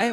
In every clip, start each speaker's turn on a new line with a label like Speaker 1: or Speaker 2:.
Speaker 1: 哎，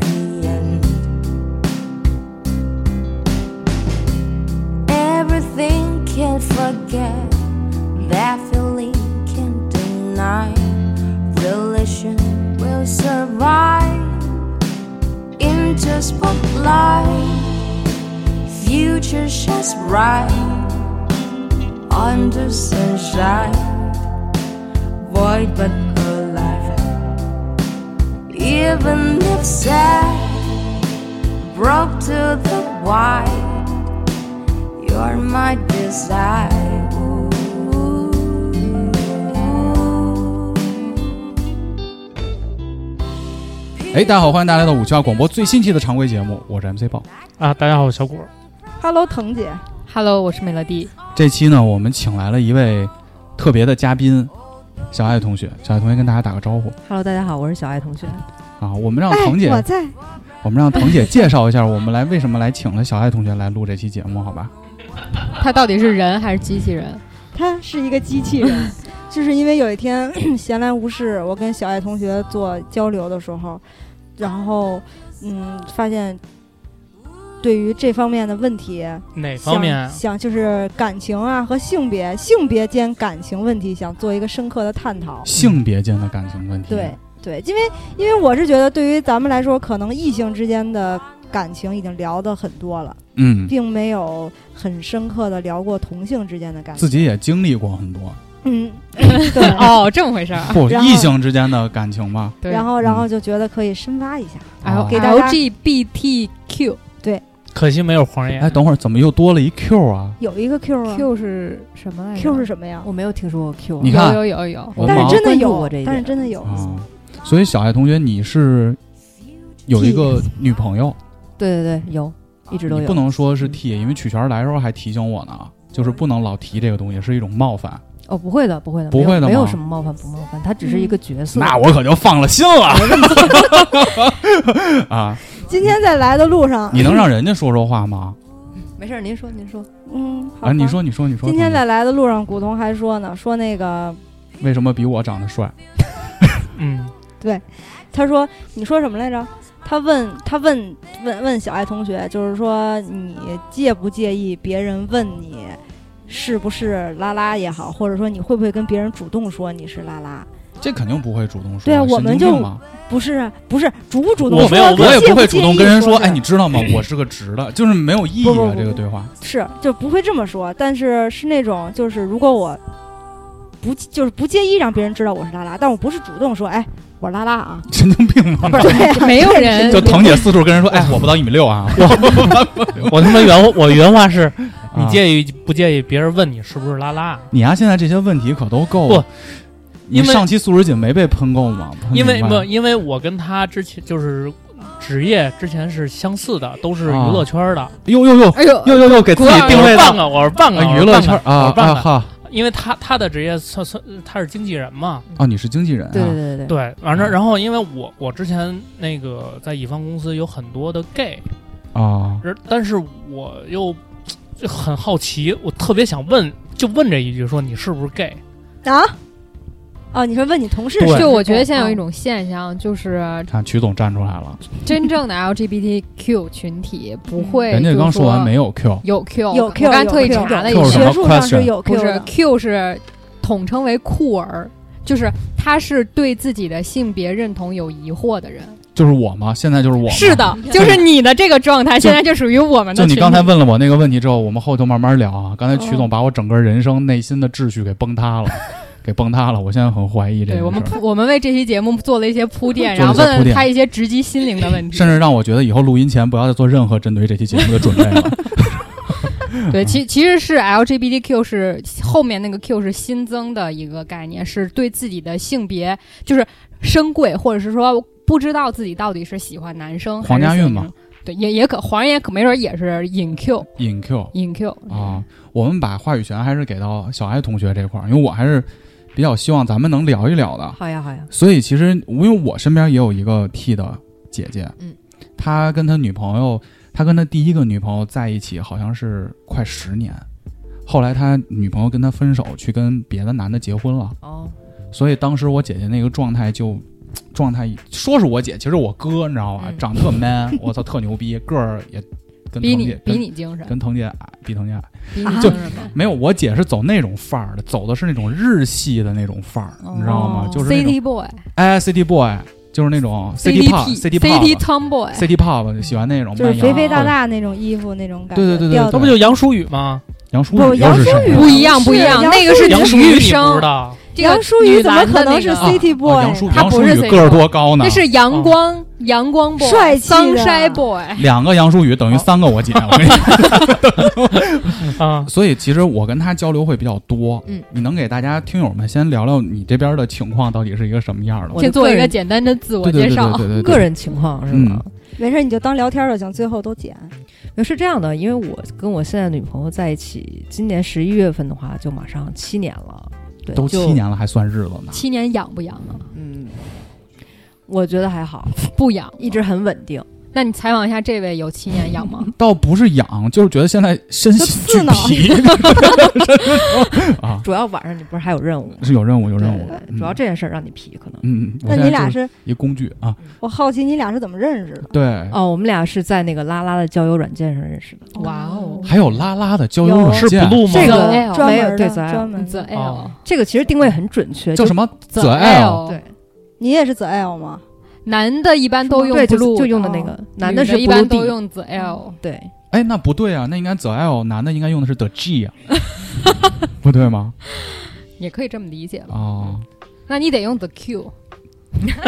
Speaker 2: be end. Everything can forget, that feeling can deny, religion will survive into spotlight, future shines bright under sunshine, void but alive. Even if sad, broke to the white, you're my desire. Ooh.
Speaker 3: 哎，大家好，欢迎大家来到五七八广播最新期的常规节目，我是 MC 豹。
Speaker 4: 啊，大家好，我小谷。
Speaker 5: Hello，腾姐，
Speaker 6: Hello，我是美乐蒂。
Speaker 3: 这期呢，我们请来了一位特别的嘉宾，小爱同学。小爱同学跟大家打个招呼
Speaker 5: Hello，大家好，我是小爱同学。
Speaker 3: 啊，我们让腾姐，
Speaker 5: 哎我在。
Speaker 3: 我们让腾姐介绍一下，我们来为什么来请了小爱同学来录这期节目，好
Speaker 5: 嗯
Speaker 3: 吧？
Speaker 6: 他到底是人还是机器人？
Speaker 5: 他是一个机器 人，就是因为有一天 闲来无事，我跟小爱同学做交流的时候，然后嗯，发现对于这方面的问题，
Speaker 4: 哪方面
Speaker 3: 啊
Speaker 4: 啊
Speaker 5: 想？想就是感情啊和性别、性别间感情问题，想做一个深刻的探讨。
Speaker 3: 性别间的感情问题，
Speaker 5: 对，对，因为因为我是觉得，对于咱们来说，可能异性之间的感情已经聊的很多了。
Speaker 3: 嗯，
Speaker 5: 并没有很深刻的聊过同性之间的感情。
Speaker 3: 自己也经历过很多，
Speaker 5: 嗯， 对。
Speaker 6: 哦，这么回事儿。
Speaker 3: 不，
Speaker 5: 啊然后
Speaker 3: 异性之间的感情嘛，
Speaker 6: 对，
Speaker 5: 然后，
Speaker 3: 嗯
Speaker 5: 然后就觉得可以深挖一下。
Speaker 3: 啊
Speaker 6: 后
Speaker 5: 给大家
Speaker 6: LGBTQ
Speaker 4: 可惜没有黄爷。
Speaker 3: 哎，等会儿怎么又多了一 Q 啊？
Speaker 5: 有一个 Q 啊
Speaker 7: Q 是什么来着
Speaker 5: Q 是什么呀
Speaker 7: 我？没有听说过 Q 啊。
Speaker 3: 你看
Speaker 6: 有有有有，
Speaker 3: 我
Speaker 5: 但
Speaker 3: 忙
Speaker 5: 是真的
Speaker 7: 关注
Speaker 5: 有
Speaker 7: 过这一，点
Speaker 5: 但是真的有。
Speaker 3: 啊，所以小爱同学，你是有一个女朋 友，
Speaker 7: 对对对，有，一直都
Speaker 3: 你
Speaker 7: 有。
Speaker 3: 不能说是 T，因为曲璇来的时候还提醒我呢，就是不能老提这个东西，是一种冒犯。
Speaker 7: 哦，不会的，不会的，
Speaker 3: 不
Speaker 7: 没有
Speaker 3: 会的
Speaker 7: 没有
Speaker 3: 吗
Speaker 7: 什么冒犯不冒犯，他只是
Speaker 5: 嗯
Speaker 7: 一个角色。
Speaker 3: 那我可就放了心了。啊，
Speaker 5: 今天在来的路上，
Speaker 3: 你能让人家说说话吗？
Speaker 7: 没事儿，您说您说，
Speaker 5: 嗯，好
Speaker 3: 啊，
Speaker 5: 吧
Speaker 3: 你。说，你说，你说。
Speaker 5: 今天在来的路上，古潼还说呢，说那个，
Speaker 3: 为什么比我长得帅？
Speaker 4: 嗯，
Speaker 5: 他说你说什么来着？他问他问问问小爱同学，就是说你介不介意别人问你是不是拉拉也好，或者说你会不会跟别人主动说你是拉拉？
Speaker 3: 这肯定不会主动说。
Speaker 5: 对啊我
Speaker 3: 神经
Speaker 5: 们
Speaker 3: 病
Speaker 5: 就
Speaker 3: 嘛
Speaker 5: 不是啊，不是主不主动
Speaker 4: 我
Speaker 5: 说，
Speaker 4: 没有
Speaker 5: 跟
Speaker 3: 我也
Speaker 5: 介
Speaker 3: 不会
Speaker 5: 介
Speaker 3: 主动
Speaker 5: 意
Speaker 3: 跟人说，
Speaker 5: 说是，
Speaker 3: 哎，你知道吗？我是个直的，就是没有意义
Speaker 5: 不不
Speaker 3: 啊
Speaker 5: 不。
Speaker 3: 这个对话，
Speaker 5: 是就不会这么说，但是是那种就是如果我不就是不介意让别人知道我是拉拉，但我不是主动说，哎，我是拉拉啊，
Speaker 3: 神经病嘛。
Speaker 5: 不是对啊
Speaker 6: 没有
Speaker 5: 对
Speaker 6: 人
Speaker 3: 嗯就腾姐四处跟人说，哎，我不到一米六啊。
Speaker 4: 我他妈原我原话是，你
Speaker 3: 啊
Speaker 4: 介意不介意别人问你是不是拉拉？
Speaker 3: 你呀、现在这些问题可都够了
Speaker 4: 不。
Speaker 3: 你
Speaker 4: 因为
Speaker 3: 上期素食锦没被喷够吗？喷
Speaker 4: 因为
Speaker 3: 明白
Speaker 4: 不，因为我跟他之前就是职业之前是相似的，都是娱
Speaker 3: 啊
Speaker 4: 乐圈的。
Speaker 3: 呦呦呦
Speaker 6: 哎呦，
Speaker 3: 呦呦呦，给自己
Speaker 4: 我
Speaker 3: 定
Speaker 4: 是
Speaker 3: 位
Speaker 4: 半
Speaker 3: 到
Speaker 4: 个，我是半个
Speaker 3: 啊娱乐圈
Speaker 4: 我
Speaker 3: 啊
Speaker 4: 是
Speaker 3: 啊
Speaker 4: 半个，
Speaker 3: 哈
Speaker 4: 因为他他的职业算算他是经纪人嘛。
Speaker 3: 哦，你是经纪人
Speaker 7: 对对
Speaker 3: 啊？
Speaker 7: 对对对，
Speaker 4: 对，完了，然后因为我我之前那个在乙方公司有很多的 gay，
Speaker 3: 啊，
Speaker 4: 而但是我又就很好奇，我特别想问，就问这一句，说你是不是 gay？
Speaker 5: 啊哦，你说问你同事
Speaker 4: 对
Speaker 5: 是
Speaker 6: 就我觉得现在有一
Speaker 5: 种
Speaker 6: 种现象，就是
Speaker 3: 看曲总站出来了，
Speaker 6: 真正的 LGBTQ 群体不会，
Speaker 3: 嗯人家刚说完没
Speaker 6: 有
Speaker 3: 有 Q，
Speaker 6: 有 Q，
Speaker 5: 哦有 Q
Speaker 6: 我刚
Speaker 5: 有
Speaker 6: 特意
Speaker 5: Q
Speaker 6: 查了一
Speaker 3: 有 Q 是什
Speaker 6: 下
Speaker 5: 学
Speaker 3: 么
Speaker 5: 术上是
Speaker 3: question？
Speaker 5: 有
Speaker 6: 不
Speaker 5: Q
Speaker 6: 是
Speaker 5: 的，
Speaker 6: Q 是统称为酷儿，就是他是对自己的性别认同有疑惑的人。
Speaker 3: 就是我吗？现在就是我吗
Speaker 6: 是。的，就是你的这个状态，现在就属于我们的
Speaker 3: 就
Speaker 6: 群体。
Speaker 3: 你刚才问了我那个问题之后，我们后头慢慢聊啊。刚
Speaker 6: 嗯
Speaker 3: 才
Speaker 5: 哦
Speaker 3: 曲总把我整个人生内心的秩序给 崩塌了，给崩塌了。我现在很怀疑这个
Speaker 6: 对我
Speaker 3: 事
Speaker 6: 们
Speaker 3: 儿，
Speaker 6: 铺，我们为这期节目做了一些铺垫，
Speaker 3: 做
Speaker 6: 然
Speaker 3: 了
Speaker 6: 后
Speaker 3: 一
Speaker 6: 问
Speaker 3: 些铺
Speaker 6: 了
Speaker 3: 垫
Speaker 6: 他一些直击心灵的问题
Speaker 3: 甚。至让我觉得以后录音前不要再做任何针对于这期节目的准备 了。嗯
Speaker 6: 对，其其实是 LGBTQ 是后面那个 Q 是新增的一个概念，是对自己的性别就是深贵，或者是说不知道自己到底是喜欢男生还
Speaker 3: 黄
Speaker 6: 是
Speaker 3: 家
Speaker 6: 喜欢
Speaker 3: 韵
Speaker 6: 女
Speaker 3: 嘛
Speaker 6: 生。对，也也可黄爷可没准也是引 Q
Speaker 3: 引 Q
Speaker 6: 引 Q 嗯
Speaker 3: 啊，我们把话语权还是给到小爱同学这块儿，因为我还是比较希望咱们能聊一聊的。
Speaker 7: 好呀好呀，
Speaker 3: 所以其实因为我身边也有一个 T 的姐姐，
Speaker 7: 嗯，
Speaker 3: 她跟她女朋友，她跟她第一个女朋友在一起好像是快十年，后来她女朋友跟她分手，去跟别的男的结婚了。
Speaker 7: 哦，
Speaker 3: 所以当时我姐姐那个状态就，状态说是我姐，其实我哥，你知道吧？
Speaker 7: 嗯
Speaker 3: 长得特 man，我操，特牛逼，个儿也跟
Speaker 6: 比
Speaker 3: 腾
Speaker 6: 你
Speaker 3: 姐
Speaker 6: 比
Speaker 3: 跟
Speaker 6: 你精神，
Speaker 3: 跟腾姐矮，比腾姐矮。
Speaker 6: 比你
Speaker 3: 啊就
Speaker 6: 精神吧。
Speaker 7: 嗯
Speaker 3: 没有，我姐是走那种范儿的，走的是那种日系的那种范儿，你知道吗
Speaker 6: 哦？
Speaker 3: 就是那种
Speaker 6: City Boy、
Speaker 3: 哎 City boy，就是那种 City
Speaker 6: P、
Speaker 3: pop、
Speaker 6: City
Speaker 3: City pop、
Speaker 6: Tomboy，
Speaker 3: City pop，喜欢那种
Speaker 5: 就是
Speaker 3: 慢摇啊
Speaker 5: 肥肥大大那种衣服那种感觉，
Speaker 3: 对对对对
Speaker 5: 吊
Speaker 3: 对
Speaker 4: 那
Speaker 5: 带
Speaker 4: 不就杨淑宇吗？
Speaker 3: 杨淑
Speaker 5: 不
Speaker 3: 宇又
Speaker 5: 杨
Speaker 3: 是
Speaker 5: 舒
Speaker 3: 什
Speaker 5: 雨
Speaker 3: 么
Speaker 6: 不
Speaker 3: 呀？
Speaker 6: 一样，
Speaker 5: 是
Speaker 6: 不一样，
Speaker 5: 杨
Speaker 6: 那个是
Speaker 4: 杨淑
Speaker 6: 女
Speaker 4: 宇你不
Speaker 6: 生
Speaker 4: 知，道？
Speaker 6: 这个
Speaker 5: 杨舒宇
Speaker 6: 女
Speaker 5: 怎么
Speaker 6: 篮的
Speaker 5: 可能
Speaker 6: 那
Speaker 5: 是
Speaker 6: 个
Speaker 5: City
Speaker 3: 啊
Speaker 5: Boy？
Speaker 3: 杨淑
Speaker 6: 她
Speaker 3: 杨淑
Speaker 6: 不是
Speaker 3: 宇
Speaker 6: City
Speaker 3: 个儿多高呢哦
Speaker 6: 那？是阳光阳光 boy，
Speaker 5: 帅气的
Speaker 6: Sunshine boy，
Speaker 3: 两个杨淑宇等于三个我姐，我跟你说
Speaker 4: 啊，
Speaker 3: 所以其实我跟他交流会比较多。
Speaker 7: 嗯，
Speaker 3: 你能给大家听友们先聊聊你这边的情况到底是一个什么样的吗？
Speaker 7: 我
Speaker 6: 先
Speaker 7: 的个
Speaker 6: 做一个
Speaker 7: 人
Speaker 6: 简单的自我
Speaker 3: 对对
Speaker 6: 介
Speaker 3: 对
Speaker 6: 绍
Speaker 3: 对。对对，
Speaker 7: 个人情况是吧？
Speaker 5: 没事，你就当聊天就行，最后都剪。
Speaker 7: 那是这样的，因为我跟我现在女朋友在一起，今年十一月份的话，就马上七年了。对，
Speaker 3: 都
Speaker 7: 就
Speaker 3: 七，年了还算日子呢。
Speaker 6: 七年养不养啊？
Speaker 7: 嗯，我觉得还好，
Speaker 6: 不养，
Speaker 7: 一直很稳定。
Speaker 6: 那你采访一下这位有七年养 吗？
Speaker 3: 倒不是痒，就是觉得现在身
Speaker 5: 就
Speaker 3: 心
Speaker 5: 刺
Speaker 3: 俱
Speaker 5: 挠
Speaker 3: 疲啊，
Speaker 7: 主要晚上你不是还有任务吗？
Speaker 3: 是有任务有
Speaker 7: 对
Speaker 3: 任务
Speaker 7: 对，对
Speaker 3: 嗯
Speaker 7: 主要这件事儿让你皮可能。
Speaker 3: 嗯，嗯我
Speaker 5: 那
Speaker 3: 现
Speaker 5: 你
Speaker 3: 在
Speaker 5: 俩？
Speaker 3: 就是一工具啊，
Speaker 5: 我好奇你俩是怎么认识的？
Speaker 3: 对，
Speaker 7: 哦，我们俩是在那个拉拉的交友软件上认识的。
Speaker 6: 哇哦
Speaker 3: 还有拉拉的交友
Speaker 5: 有
Speaker 3: 软
Speaker 4: 是
Speaker 3: 件，
Speaker 4: blue 吗？
Speaker 7: 这个
Speaker 6: The L
Speaker 5: 专
Speaker 7: 没
Speaker 5: 门
Speaker 7: 有
Speaker 5: 的
Speaker 7: 对咱
Speaker 5: 专门
Speaker 6: The
Speaker 5: 的，
Speaker 6: L
Speaker 7: 这个其实定位很准确，
Speaker 3: 叫
Speaker 7: 就
Speaker 3: 什么
Speaker 6: The
Speaker 3: 哦 L，
Speaker 7: 对
Speaker 5: 你也是 The L 吗？
Speaker 6: 男的一般都用
Speaker 7: 对，就
Speaker 6: blue，
Speaker 7: 就用
Speaker 6: 的哦
Speaker 7: 的那个男的
Speaker 6: 女
Speaker 7: 是
Speaker 6: 一
Speaker 7: blue
Speaker 6: 般
Speaker 7: 嗯
Speaker 6: 都
Speaker 7: D，
Speaker 6: 用 The L。
Speaker 7: 对，
Speaker 3: 哎，那不对啊，那应该 the L，男的应该用的是 the G 啊， 不对吗？
Speaker 6: 也可以这么理解吧？
Speaker 3: 哦，
Speaker 6: 那你得用 The Q，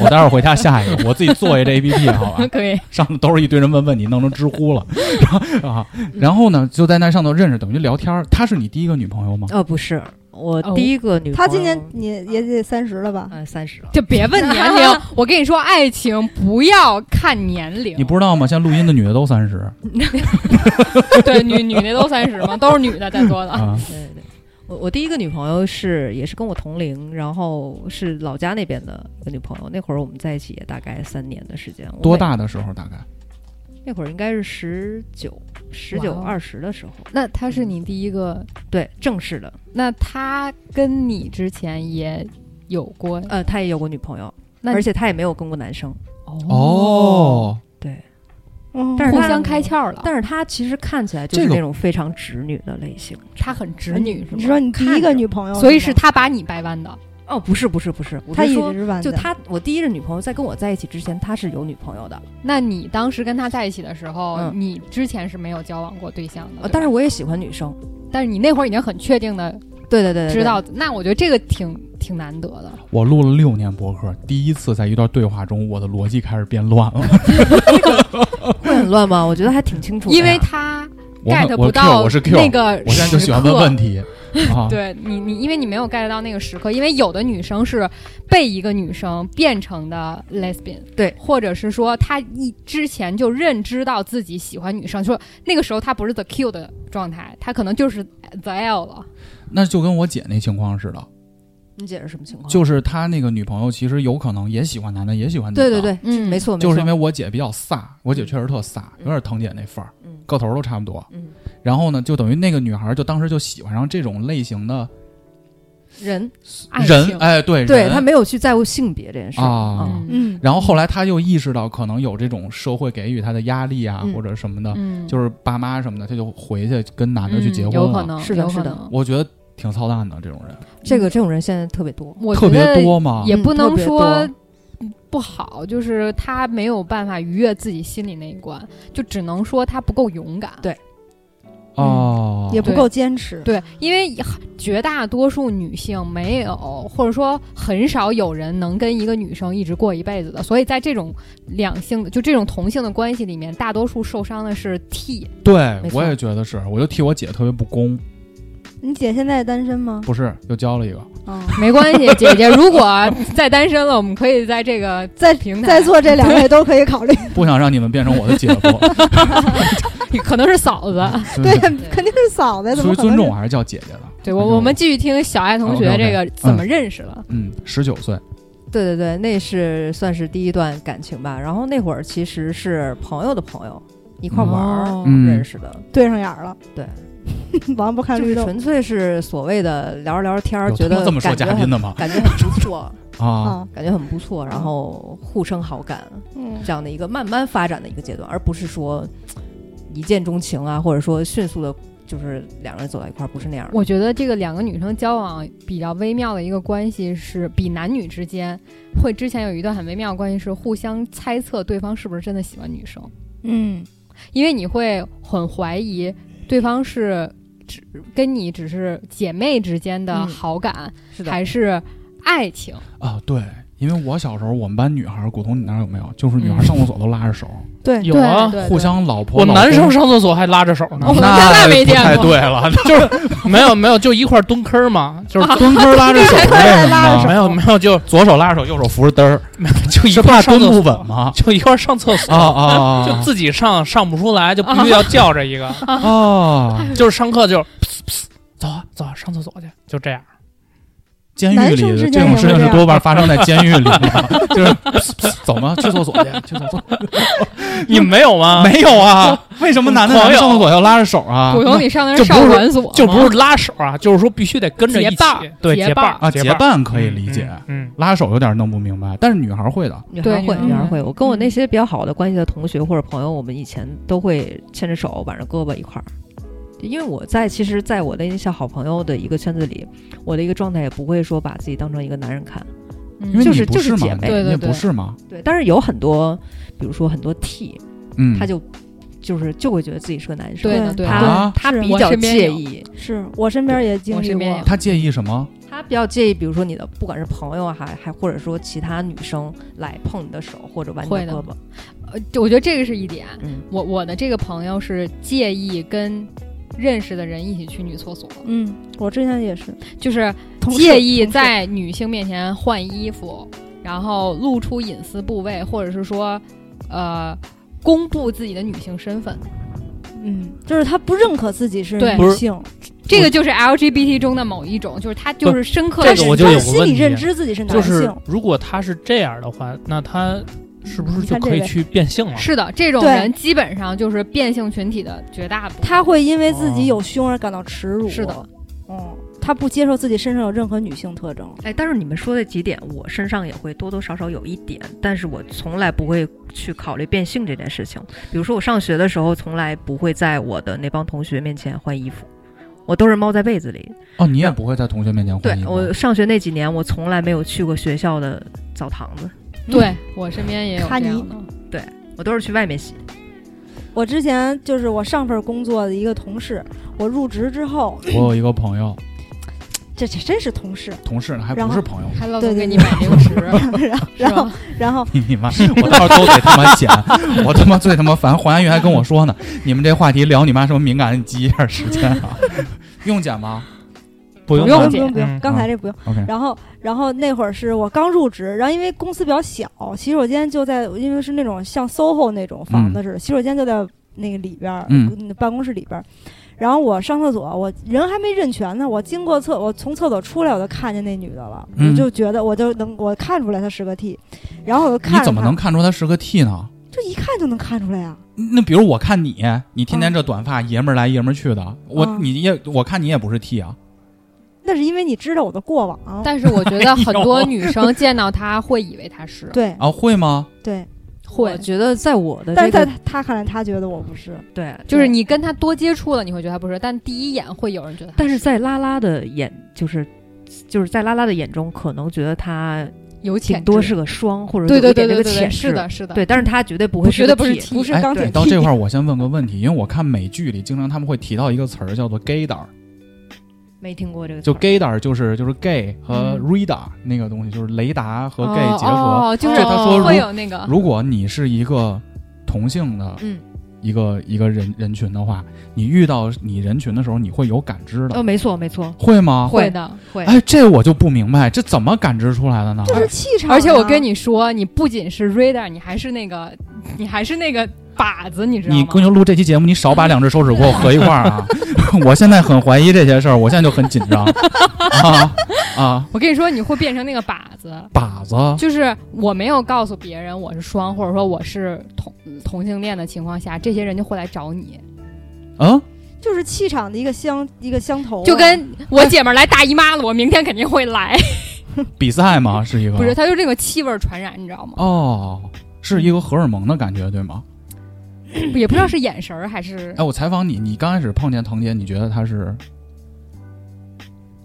Speaker 3: 我待会儿回家下一 个，我自己做一这 A P P 好吧？
Speaker 6: 可以。
Speaker 3: 上头都是一堆人问问你，弄成知乎了， 然后啊，然后呢，就在那上头认识，等于聊天儿。她是你第一个女朋友吗？
Speaker 7: 哦，不是，我
Speaker 6: 哦
Speaker 7: 第一个女朋友，
Speaker 5: 他今年你也得三十了吧？
Speaker 7: 呃三 十了，
Speaker 6: 就别问年 龄，我跟你说，爱情不要看年龄。
Speaker 3: 你不知道吗？现在录音的女的都三十
Speaker 6: 对女女的都三十吗？都是女的在做的。
Speaker 3: 啊，
Speaker 7: 对对对，我我第一个女朋友是也是跟我同龄，然后是老家那边的一个女朋友。那会儿我们在一起也大概三年的时间。我
Speaker 3: 多
Speaker 7: 每？
Speaker 3: 大的时候大概？
Speaker 7: 那会儿应该是十九、十九
Speaker 6: 哇哦
Speaker 7: 二十的时候，
Speaker 6: 那他是你第一个，
Speaker 7: 对，正式的。
Speaker 6: 那他跟你之前也有过
Speaker 7: 呃，她也有过女朋友，
Speaker 6: 那
Speaker 7: 而且她也没有跟过男生。
Speaker 3: 哦，
Speaker 7: 对，
Speaker 5: 嗯
Speaker 7: 但是
Speaker 6: 互
Speaker 7: 他
Speaker 6: 相开窍了。
Speaker 7: 但是她其实看起来就
Speaker 3: 这
Speaker 7: 是
Speaker 3: 个
Speaker 7: 那种非常直女的类型。
Speaker 6: 他很直女是吗？
Speaker 5: 你说你第一个女
Speaker 7: 嗯
Speaker 5: 朋友吗，
Speaker 6: 所以是他把你掰弯的。
Speaker 7: 哦，不是不是不是，我
Speaker 5: 他
Speaker 7: 是
Speaker 5: 一
Speaker 7: 说，
Speaker 5: 直玩
Speaker 7: 就
Speaker 5: 的。
Speaker 7: 她，我第一任女朋友在跟我在一起之前，她是有女朋友的。
Speaker 6: 那你当时跟他在一起的时候，
Speaker 7: 嗯
Speaker 6: 你之前是没有交往过对象的，
Speaker 7: 呃，
Speaker 6: 对吧
Speaker 7: 但是我也喜欢女生。
Speaker 6: 但是你那会儿已经很确定的
Speaker 7: 对对对对，
Speaker 6: 知道，那我觉得这个挺挺难得的。
Speaker 3: 我录了六年博客，第一次在一段对话中，我的逻辑开始变乱了。
Speaker 7: 会很乱吗？我觉得还挺清楚的呀。
Speaker 6: 因为他
Speaker 3: 我
Speaker 6: get 不
Speaker 3: 我 Q，
Speaker 6: 到
Speaker 3: 我是 Q，
Speaker 6: 那个
Speaker 3: 我现在就喜欢问
Speaker 6: 时刻
Speaker 3: 问题啊。
Speaker 6: 对你，你因为你没有 get 到那个时刻，因为有的女生是被一个女生变成的 lesbian，
Speaker 7: 对，
Speaker 6: 或者是说她一之前就认知到自己喜欢女生，说那个时候她不是 the Q 的状态，她可能就是 the L 了。
Speaker 3: 那就跟我姐那情况似的，
Speaker 7: 你姐是什么情况？
Speaker 3: 就是她那个女朋友其实有可能也喜欢男的，也喜欢女的。
Speaker 7: 对对对，
Speaker 6: 嗯
Speaker 7: 没错，没错
Speaker 3: 就是因为我姐比较飒，我姐确实特飒，有点腾姐那范儿，
Speaker 7: 嗯
Speaker 3: 个头都差不多。
Speaker 7: 嗯
Speaker 3: 然后呢，就等于那个女孩就当时就喜欢上这种类型的
Speaker 7: 人，
Speaker 6: 爱
Speaker 3: 人，
Speaker 6: 情
Speaker 3: 哎，对
Speaker 7: 对
Speaker 3: 人
Speaker 7: 他没有去在乎性别这件事儿
Speaker 3: 啊
Speaker 7: 嗯
Speaker 6: 嗯
Speaker 5: 嗯，
Speaker 3: 然后后来她又意识到可能有这种社会给予她的压力啊，
Speaker 7: 嗯嗯
Speaker 3: 或者什么的，
Speaker 6: 嗯，
Speaker 3: 就是爸妈什么的，她就回去跟男的去结婚了。
Speaker 6: 有可能
Speaker 7: 是的
Speaker 6: 有可
Speaker 7: 是的
Speaker 6: 能嗯
Speaker 3: 我觉得挺操蛋的这种人，
Speaker 7: 这个这种人现在特别多。
Speaker 6: 我
Speaker 3: 特
Speaker 6: 觉得
Speaker 3: 别多嘛。
Speaker 6: 也不
Speaker 7: 嗯
Speaker 6: 能
Speaker 7: 特别
Speaker 6: 说
Speaker 7: 多
Speaker 6: 不好，就是他没有办法逾越自己心里那一关，就只能说他不够勇敢。
Speaker 7: 对嗯
Speaker 3: 哦，
Speaker 5: 也不
Speaker 6: 对
Speaker 5: 够坚持。
Speaker 6: 对，因为绝大多数女性没有，或者说很少有人能跟一个女生一直过一辈子的，所以在这种两性的就这种同性的关系里面，大多数受伤的是 T。
Speaker 3: 对
Speaker 7: 没，错
Speaker 3: 我也觉得是，我就替我姐特别不公。
Speaker 5: 你姐现在单身吗？
Speaker 3: 不是又交了一个，
Speaker 5: 啊，
Speaker 6: 没关系，姐姐，如果再单身了，我们可以在这个
Speaker 5: 在
Speaker 6: 平台，
Speaker 5: 在座这两位都可以考虑，
Speaker 3: 不想让你们变成我的 姐夫，
Speaker 6: 可能是嫂子。
Speaker 3: 所
Speaker 5: 对，
Speaker 3: 以
Speaker 5: 肯定是嫂哎子，怎
Speaker 3: 出
Speaker 5: 么
Speaker 3: 于
Speaker 5: 可能
Speaker 3: 尊
Speaker 5: 是
Speaker 3: 重还啊是叫姐姐的。
Speaker 6: 对我，我们继续听小爱同学这个怎么认识了。
Speaker 3: 嗯，十九岁，
Speaker 8: 对对对，那是算是第一段感情吧。然后那会儿其实是朋友的朋友一块儿玩儿
Speaker 6: 哦
Speaker 3: 嗯
Speaker 8: 认识的，
Speaker 5: 对上眼儿了？
Speaker 8: 对，
Speaker 5: 王不看
Speaker 8: 就
Speaker 5: 绿
Speaker 8: 是
Speaker 5: 豆，
Speaker 8: 纯粹是所谓的聊着聊着天儿，
Speaker 3: 有
Speaker 8: 觉
Speaker 3: 他妈
Speaker 8: 得
Speaker 3: 这么说
Speaker 8: 感觉
Speaker 3: 嘉宾
Speaker 8: 很
Speaker 3: 的吗？
Speaker 8: 感觉很不错，
Speaker 3: 啊，
Speaker 6: 嗯
Speaker 5: 啊，
Speaker 8: 感觉很不错，然后互生好感
Speaker 5: 嗯
Speaker 8: 这样的一个慢慢发展的一个阶段，而不是说一见钟情啊，或者说迅速的，就是两个人走到一块儿，不是那样的。
Speaker 6: 我觉得这个两个女生交往比较微妙的一个关系是，比男女之间会之前有一段很微妙的关系是互相猜测对方是不是真的喜欢女生，
Speaker 5: 嗯，
Speaker 6: 因为你会很怀疑对方是只跟你只是姐妹之间的
Speaker 8: 嗯
Speaker 6: 好感，
Speaker 8: 是
Speaker 6: 还是爱情。
Speaker 3: 啊，对，因为我小时候我们班女孩儿，古潼你那儿有没有？就是女孩儿上厕所都拉着手，
Speaker 5: 对，
Speaker 4: 有啊，
Speaker 6: 对对
Speaker 3: 互相老婆。
Speaker 4: 我
Speaker 3: 老
Speaker 4: 男
Speaker 3: 公
Speaker 4: 生上厕所还拉着手呢
Speaker 6: 我，们从来没
Speaker 3: 不
Speaker 6: 见
Speaker 3: 太
Speaker 6: 过
Speaker 3: 对了，
Speaker 4: 就是没有没有，就一块儿蹲坑嘛，就是
Speaker 3: 蹲坑拉着手是为什么
Speaker 4: 没
Speaker 3: 呢？
Speaker 4: 有没有，就
Speaker 3: 左手拉着手，右手扶着灯儿，
Speaker 4: 就一
Speaker 3: 是
Speaker 4: 块
Speaker 3: 怕
Speaker 4: 儿上
Speaker 3: 蹲
Speaker 4: 厕
Speaker 3: 不
Speaker 4: 所
Speaker 3: 稳吗？
Speaker 4: 就一块儿上厕所
Speaker 3: 啊啊 啊！
Speaker 4: 就自己上上不出来，就必须要叫着一个，
Speaker 3: 啊，
Speaker 4: 就是上课就是 噗呲噗呲走啊走啊，上厕所去，就这样。
Speaker 3: 监狱里的这种事情是多半发生在监狱里的，就是噗噗走吗？去厕所去，去厕所。
Speaker 4: 你没有吗？
Speaker 3: 没有啊？为什么男的
Speaker 4: 朋
Speaker 3: 男的
Speaker 4: 友
Speaker 3: 上厕所要拉着手啊？
Speaker 6: 普通，你上的
Speaker 4: 就是不
Speaker 6: 少
Speaker 4: 是
Speaker 6: 管所吗，
Speaker 4: 就不是拉手啊，就是说必须得跟着一
Speaker 6: 结
Speaker 4: 起
Speaker 6: 伴儿，
Speaker 4: 对，
Speaker 6: 结
Speaker 4: 结
Speaker 6: 伴儿
Speaker 3: 啊，
Speaker 4: 结
Speaker 3: 结
Speaker 4: 伴儿
Speaker 3: 伴可以理解，
Speaker 4: 嗯，
Speaker 3: 拉手有点弄不明白，但是女孩会的。
Speaker 8: 女孩
Speaker 6: 对
Speaker 8: 儿
Speaker 6: 女孩
Speaker 8: 会，
Speaker 6: 儿
Speaker 8: 女孩儿
Speaker 6: 会
Speaker 8: 会。我跟我
Speaker 6: 嗯
Speaker 8: 那些比较好的关系的同学或者朋友，我们以前都会牵着手，挽着胳膊一块儿。因为我在其实，在我的那些好朋友的一个圈子里，我的一个状态也不会说把自己当成一个男人看。
Speaker 6: 嗯
Speaker 3: 因为
Speaker 8: 就是
Speaker 3: 你不
Speaker 8: 就是
Speaker 3: 嘛
Speaker 8: 姐，
Speaker 3: 你
Speaker 8: 妹
Speaker 6: 对对
Speaker 3: 你也
Speaker 6: 对
Speaker 3: 不是嘛，
Speaker 8: 对，但是有很多，比如说很多 T，
Speaker 3: 嗯，
Speaker 8: 他就就是就会觉得自己是个男生，
Speaker 6: 对的对的
Speaker 8: 他
Speaker 3: 啊
Speaker 8: 他
Speaker 5: 是
Speaker 8: 比
Speaker 6: 我
Speaker 8: 较
Speaker 6: 身边
Speaker 8: 介
Speaker 6: 有
Speaker 8: 意，
Speaker 5: 是我身边也经
Speaker 6: 我
Speaker 5: 历
Speaker 6: 身边
Speaker 5: 过
Speaker 6: 有，
Speaker 3: 他介意什么？
Speaker 8: 他比较介意，比如说你的不管是朋友啊还还或者说其他女生来碰你的手或者挽你
Speaker 6: 会的
Speaker 8: 胳膊，
Speaker 6: 呃，就我觉得这个是一点。
Speaker 8: 嗯，
Speaker 6: 我我的这个朋友是介意跟认识的人一起去女厕所，
Speaker 5: 嗯，我之前也是
Speaker 6: 就是
Speaker 5: 同事
Speaker 6: 介意
Speaker 5: 同事
Speaker 6: 在女性面前换衣服，然后露出隐私部位，或者是说，呃，公布自己的女性身份。
Speaker 5: 嗯，就是他不认可自己是
Speaker 6: 对
Speaker 5: 女性，
Speaker 6: 这个就是 LGBT 中的某一种，就是他就
Speaker 4: 不
Speaker 6: 是深刻
Speaker 4: 这
Speaker 6: 的
Speaker 4: 个我就
Speaker 5: 他
Speaker 4: 有个
Speaker 5: 心
Speaker 4: 问
Speaker 5: 理
Speaker 4: 题
Speaker 5: 认知自己是男
Speaker 4: 就
Speaker 5: 性
Speaker 4: 是，如果他是这样的话，那他是不是
Speaker 5: 你
Speaker 4: 就
Speaker 5: 看
Speaker 4: 可
Speaker 5: 这
Speaker 4: 以
Speaker 5: 位
Speaker 4: 去变性了？
Speaker 6: 是的，这种
Speaker 5: 对
Speaker 6: 人基本上就是变性群体的绝大部分。
Speaker 5: 他会因为自
Speaker 4: 哦
Speaker 5: 己有胸而感到耻辱。
Speaker 6: 是的，
Speaker 5: 嗯，他不接受自己身上有任何女性特征。
Speaker 8: 哎，但是你们说的几点，我身上也会多多少少有一点，但是我从来不会去考虑变性这件事情。比如说，我上学的时候，从来不会在我的那帮同学面前换衣服，我都是猫在被子里。
Speaker 3: 哦，你也不会在同学面前
Speaker 8: 对
Speaker 3: 换衣服。
Speaker 8: 我上学那几年，我从来没有去过学校的澡堂子，
Speaker 6: 对我身边也有
Speaker 5: 卡
Speaker 6: 这
Speaker 5: 尼
Speaker 6: 样的。
Speaker 8: 我都是去外面洗。
Speaker 5: 我之前就是我上份工作的一个同事，我入职之后，
Speaker 3: 我有一个朋友，
Speaker 5: 这这真是同事。
Speaker 3: 同事还
Speaker 5: 然
Speaker 3: 不
Speaker 5: 后
Speaker 3: 是朋友，
Speaker 6: 还老
Speaker 5: 对
Speaker 6: 总
Speaker 5: 对
Speaker 6: 给你
Speaker 5: 对
Speaker 6: 买零食，
Speaker 5: 然后，
Speaker 6: 是
Speaker 5: 然后
Speaker 6: 吧，？
Speaker 5: 然后
Speaker 3: 你妈，我 到时候都得他妈剪，我他妈最他妈烦。黄安云还跟我说呢， 你们这话题聊你妈什么敏感，你记一下时间 啊，用剪吗
Speaker 4: 不
Speaker 6: 不
Speaker 4: 用
Speaker 5: 不
Speaker 6: 用
Speaker 4: 了
Speaker 5: 用不用不
Speaker 4: 嗯
Speaker 5: 用，刚才这不用。
Speaker 3: ？OK，
Speaker 5: 然后，然后那会儿是我刚入职，然后因为公司比较小，洗手间就在，因为是那种像 SOHO 那种房子似的，洗手间就在那个里边儿，
Speaker 3: 嗯
Speaker 5: 嗯，办公室里边儿。然后我上厕所，我人还没认全呢，我经过厕，我从厕所出来，我就看见那女的了，
Speaker 3: 嗯
Speaker 5: 我就觉得我就能我看出来她是个 T，然后我就看
Speaker 3: 你
Speaker 5: 着
Speaker 3: 怎么
Speaker 5: 她
Speaker 3: 能看出他是个 T 呢？
Speaker 5: 就一看就能看出来呀、
Speaker 3: 那比如我看你，你天天这短发，爷们儿来爷们儿去的，我、
Speaker 5: 嗯
Speaker 3: 你也我看你也不是 T 啊，
Speaker 5: 那是因为你知道我的过往，
Speaker 6: 但是我觉得很 多女生见到他会以为他是，
Speaker 5: 对
Speaker 3: 啊会吗？
Speaker 5: 对，
Speaker 6: 会
Speaker 8: 我觉得在我的
Speaker 5: 但
Speaker 8: 这
Speaker 5: 是在
Speaker 8: 个
Speaker 5: 她她看来，她觉得我不是，
Speaker 8: 对，
Speaker 6: 就是你跟他多接触了，你会觉得他不是，但第一眼会有人觉得他
Speaker 8: 但是在拉拉的眼就是。就是在拉拉的眼中，可能觉得他
Speaker 6: 有潜质
Speaker 8: 挺多是个双，或者
Speaker 6: 对
Speaker 8: 有
Speaker 6: 对
Speaker 8: 一
Speaker 6: 对
Speaker 8: 点这
Speaker 6: 对
Speaker 8: 个
Speaker 6: 对
Speaker 8: 潜
Speaker 6: 对，
Speaker 8: 质
Speaker 6: 是的，是的，
Speaker 8: 对，但是他绝对不
Speaker 6: 我
Speaker 8: 会
Speaker 6: 觉
Speaker 8: 是
Speaker 6: 得
Speaker 8: 个
Speaker 6: 不是
Speaker 8: T，
Speaker 5: 不是
Speaker 3: 哎
Speaker 5: 钢，铁
Speaker 3: 对
Speaker 5: T。
Speaker 3: 到这块儿我先问个问题，因为我看美剧里经常他们会提到一个词儿叫做 gaydar，
Speaker 8: 没听过这个词
Speaker 3: 就
Speaker 8: 儿。
Speaker 3: gaydar 就是就是 gay 和
Speaker 6: 嗯
Speaker 3: radar 那个东西，就是雷达和 gay
Speaker 6: 哦
Speaker 3: 结合。
Speaker 6: 哦，就是
Speaker 3: 就他说如
Speaker 6: 会有那个
Speaker 3: 如果你是一个同性的
Speaker 6: 嗯
Speaker 3: 一一个一个人人群的话，你遇到你人群的时候，你会有感知
Speaker 8: 嗯
Speaker 3: 的，
Speaker 7: 哦，没错没错，
Speaker 3: 会吗？
Speaker 6: 会的，
Speaker 7: 会。
Speaker 3: 哎，这我就不明白，这怎么感知出来的呢？
Speaker 5: 就是气场啊。
Speaker 6: 而且我跟你说，你不仅是 radar，你还是那个，你还是那个靶子，你知道
Speaker 3: 你
Speaker 6: 吗？
Speaker 3: 公牛录这期节目，你少把两只手指给我合一块儿啊！我现在很怀疑这些事儿，我现在就很紧张啊啊！
Speaker 6: 我跟你说，你会变成那个靶子。
Speaker 3: 靶子，
Speaker 6: 就是我没有告诉别人我是双，或者说我是同同性恋的情况下，这些人就会来找你，
Speaker 3: 嗯，
Speaker 5: 就是气场的一个相一个相投啊，
Speaker 6: 就跟我姐们儿来大姨妈了，我明天肯定会来。
Speaker 3: 比赛吗？是一个
Speaker 6: 不是，它就这个气味儿传染，你知道吗？
Speaker 3: 哦，是一个荷尔蒙的感觉，对吗？
Speaker 6: 也不知道是眼神儿还是
Speaker 3: 哎，我采访你，你刚开始碰见腾姐，你觉得她是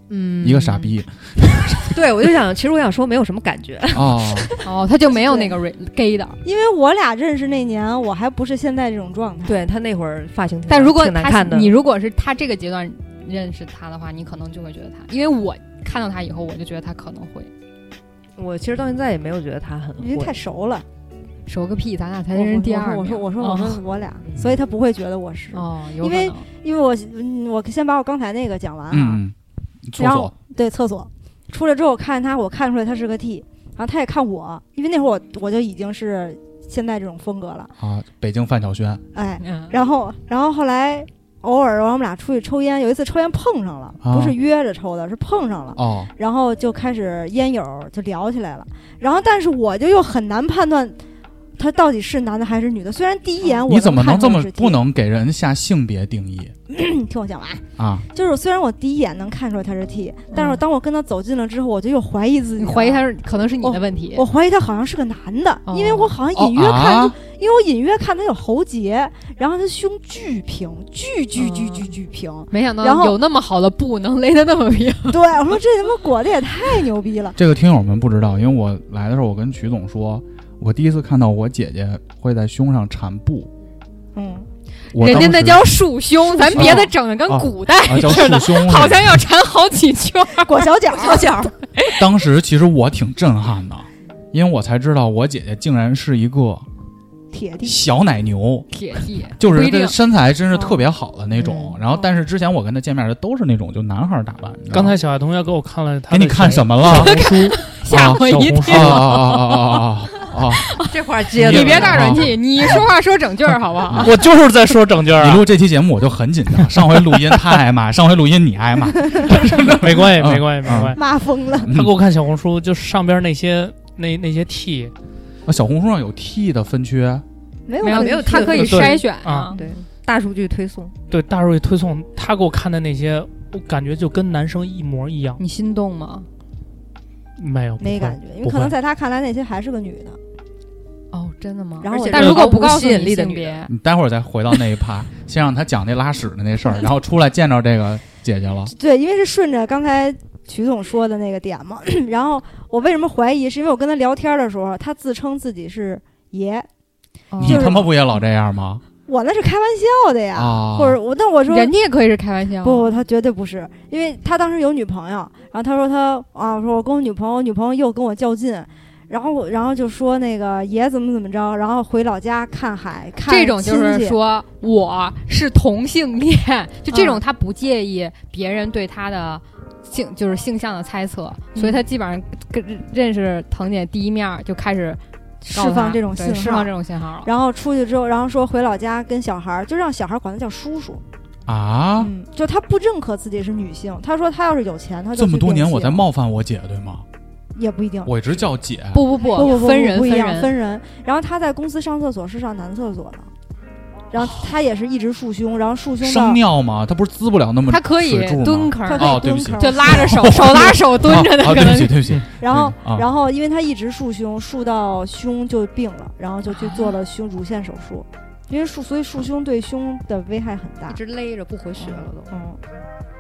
Speaker 7: 嗯，
Speaker 3: 一个傻。逼
Speaker 6: 嗯
Speaker 7: 对，我就 想，其实我想说，没有什么感觉。
Speaker 3: 哦，
Speaker 6: 哦，它就没有那个 re- gay 的。
Speaker 5: 因为我俩认识那年，我还不是现在这种状态。
Speaker 7: 对他那会儿发型挺，
Speaker 6: 但如果
Speaker 7: 挺难
Speaker 6: 他
Speaker 7: 看的，
Speaker 6: 你如果是他这个阶段认识他的话，你可能就会觉得他，因为我看到他以后，我就觉得他可能会
Speaker 7: 我其实到现在也没有觉得他很
Speaker 5: 因为
Speaker 7: 会
Speaker 5: 太熟了，
Speaker 6: 熟个屁，咱俩才
Speaker 5: 我
Speaker 6: 认识第二
Speaker 5: 我说我说我说我
Speaker 6: 哦
Speaker 5: 说我俩，所以他不会觉得我是，
Speaker 6: 哦，有
Speaker 5: 因
Speaker 6: 可
Speaker 5: 为
Speaker 6: 能
Speaker 5: 因为我嗯我先把我刚才那个讲完啊，
Speaker 3: 嗯，厕
Speaker 5: 然
Speaker 3: 所
Speaker 5: 后对厕所出来之后，我看他，我看出来他是个 T，然后他也看我，因为那会儿我我就已经是现在这种风格了，
Speaker 3: 啊，北京范晓萱，
Speaker 5: 哎，
Speaker 6: 嗯，
Speaker 5: 然后然后后来偶尔我们俩出去抽烟，有一次抽烟碰上了，
Speaker 3: 啊
Speaker 5: 不是约着抽的，是碰上了，
Speaker 3: 哦，
Speaker 5: 然后就开始烟友就聊起来了，然后但是我就又很难判断。他到底是男的还是女的？虽然第一眼我
Speaker 3: 啊你怎么能
Speaker 5: 能
Speaker 3: 这
Speaker 5: 看出
Speaker 3: 么
Speaker 5: 来是 T
Speaker 3: 不？能给人下性别定义
Speaker 5: 你听我讲完，
Speaker 3: 啊？
Speaker 5: 就是虽然我第一眼能看出来他是 T，但是
Speaker 6: 嗯
Speaker 5: 当我跟他走近了之后，我就又怀疑自己
Speaker 6: 你
Speaker 5: 了，
Speaker 6: 怀疑他是可能是你的
Speaker 5: 哦
Speaker 6: 问题
Speaker 5: 我，怀疑他好像是个男的，
Speaker 6: 哦
Speaker 5: 因为我好像隐约
Speaker 3: 哦
Speaker 5: 看，
Speaker 3: 啊，
Speaker 5: 因为我隐约看他有喉结，然后他胸巨平，巨巨巨
Speaker 6: 嗯
Speaker 5: 巨巨平。
Speaker 6: 没想
Speaker 5: 然
Speaker 6: 到
Speaker 5: 后
Speaker 6: 有那么好的布能勒得那么平。
Speaker 5: 对，我说这他妈裹的也太牛逼了。
Speaker 3: 这个听友们不知道，因为我来的时候，我跟曲总说，我第一次看到我姐姐会在胸上缠布，
Speaker 5: 嗯，
Speaker 3: 我
Speaker 6: 人家
Speaker 3: 当
Speaker 6: 那
Speaker 3: 时
Speaker 6: 叫束胸，咱别的整的跟
Speaker 3: 啊
Speaker 6: 古代
Speaker 3: 啊叫
Speaker 6: 似的
Speaker 3: 束，胸，嗯
Speaker 6: 好像要缠好几圈 儿。
Speaker 5: 裹小脚，小脚。
Speaker 3: 当时其实我挺震撼的，因为我才知道我姐姐竟然是一个
Speaker 5: 铁弟，
Speaker 3: 小奶牛。
Speaker 6: 铁弟
Speaker 3: 就
Speaker 6: 不
Speaker 3: 是
Speaker 6: 一定
Speaker 3: 这身材真是特别好的那种，
Speaker 6: 嗯
Speaker 3: 然后但是之前我跟她见面的都是那种就男孩儿打扮。你知道
Speaker 4: 刚
Speaker 3: 吗
Speaker 4: 才小爱同学给我看了他，
Speaker 3: 给哎你看什么了？
Speaker 6: 吓我
Speaker 4: 小
Speaker 6: 一
Speaker 4: 红书
Speaker 3: 啊啊
Speaker 6: 跳！
Speaker 3: 啊 啊啊啊！
Speaker 7: 这话接
Speaker 6: 你
Speaker 3: 你也啊嗯
Speaker 6: 别
Speaker 3: 干
Speaker 6: 大软气，你说话说整句儿好不好？
Speaker 4: 我就是在说整句儿
Speaker 3: 啊你
Speaker 4: 啊，
Speaker 3: 录这期节目我就很紧张，上回录音他挨骂，上回录音你挨骂，
Speaker 4: 没关系，
Speaker 3: 嗯
Speaker 4: 没关系，没关系。
Speaker 5: 骂疯了。
Speaker 3: 嗯
Speaker 4: 他给我看小红书，就上边那些那那些 T，
Speaker 3: 啊小红书上有 T 的分区，
Speaker 5: 没有
Speaker 6: 没有
Speaker 5: 没
Speaker 7: 有
Speaker 6: 他可以
Speaker 4: 对
Speaker 6: 筛选
Speaker 4: 啊。
Speaker 7: 对大数据推送，
Speaker 4: 对大数据推送，他给我看的那些，我感觉就跟男生一模一样，
Speaker 6: 你心动吗？
Speaker 4: 没有
Speaker 5: 没感觉，因
Speaker 4: 不会
Speaker 5: 为可能在他看来那些还是个女的。
Speaker 6: 哦，真的吗？
Speaker 5: 然后我
Speaker 7: 而且
Speaker 6: 但如果不告诉
Speaker 7: 毫无吸引
Speaker 6: 你
Speaker 7: 力的
Speaker 6: 性
Speaker 7: 女人
Speaker 6: 别，
Speaker 3: 你待会儿再回到那一趴，先让他讲那拉屎的那事儿，然后出来见着这个姐姐
Speaker 6: 哦
Speaker 3: 了。
Speaker 5: 对，因为是顺着刚才曲总说的那个点嘛。 然后我为什么怀疑，是因为我跟他聊天的时候，他自称自己是爷，
Speaker 6: 哦
Speaker 3: 你他妈不也老这样吗？
Speaker 5: 我那是开玩笑的呀。
Speaker 3: 啊
Speaker 5: 或者我，但我说
Speaker 6: 人家也可以是开玩笑。啊
Speaker 5: 不不，他绝对不是，因为他当时有女朋友，然后他说他啊，我说我跟我女朋友，我女朋友又跟我较劲，然后我然后就说那个爷怎么怎么着，然后回老家看海，看
Speaker 6: 这种就
Speaker 5: 亲
Speaker 6: 是
Speaker 5: 戚，
Speaker 6: 说我是同性恋，就
Speaker 5: 嗯
Speaker 6: 这种他不介意别人对他的性就是性向的猜测，
Speaker 5: 嗯
Speaker 6: 所以他基本上跟认识腾姐第一面儿就开始告诉
Speaker 5: 释放
Speaker 6: 她
Speaker 5: 这种
Speaker 6: 啊对
Speaker 5: 信
Speaker 6: 释
Speaker 5: 号
Speaker 6: 放这种信号了。
Speaker 5: 然后出去之后，然后说回老家跟小孩儿，就让小孩儿管他叫叔叔，
Speaker 3: 啊，
Speaker 5: 嗯，就他不认可自己是女性，他说他要是有钱，他就
Speaker 3: 这么
Speaker 5: 去
Speaker 3: 多
Speaker 5: 变
Speaker 3: 年我
Speaker 5: 性
Speaker 3: 在冒犯我姐，对吗？
Speaker 5: 也不一定。
Speaker 3: 我一直叫姐，
Speaker 6: 不不
Speaker 5: 不不不，
Speaker 6: 分人
Speaker 5: 不一
Speaker 6: 分
Speaker 5: 样
Speaker 6: 人，
Speaker 5: 分人。然后他在公司上厕所是上男厕所的，然后他也是一直束胸，然后束胸到
Speaker 3: 生尿吗？她不是滋不了那么
Speaker 6: 他可以
Speaker 3: 水柱吗
Speaker 6: 蹲坑
Speaker 5: 他
Speaker 6: 儿，
Speaker 5: 可以
Speaker 3: 哦对
Speaker 5: 蹲
Speaker 3: 不起
Speaker 5: 坑儿
Speaker 6: 就拉着 手，手拉手蹲着的，
Speaker 3: 啊啊
Speaker 6: 可
Speaker 3: 对不
Speaker 6: 能
Speaker 3: 起，对不起。
Speaker 5: 然后，
Speaker 3: 嗯啊
Speaker 5: 然后因为他一直束胸，束到胸就病了，然后就去
Speaker 3: 啊
Speaker 5: 做了胸乳腺手术，因为束，所以束胸对胸的危害很大
Speaker 7: 一。直勒着不回血了都。
Speaker 5: 嗯，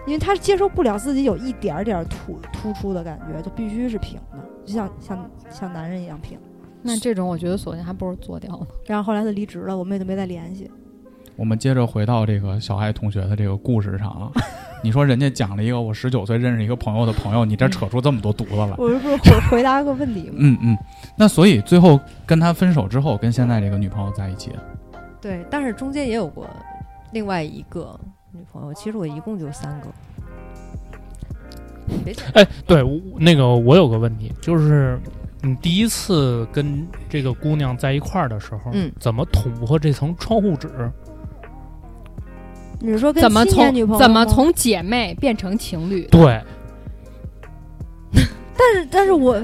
Speaker 5: 因为他接受不了自己有一点儿点儿突突出的感觉，就必须是平的，就像像像男人一样平。
Speaker 6: 那这种我觉得索性还不如做掉呢。
Speaker 5: 然后后来他离职了，我们也就没再联系。
Speaker 3: 我们接着回到这个小爱同学的这个故事上啊。你说人家讲了一个我十九岁认识一个朋友的朋友，你这扯出这么多犊子来。
Speaker 5: 我这不是回回答个
Speaker 6: 嗯
Speaker 5: 问题吗？
Speaker 3: 嗯嗯，那所以最后跟他分手之后，跟现在这个女朋友在一起，
Speaker 8: 对，但是中间也有过另外一个女朋友，其实我一共就三个。别 讲
Speaker 4: 哎，对，我那个我有个问题，就是你第一次跟这个姑娘在一块儿的时候，
Speaker 8: 嗯
Speaker 4: 怎么捅破这层窗户纸？
Speaker 5: 你是说跟
Speaker 6: 怎么
Speaker 5: 七年女朋友
Speaker 6: 从怎
Speaker 5: 吗
Speaker 6: 么从姐妹变成情侣？
Speaker 4: 对，
Speaker 5: 但是，但是我，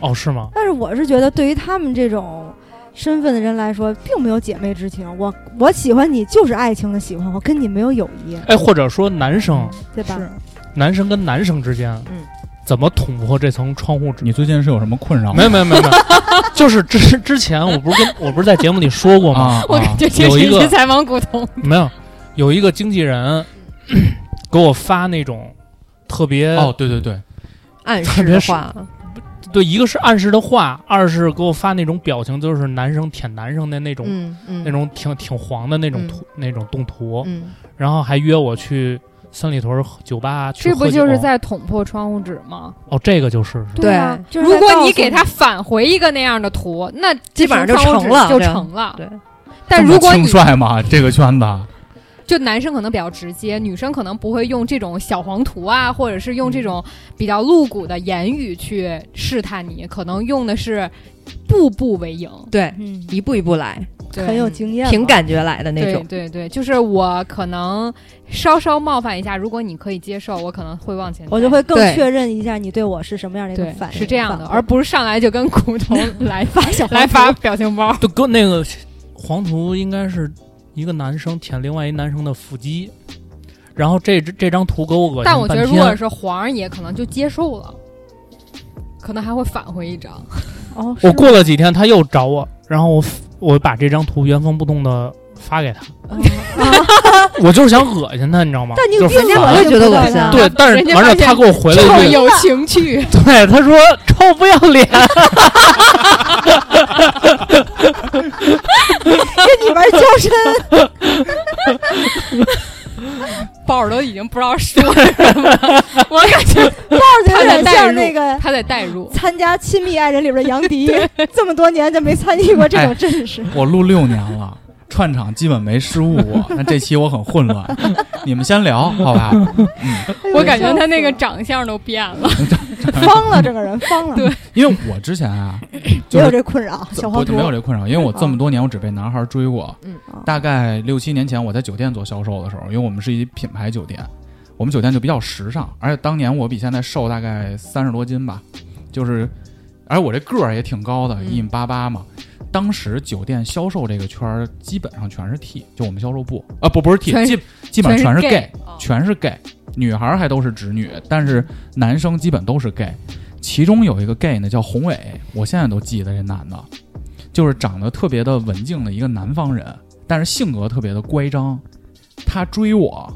Speaker 4: 哦，是吗？
Speaker 5: 但是我是觉得，对于他们这种身份的人来说，并没有姐妹之情。我我喜欢你就是爱情的喜欢，我跟你没有友谊，
Speaker 4: 哎，或者说男生，
Speaker 5: 对吧？
Speaker 4: 男生跟男生之间，
Speaker 7: 嗯，
Speaker 4: 怎么捅破这层窗户纸？
Speaker 3: 你最近是有什么困扰吗？
Speaker 4: 没有没有没 有没有，就是之之前我不是跟我不是在节目里说过吗？
Speaker 3: 啊，
Speaker 6: 我感觉这
Speaker 4: 有
Speaker 6: 是
Speaker 4: 一
Speaker 6: 一
Speaker 4: 个
Speaker 6: 次采访 古潼，
Speaker 4: 没有，有一个经纪人
Speaker 7: 嗯
Speaker 4: 给我发那种特别
Speaker 3: 啊哦，对对对，
Speaker 7: 暗
Speaker 4: 特
Speaker 7: 示
Speaker 4: 别
Speaker 7: 的
Speaker 4: 是
Speaker 8: 啊
Speaker 7: 话，
Speaker 4: 对，一个是暗示的话，二是给我发那种表情，就是男生舔男生的那种、
Speaker 7: 嗯嗯，
Speaker 4: 那种挺挺黄的那
Speaker 6: 嗯
Speaker 4: 种图、那种动图，
Speaker 7: 嗯，
Speaker 4: 然后还约我去三里屯酒吧去
Speaker 6: 这
Speaker 4: 喝
Speaker 6: 不
Speaker 4: 酒。
Speaker 6: 就是在捅破窗户纸吗？
Speaker 4: 哦，这个就是
Speaker 7: 对
Speaker 5: 啊，就是
Speaker 6: 如
Speaker 5: 在
Speaker 6: 果
Speaker 5: 告
Speaker 6: 你
Speaker 5: 诉
Speaker 6: 给他返回一个那样的图，那
Speaker 7: 基本上
Speaker 6: 这
Speaker 7: 就
Speaker 6: 层窗户
Speaker 7: 成
Speaker 6: 纸
Speaker 7: 了
Speaker 6: 就
Speaker 7: 这样
Speaker 6: 成了。
Speaker 8: 啊
Speaker 7: 对，
Speaker 6: 但
Speaker 3: 这么
Speaker 6: 如果
Speaker 3: 轻
Speaker 6: 你
Speaker 3: 率吗？这个圈子，啊
Speaker 6: 就男生可能比较直接，女生可能不会用这种小黄图啊，或者是用这种比较露骨的言语去试探你，可能用的是步步为营，
Speaker 7: 对，
Speaker 5: 嗯，
Speaker 7: 一步一步来，
Speaker 6: 对
Speaker 9: 嗯
Speaker 5: 很有经验了，
Speaker 7: 凭感觉来的那
Speaker 6: 啊对
Speaker 7: 种。
Speaker 6: 对对，就是我可能稍稍冒犯一下，如果你可以接受，我可能会往前，
Speaker 5: 我就。会更
Speaker 7: 对
Speaker 5: 确认一下你对我是什么样的一个
Speaker 6: 对，
Speaker 5: 反应，
Speaker 6: 是这样的，
Speaker 5: 反馈
Speaker 6: 而不是上来就跟骨 头来
Speaker 5: 发小
Speaker 6: 来发表情包。
Speaker 4: 就跟那个黄图应该是一个男生舔另外一男生的腹肌，然后这这张图给我恶心
Speaker 6: 但我觉
Speaker 4: 半
Speaker 6: 得，
Speaker 4: 天。
Speaker 6: 如果是皇上爷，可能就接受了，可能还会返回一张。
Speaker 5: 哦，
Speaker 4: 我过了几天他又找我，然后我 f- 我把这张图原封不动的发给他，
Speaker 6: 嗯
Speaker 4: 我就是想恶心他，你知道吗？
Speaker 5: 但你
Speaker 4: 就是
Speaker 5: 并
Speaker 4: 烦
Speaker 7: 我也觉得恶心啊
Speaker 4: 对，但
Speaker 6: 人
Speaker 4: 是
Speaker 6: 家
Speaker 4: 完
Speaker 6: 发
Speaker 4: 了
Speaker 6: 现
Speaker 4: 他给我回了一
Speaker 6: 这
Speaker 4: 句，
Speaker 6: 有情趣，
Speaker 4: 对，他说臭不要脸，
Speaker 5: 跟你玩交深，
Speaker 6: 宝儿都已经不知道说什么了，我感 觉
Speaker 5: 抱着有
Speaker 6: 他在
Speaker 5: 点
Speaker 6: 代
Speaker 5: 像
Speaker 6: 入
Speaker 5: 那个
Speaker 6: 他在代入。
Speaker 5: 参加《亲密爱人》里边的杨 迪，这么多年就没参与过这种阵势。
Speaker 3: 我录六年了，串场基本没失误过。那这期我很混乱，你们先聊好吧？
Speaker 5: 哎呦
Speaker 6: 我感觉
Speaker 5: 笑
Speaker 6: 他
Speaker 5: 死
Speaker 6: 那个
Speaker 5: 了
Speaker 6: 长相都变 了，
Speaker 5: 方了，整个人方了，
Speaker 6: 对
Speaker 3: 因为我之前啊，就
Speaker 5: 也有
Speaker 3: 是
Speaker 5: 这困扰。小
Speaker 3: 我
Speaker 5: 黄
Speaker 3: 就
Speaker 5: 图
Speaker 3: 没有这困扰，因为我这么多年我只被男孩追过。
Speaker 7: 嗯
Speaker 5: 哦
Speaker 3: 大概六七年前我在酒店做销售的时候，因为我们是一品牌酒店，我们酒店就比较时尚，而且当年我比现在瘦大概三十多斤吧，就是，而且我这个儿也挺高的，
Speaker 7: 嗯
Speaker 3: 一米八八嘛。当时酒店销售这个圈儿基本上全是 T，就我们销售部啊，不不是 T，
Speaker 6: 全是
Speaker 3: 基基本上全
Speaker 6: 全是
Speaker 3: 是 gay，
Speaker 7: 哦
Speaker 3: 全是 gay，女孩儿还都是直女，但是男生基本都是 gay。其中有一个 gay 呢叫宏伟，我现在都记得这男的，就是长得特别的文静的一个南方人，但是性格特别的乖张。他追我，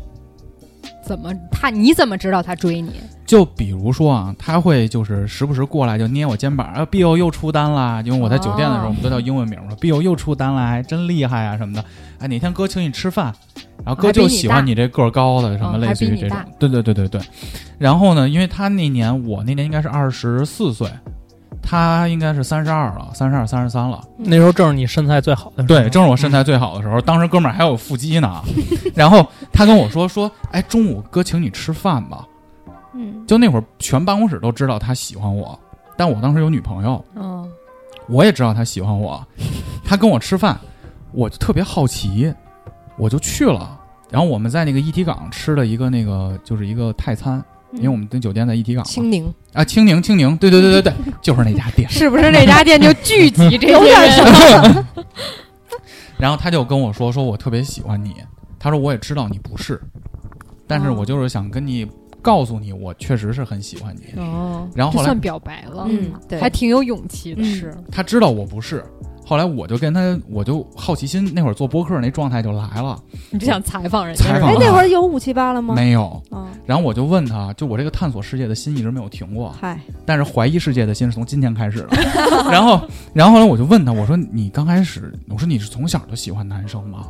Speaker 6: 怎么他你怎么知道他追你？
Speaker 3: 就比如说啊，他会就是时不时过来就捏我肩膀，啊，B O 又出单啦，因为我在酒店的时
Speaker 6: 哦
Speaker 3: 候我们都叫英文名嘛，B O 又出单啦，还真厉害啊什么的。哎，哪天哥请你吃饭，然后哥
Speaker 6: 还比
Speaker 3: 就
Speaker 6: 你
Speaker 3: 喜欢
Speaker 6: 大
Speaker 3: 你这个儿高的什么
Speaker 6: 嗯
Speaker 3: 类
Speaker 6: 还
Speaker 3: 似
Speaker 6: 比
Speaker 3: 于
Speaker 6: 你
Speaker 3: 这种
Speaker 6: 大，
Speaker 3: 对对对对对。然后呢，因为他那年我那年应该是二十四岁，他应该是三十二了，三十二三十三了。
Speaker 4: 那时候正是你身材最好的时候，
Speaker 3: 对，正是我身材最好的时候，当时哥们儿还有腹肌呢。 然后他跟我说说，哎，中午哥请你吃饭吧。
Speaker 5: 嗯，
Speaker 3: 就那会儿，全办公室都知道他喜欢我，但我当时有女朋友，
Speaker 6: 嗯，
Speaker 3: 我也知道他喜欢我。他跟我吃饭，我就特别好奇，我就去了。然后我们在那个一体港吃了一个那个就是一个泰餐，因为我们那酒店在一体港嘛
Speaker 7: 青柠，
Speaker 3: 啊，青柠青柠，对对对对对，就是那家店。
Speaker 6: 是不是那家店就聚集这
Speaker 5: 有
Speaker 6: 些
Speaker 5: 点
Speaker 6: 人？
Speaker 3: 然后他就跟我说：“说我特别喜欢你。”他说：“我也知道你不是，但是我就是想跟你告诉你，我确实是很喜欢你。
Speaker 6: 哦，
Speaker 3: 然后
Speaker 6: 这
Speaker 3: 后来
Speaker 6: 算表白了，
Speaker 7: 嗯，对，
Speaker 6: 还挺有勇气的，
Speaker 7: 嗯
Speaker 6: 是
Speaker 3: 他知道我不是，后来我就跟他，我就好奇心那会儿做播客那状态就来了，
Speaker 6: 你就想采访人家，
Speaker 3: 采访
Speaker 5: 哎，
Speaker 3: 了
Speaker 5: 那会儿有五七八了吗？
Speaker 3: 没有。
Speaker 5: 啊，
Speaker 3: 然后我就问他，就我这个探索世界的心一直没有停过，
Speaker 5: 嗨，
Speaker 3: 但是怀疑世界的心是从今天开始的。 然后，然后后来我就问他，我说你刚开始，我说你是从小就喜欢男生吗？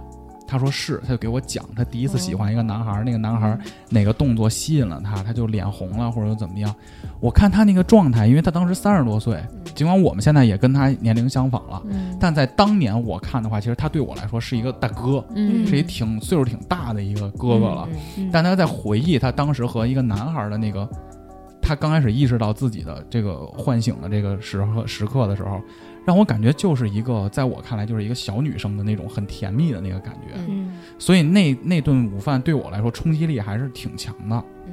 Speaker 3: 他说是，他就给我讲他第一次喜欢一个男孩儿，那个男孩儿哪个动作吸引了他，他就脸红了或者怎么样。我看他那个状态，因为他当时三十多岁，尽管我们现在也跟他年龄相仿了，
Speaker 6: 嗯
Speaker 3: 但在当年我看的话，其实他对我来说是一个大哥，
Speaker 6: 嗯
Speaker 3: 是一挺岁数挺大的一个哥哥了。
Speaker 7: 嗯
Speaker 3: 但他在回忆他当时和一个男孩的那个，他刚开始意识到自己的这个唤醒的这个时刻时刻的时候，让我感觉就是一个在我看来就是一个小女生的那种很甜蜜的那个感觉。
Speaker 7: 嗯
Speaker 5: 嗯
Speaker 3: 所以那那顿午饭对我来说冲击力还是挺强的。
Speaker 6: 嗯
Speaker 8: 嗯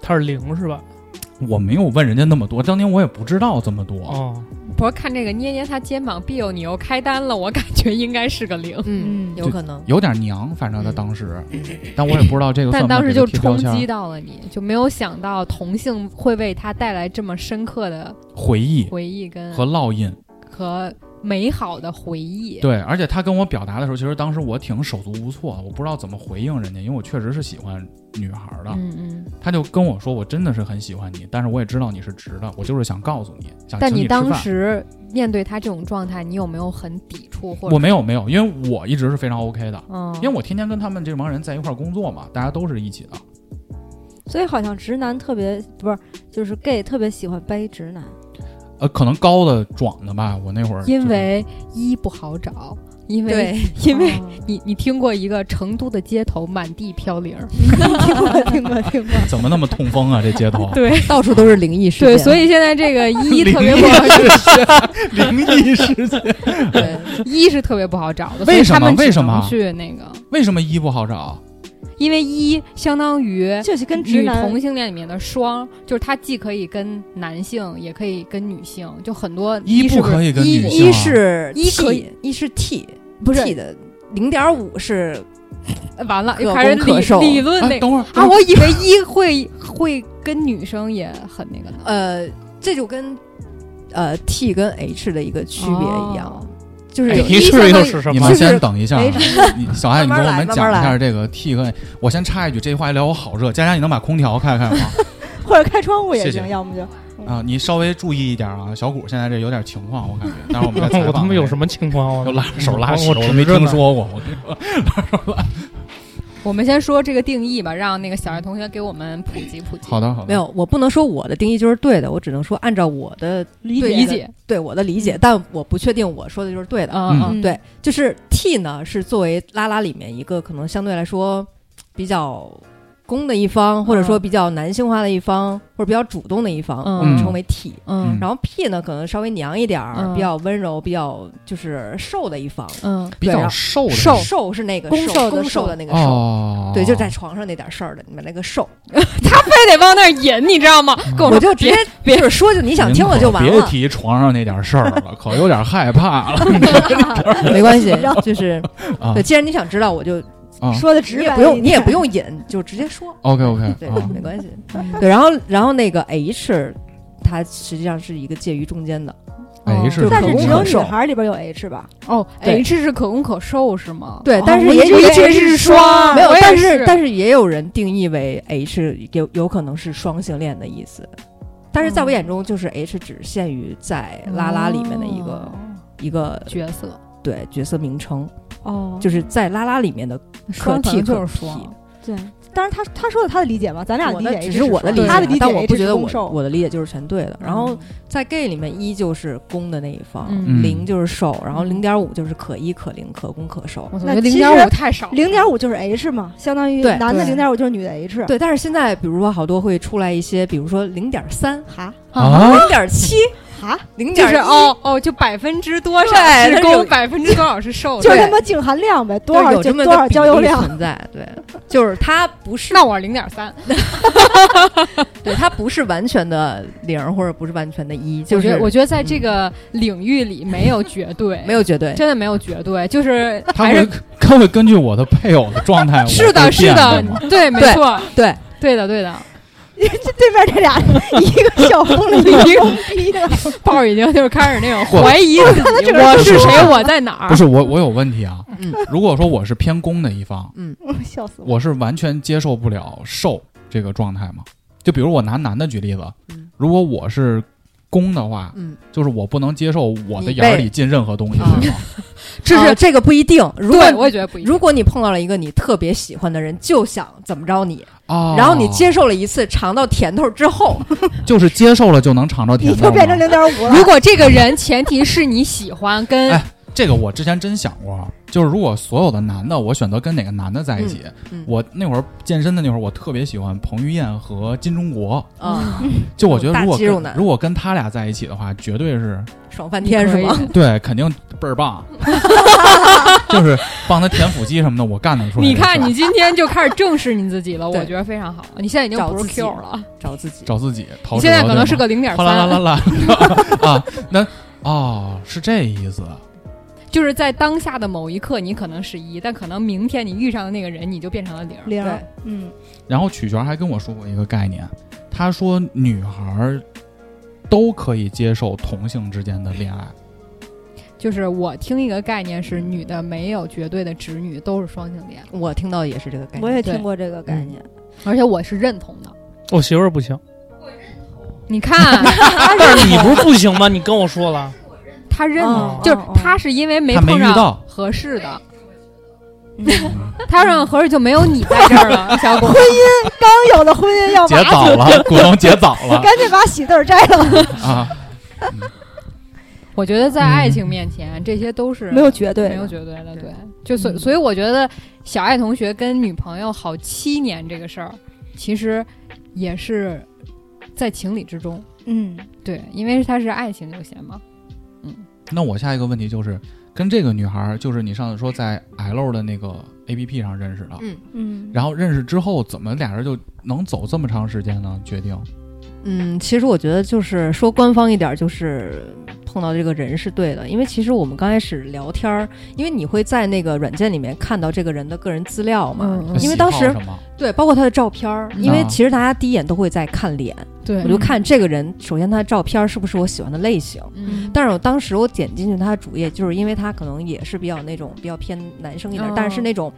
Speaker 4: 他是零是吧？
Speaker 3: 我没有问人家那么多，当年我也不知道这么多。
Speaker 4: 哦，
Speaker 6: 不是看这个捏捏他肩膀，必有你又开单了，我感觉应该是个零。
Speaker 7: 嗯，
Speaker 8: 有可能。
Speaker 3: 有点娘，反正他当时，但我也不知道这个算
Speaker 6: 但
Speaker 3: 不算
Speaker 6: 当
Speaker 3: 给
Speaker 6: 时
Speaker 3: 他
Speaker 6: 就
Speaker 3: 贴标
Speaker 6: 冲击
Speaker 3: 签。
Speaker 6: 到了你，就没有想到同性会为他带来这么深刻的
Speaker 3: 回忆
Speaker 6: 回忆跟
Speaker 3: 和烙印。
Speaker 6: 和美好的回忆。
Speaker 3: 对，而且他跟我表达的时候，其实当时我挺手足无措，我不知道怎么回应人家，因为我确实是喜欢女孩的。
Speaker 6: 嗯嗯，
Speaker 3: 他就跟我说，我真的是很喜欢你，但是我也知道你是直的，我就是想告诉你，想
Speaker 6: 但
Speaker 3: 啊请
Speaker 6: 你
Speaker 3: 吃
Speaker 6: 当
Speaker 3: 饭。
Speaker 6: 时面对他这种状态，你有没有很抵触或者？
Speaker 3: 我没有没有，因为我一直是非常 OK 的，
Speaker 6: 嗯，
Speaker 3: 因为我天天跟他们这帮人在一块儿工作嘛，大家都是一起的。
Speaker 5: 所以好像直男特别不是，就是 gay 特别喜欢掰直男。
Speaker 3: 呃，可能高的壮的吧，我那会儿就是
Speaker 6: 因为一不好找，因为
Speaker 8: 对，
Speaker 6: 因为你你听过一个成都的街头满地飘零儿，
Speaker 5: 听过听过，
Speaker 3: 怎么那么痛风啊，这街 头
Speaker 6: 对
Speaker 8: 到处都是灵异事件。
Speaker 6: 对，所以现在这 个一
Speaker 3: 灵
Speaker 6: 特别
Speaker 3: 异
Speaker 6: 不好，
Speaker 3: 灵异事件。
Speaker 8: 对
Speaker 6: 一是特别不好找的，所
Speaker 3: 为
Speaker 6: 以
Speaker 3: 什
Speaker 6: 他
Speaker 3: 么
Speaker 6: 们
Speaker 3: 为
Speaker 6: 只
Speaker 3: 什
Speaker 6: 能
Speaker 3: 么
Speaker 6: 去那个？
Speaker 3: 为什么一不好找？啊
Speaker 6: 因为一相当于
Speaker 5: 就是跟直
Speaker 6: 嗯女
Speaker 5: 男
Speaker 6: 同性恋里面的双，就是它既可以跟男性，也可以跟女性，就很多
Speaker 3: 一
Speaker 6: 是
Speaker 3: 不可以跟
Speaker 8: 一
Speaker 3: 女性啊
Speaker 8: 一是
Speaker 6: 一
Speaker 8: T，
Speaker 6: 可以
Speaker 8: 一是 T，
Speaker 6: 不是
Speaker 8: T 的零点五是
Speaker 6: 完了又
Speaker 8: 可
Speaker 6: 开始
Speaker 8: 攻可
Speaker 6: 理
Speaker 8: 受
Speaker 6: 理论
Speaker 3: 哎
Speaker 6: 那个
Speaker 3: 等会儿
Speaker 6: 啊，我以为一会会跟女生也很那个呢，
Speaker 8: 呃，这就跟呃 T 跟 H 的一个 区别一样，
Speaker 6: 哦
Speaker 8: 就是
Speaker 4: 哎
Speaker 8: 有
Speaker 4: 提
Speaker 8: 一
Speaker 4: 示
Speaker 8: 相
Speaker 4: 又
Speaker 8: 当于
Speaker 4: 是什
Speaker 3: 你
Speaker 4: 么
Speaker 3: 们？
Speaker 8: 就是
Speaker 3: 先等一下啊，你小艾，你
Speaker 8: 慢
Speaker 3: 跟
Speaker 8: 慢
Speaker 3: 我
Speaker 8: 来
Speaker 3: 们讲一下这个 T 和。我先插一句，这话聊我好热，佳佳，你能把空调开开吗？
Speaker 5: 或者开窗户也
Speaker 3: 谢
Speaker 5: 行，
Speaker 3: 谢
Speaker 5: 要么就
Speaker 3: 啊，你稍微注意一点啊，小谷现在这有点情况，我感觉。待会儿我们再采访。
Speaker 4: 我他妈有什？么情况？啊
Speaker 3: 又
Speaker 4: 我
Speaker 3: 拉手拉屎，
Speaker 4: 我
Speaker 3: 我
Speaker 4: 直
Speaker 3: 没
Speaker 4: 着
Speaker 3: 听
Speaker 4: 呢
Speaker 3: 说过。哦我跟你说，
Speaker 6: 我们先说这个定义吧，让那个小爱同学给我们普及普及。
Speaker 3: 好的好的，
Speaker 8: 没有，我不能说我的定义就是对的，我只能说按照我的
Speaker 6: 理
Speaker 8: 对
Speaker 6: 理解，
Speaker 8: 对我的理解，但我不确定我说的就是对的。
Speaker 6: 嗯
Speaker 3: 嗯
Speaker 6: 嗯，
Speaker 8: 对，就是 T 呢是作为拉拉里面一个可能相对来说比较攻的一方，或者说比较男性化的一方，或者比较主动的一方，
Speaker 6: 嗯
Speaker 8: 我们称为 T。
Speaker 6: 嗯
Speaker 8: 然后 P 呢，可能稍微娘一点儿，
Speaker 6: 嗯
Speaker 8: 比较温柔，比较就是瘦的一方。
Speaker 6: 嗯
Speaker 3: 比较哦瘦的
Speaker 8: 哎瘦瘦是那个
Speaker 6: 攻
Speaker 8: 瘦
Speaker 6: 受的
Speaker 8: 攻
Speaker 6: 受
Speaker 8: 受的那个瘦，
Speaker 3: 哦，
Speaker 8: 对，就在床上那点事儿的，你们那 个瘦，
Speaker 6: 非得往那儿引，你知道吗？跟
Speaker 8: 我
Speaker 6: 我
Speaker 8: 就
Speaker 6: 说
Speaker 8: 直接
Speaker 6: 别
Speaker 8: 就是说就你想听我就完
Speaker 3: 您可
Speaker 8: 了
Speaker 3: 别，提床上那点事儿了，可有点害怕了
Speaker 8: 没 关系，就是
Speaker 3: 啊
Speaker 8: 对，既然你想知道，我就
Speaker 3: 啊。
Speaker 5: 说的直
Speaker 8: 嗯你也
Speaker 5: 白，
Speaker 8: 不用你也不，用引，就直接说，
Speaker 3: OK OK，
Speaker 8: 对，
Speaker 3: 啊，
Speaker 8: 没关系，对，然后然后那个 H，它实际上是一个介于中间的，
Speaker 3: 哎是
Speaker 8: 哦就，
Speaker 5: 但
Speaker 8: 可
Speaker 5: 是
Speaker 8: 攻
Speaker 5: 只
Speaker 8: 可
Speaker 5: 有女
Speaker 8: 受
Speaker 5: 孩里边有 H 吧？
Speaker 6: 哦
Speaker 8: 对
Speaker 6: ，H 是可攻可受是吗？
Speaker 8: 对
Speaker 6: 哦
Speaker 8: 但是
Speaker 6: 我
Speaker 8: 也
Speaker 6: 以为
Speaker 8: 也
Speaker 6: H 是双，
Speaker 8: 没有
Speaker 6: 我，也
Speaker 8: 但
Speaker 6: 是
Speaker 8: 但是也有人定义为 H 有有可能是双性恋的意思，但是在我
Speaker 6: 嗯
Speaker 8: 眼中，就是 H 只限于在拉拉里面的一个
Speaker 6: 哦
Speaker 8: 一个
Speaker 6: 角色，
Speaker 8: 对角色名称，
Speaker 5: 哦
Speaker 8: 就是在拉拉里面的
Speaker 6: 双可能
Speaker 8: T
Speaker 6: 就
Speaker 8: 可
Speaker 6: 是
Speaker 8: P
Speaker 6: 双。
Speaker 5: 对，当然他他说的他的理解嘛，咱俩
Speaker 8: 我
Speaker 5: 理
Speaker 8: 的
Speaker 5: 解
Speaker 8: 只是我的理
Speaker 5: 理
Speaker 8: 解，
Speaker 6: 解
Speaker 5: 他的理解
Speaker 8: 但我
Speaker 5: H
Speaker 8: 不觉
Speaker 5: 是
Speaker 8: 得
Speaker 5: 攻
Speaker 8: 我
Speaker 5: 受
Speaker 8: 我的理解就是全对的。然后
Speaker 6: 嗯
Speaker 8: 在 gay 里面，一就是攻的那一方，
Speaker 6: 嗯
Speaker 8: 零就是受，然后
Speaker 6: 嗯
Speaker 8: 零点五就是可一可零可攻可受。
Speaker 6: 我总
Speaker 5: 那
Speaker 6: 觉得零
Speaker 5: 其
Speaker 6: 点
Speaker 5: 实
Speaker 6: 五太少了，
Speaker 5: 零点五就是 H 嘛，相当于
Speaker 8: 对
Speaker 5: 男的
Speaker 8: 对
Speaker 5: 零点五就是女的 H。
Speaker 8: 对，但是现在比如说好多会出来一些，比如说零点三、
Speaker 5: 哈
Speaker 3: 啊，
Speaker 8: 零点七、
Speaker 5: 哈，
Speaker 8: 零
Speaker 6: 就
Speaker 8: 点
Speaker 6: 是哦哦，就百分之多少
Speaker 8: 对
Speaker 6: 是
Speaker 8: 它是有
Speaker 6: 攻，百分之多少是受
Speaker 5: 就
Speaker 6: 的。
Speaker 5: 是
Speaker 8: 对
Speaker 5: 他妈净含量呗，多
Speaker 8: 就是
Speaker 5: 少
Speaker 8: 有
Speaker 5: 就
Speaker 8: 这么
Speaker 5: 多
Speaker 8: 个
Speaker 5: 少
Speaker 8: 比
Speaker 5: 交友
Speaker 8: 例
Speaker 5: 量，
Speaker 8: 存在？对，就是它不是
Speaker 6: 那我是零点三，
Speaker 8: 对它不是完全的零，或者不是完全的一，
Speaker 6: 我
Speaker 8: 就
Speaker 6: 觉
Speaker 8: 是
Speaker 6: 得我觉得在这个领域里没有绝对，
Speaker 8: 没有绝对。
Speaker 6: 嗯 真的没有绝对，就是
Speaker 3: 他
Speaker 6: 还是
Speaker 3: 会他会根据我的配偶的状态，
Speaker 6: 是
Speaker 3: 我
Speaker 6: 的，
Speaker 3: 会
Speaker 6: 是
Speaker 3: 变
Speaker 6: 的
Speaker 3: 吗，
Speaker 6: 对，没
Speaker 8: 对
Speaker 6: 错，
Speaker 8: 对
Speaker 6: 对的，对的。
Speaker 5: 这对面这俩一个笑疯了，一个懵逼了。
Speaker 6: 豹已经就是开始那种
Speaker 3: 我
Speaker 6: 怀疑自己，我是谁，我在哪儿？
Speaker 3: 不是我，我有问题啊。
Speaker 8: 嗯
Speaker 3: 如果说我是偏攻的一方，
Speaker 5: 笑死我！
Speaker 3: 我是完全接受不了受这个状态吗？就比如我拿男的举例子，如果我是攻的话，
Speaker 8: 嗯，
Speaker 3: 就是我不能接受我的
Speaker 8: 你
Speaker 3: 眼儿
Speaker 8: 被
Speaker 3: 里进任何东西，
Speaker 8: 啊
Speaker 3: 对吗？
Speaker 8: 这是、
Speaker 6: 啊
Speaker 8: 这个不一定。如果
Speaker 6: 对，我也觉得不一样。
Speaker 8: 如果你碰到了一个你特别喜欢的人，就想怎么着你，
Speaker 3: 哦，
Speaker 8: 然后你接受了一次尝到甜头之后，
Speaker 3: 就是接受了就能尝着甜
Speaker 5: 你
Speaker 3: 头
Speaker 5: 就
Speaker 3: 吗
Speaker 5: 变成零点五了。
Speaker 6: 如果这个人前提是你喜欢，跟
Speaker 3: 哎这个我之前真想过，就是如果所有的男的，我选择跟哪个男的在一起，
Speaker 8: 嗯嗯
Speaker 3: 我那会儿健身的那会儿，我特别喜欢彭于晏和金钟国，
Speaker 8: 啊、
Speaker 3: 就我觉得
Speaker 8: 大
Speaker 3: 如果
Speaker 8: 肌肉
Speaker 3: 跟
Speaker 8: 男
Speaker 3: 如果跟他俩在一起的话，绝对是
Speaker 8: 爽翻天是吗？？
Speaker 3: 对，肯定倍儿 棒，就是帮他舔腹肌什么的，我干得出来
Speaker 6: 你
Speaker 3: 这事儿。
Speaker 6: 看，你今天就现在可能就开始正视你自己了，
Speaker 8: 对
Speaker 6: 我觉得非常好。你现在已经
Speaker 8: 找
Speaker 6: 不
Speaker 8: 自
Speaker 6: 是
Speaker 8: 己
Speaker 6: Q 了，
Speaker 8: 找自己，
Speaker 3: 找自己陶
Speaker 6: 你
Speaker 3: 喆，
Speaker 6: 现在可能是
Speaker 3: 对吗
Speaker 6: 个零点
Speaker 3: 哗啦啦啦
Speaker 6: 三，
Speaker 3: 啦啊，那哦是这意思，
Speaker 6: 就是在当下的某一刻，你可能是一，但可能明天你遇上的那个人，你就变成了零。
Speaker 5: 零
Speaker 8: 对，
Speaker 5: 嗯，
Speaker 3: 然后曲筱还跟我说过一个概念，她说女孩儿都可以接受同性之间的恋爱。
Speaker 6: 就是我听一个概念是，女的没有绝对的直女，都是双性恋，
Speaker 8: 我听到的也是这个概
Speaker 5: 我
Speaker 8: 念。
Speaker 5: 也听过这个概念。
Speaker 6: 而且我是认同的。
Speaker 4: 我媳妇儿不行，
Speaker 6: 你 看，
Speaker 4: 但是你不是不行吗？你跟我说了，
Speaker 6: 他认
Speaker 5: 哦
Speaker 6: 同，就是
Speaker 5: 哦哦
Speaker 6: 他是因为没
Speaker 3: 他没
Speaker 6: 碰
Speaker 3: 遇到
Speaker 6: 上合适的，
Speaker 5: 嗯
Speaker 6: 他让合适就没有你在这儿了，小果。
Speaker 5: 刚有的婚姻要
Speaker 3: 结
Speaker 5: 瓦
Speaker 3: 早
Speaker 5: 解，
Speaker 3: 了，股东结早了
Speaker 5: 赶紧把喜字儿摘了，
Speaker 3: 啊！
Speaker 6: 我觉得在爱情面前，这些都是
Speaker 5: 没有绝对
Speaker 6: 没有绝对的，对。就
Speaker 8: 嗯
Speaker 6: 所所以，我觉得小爱同学跟女朋友好七年这个事儿，其实也是在情理之中，
Speaker 5: 嗯，
Speaker 6: 对，因为他是爱情优先嘛。
Speaker 3: 那我下一个问题就是，跟这个女孩儿，就是你上次说在 L 的那个 APP 上认识的，
Speaker 8: 嗯
Speaker 5: 嗯，
Speaker 3: 然后认识之后，怎么俩人就能走这么长时间呢？决定
Speaker 8: 嗯，其实我觉得就是说官方一点，就是碰到这个人是对的，因为其实我们刚开始聊天儿，因为你会在那个软件里面看到这个人的个人资料嘛，
Speaker 6: 嗯嗯
Speaker 8: 因为当时
Speaker 3: 喜好什么
Speaker 8: 对，包括他的照片儿，因为其实大家第一眼都会在看脸，
Speaker 6: 对
Speaker 8: 嗯我就看这个人，首先他的照片儿是不是我喜欢的类型。
Speaker 6: 嗯，
Speaker 8: 但是我当时我点进去他的主页，就是因为他可能也是比较那种比较偏男生一点，
Speaker 6: 哦
Speaker 8: 但是那种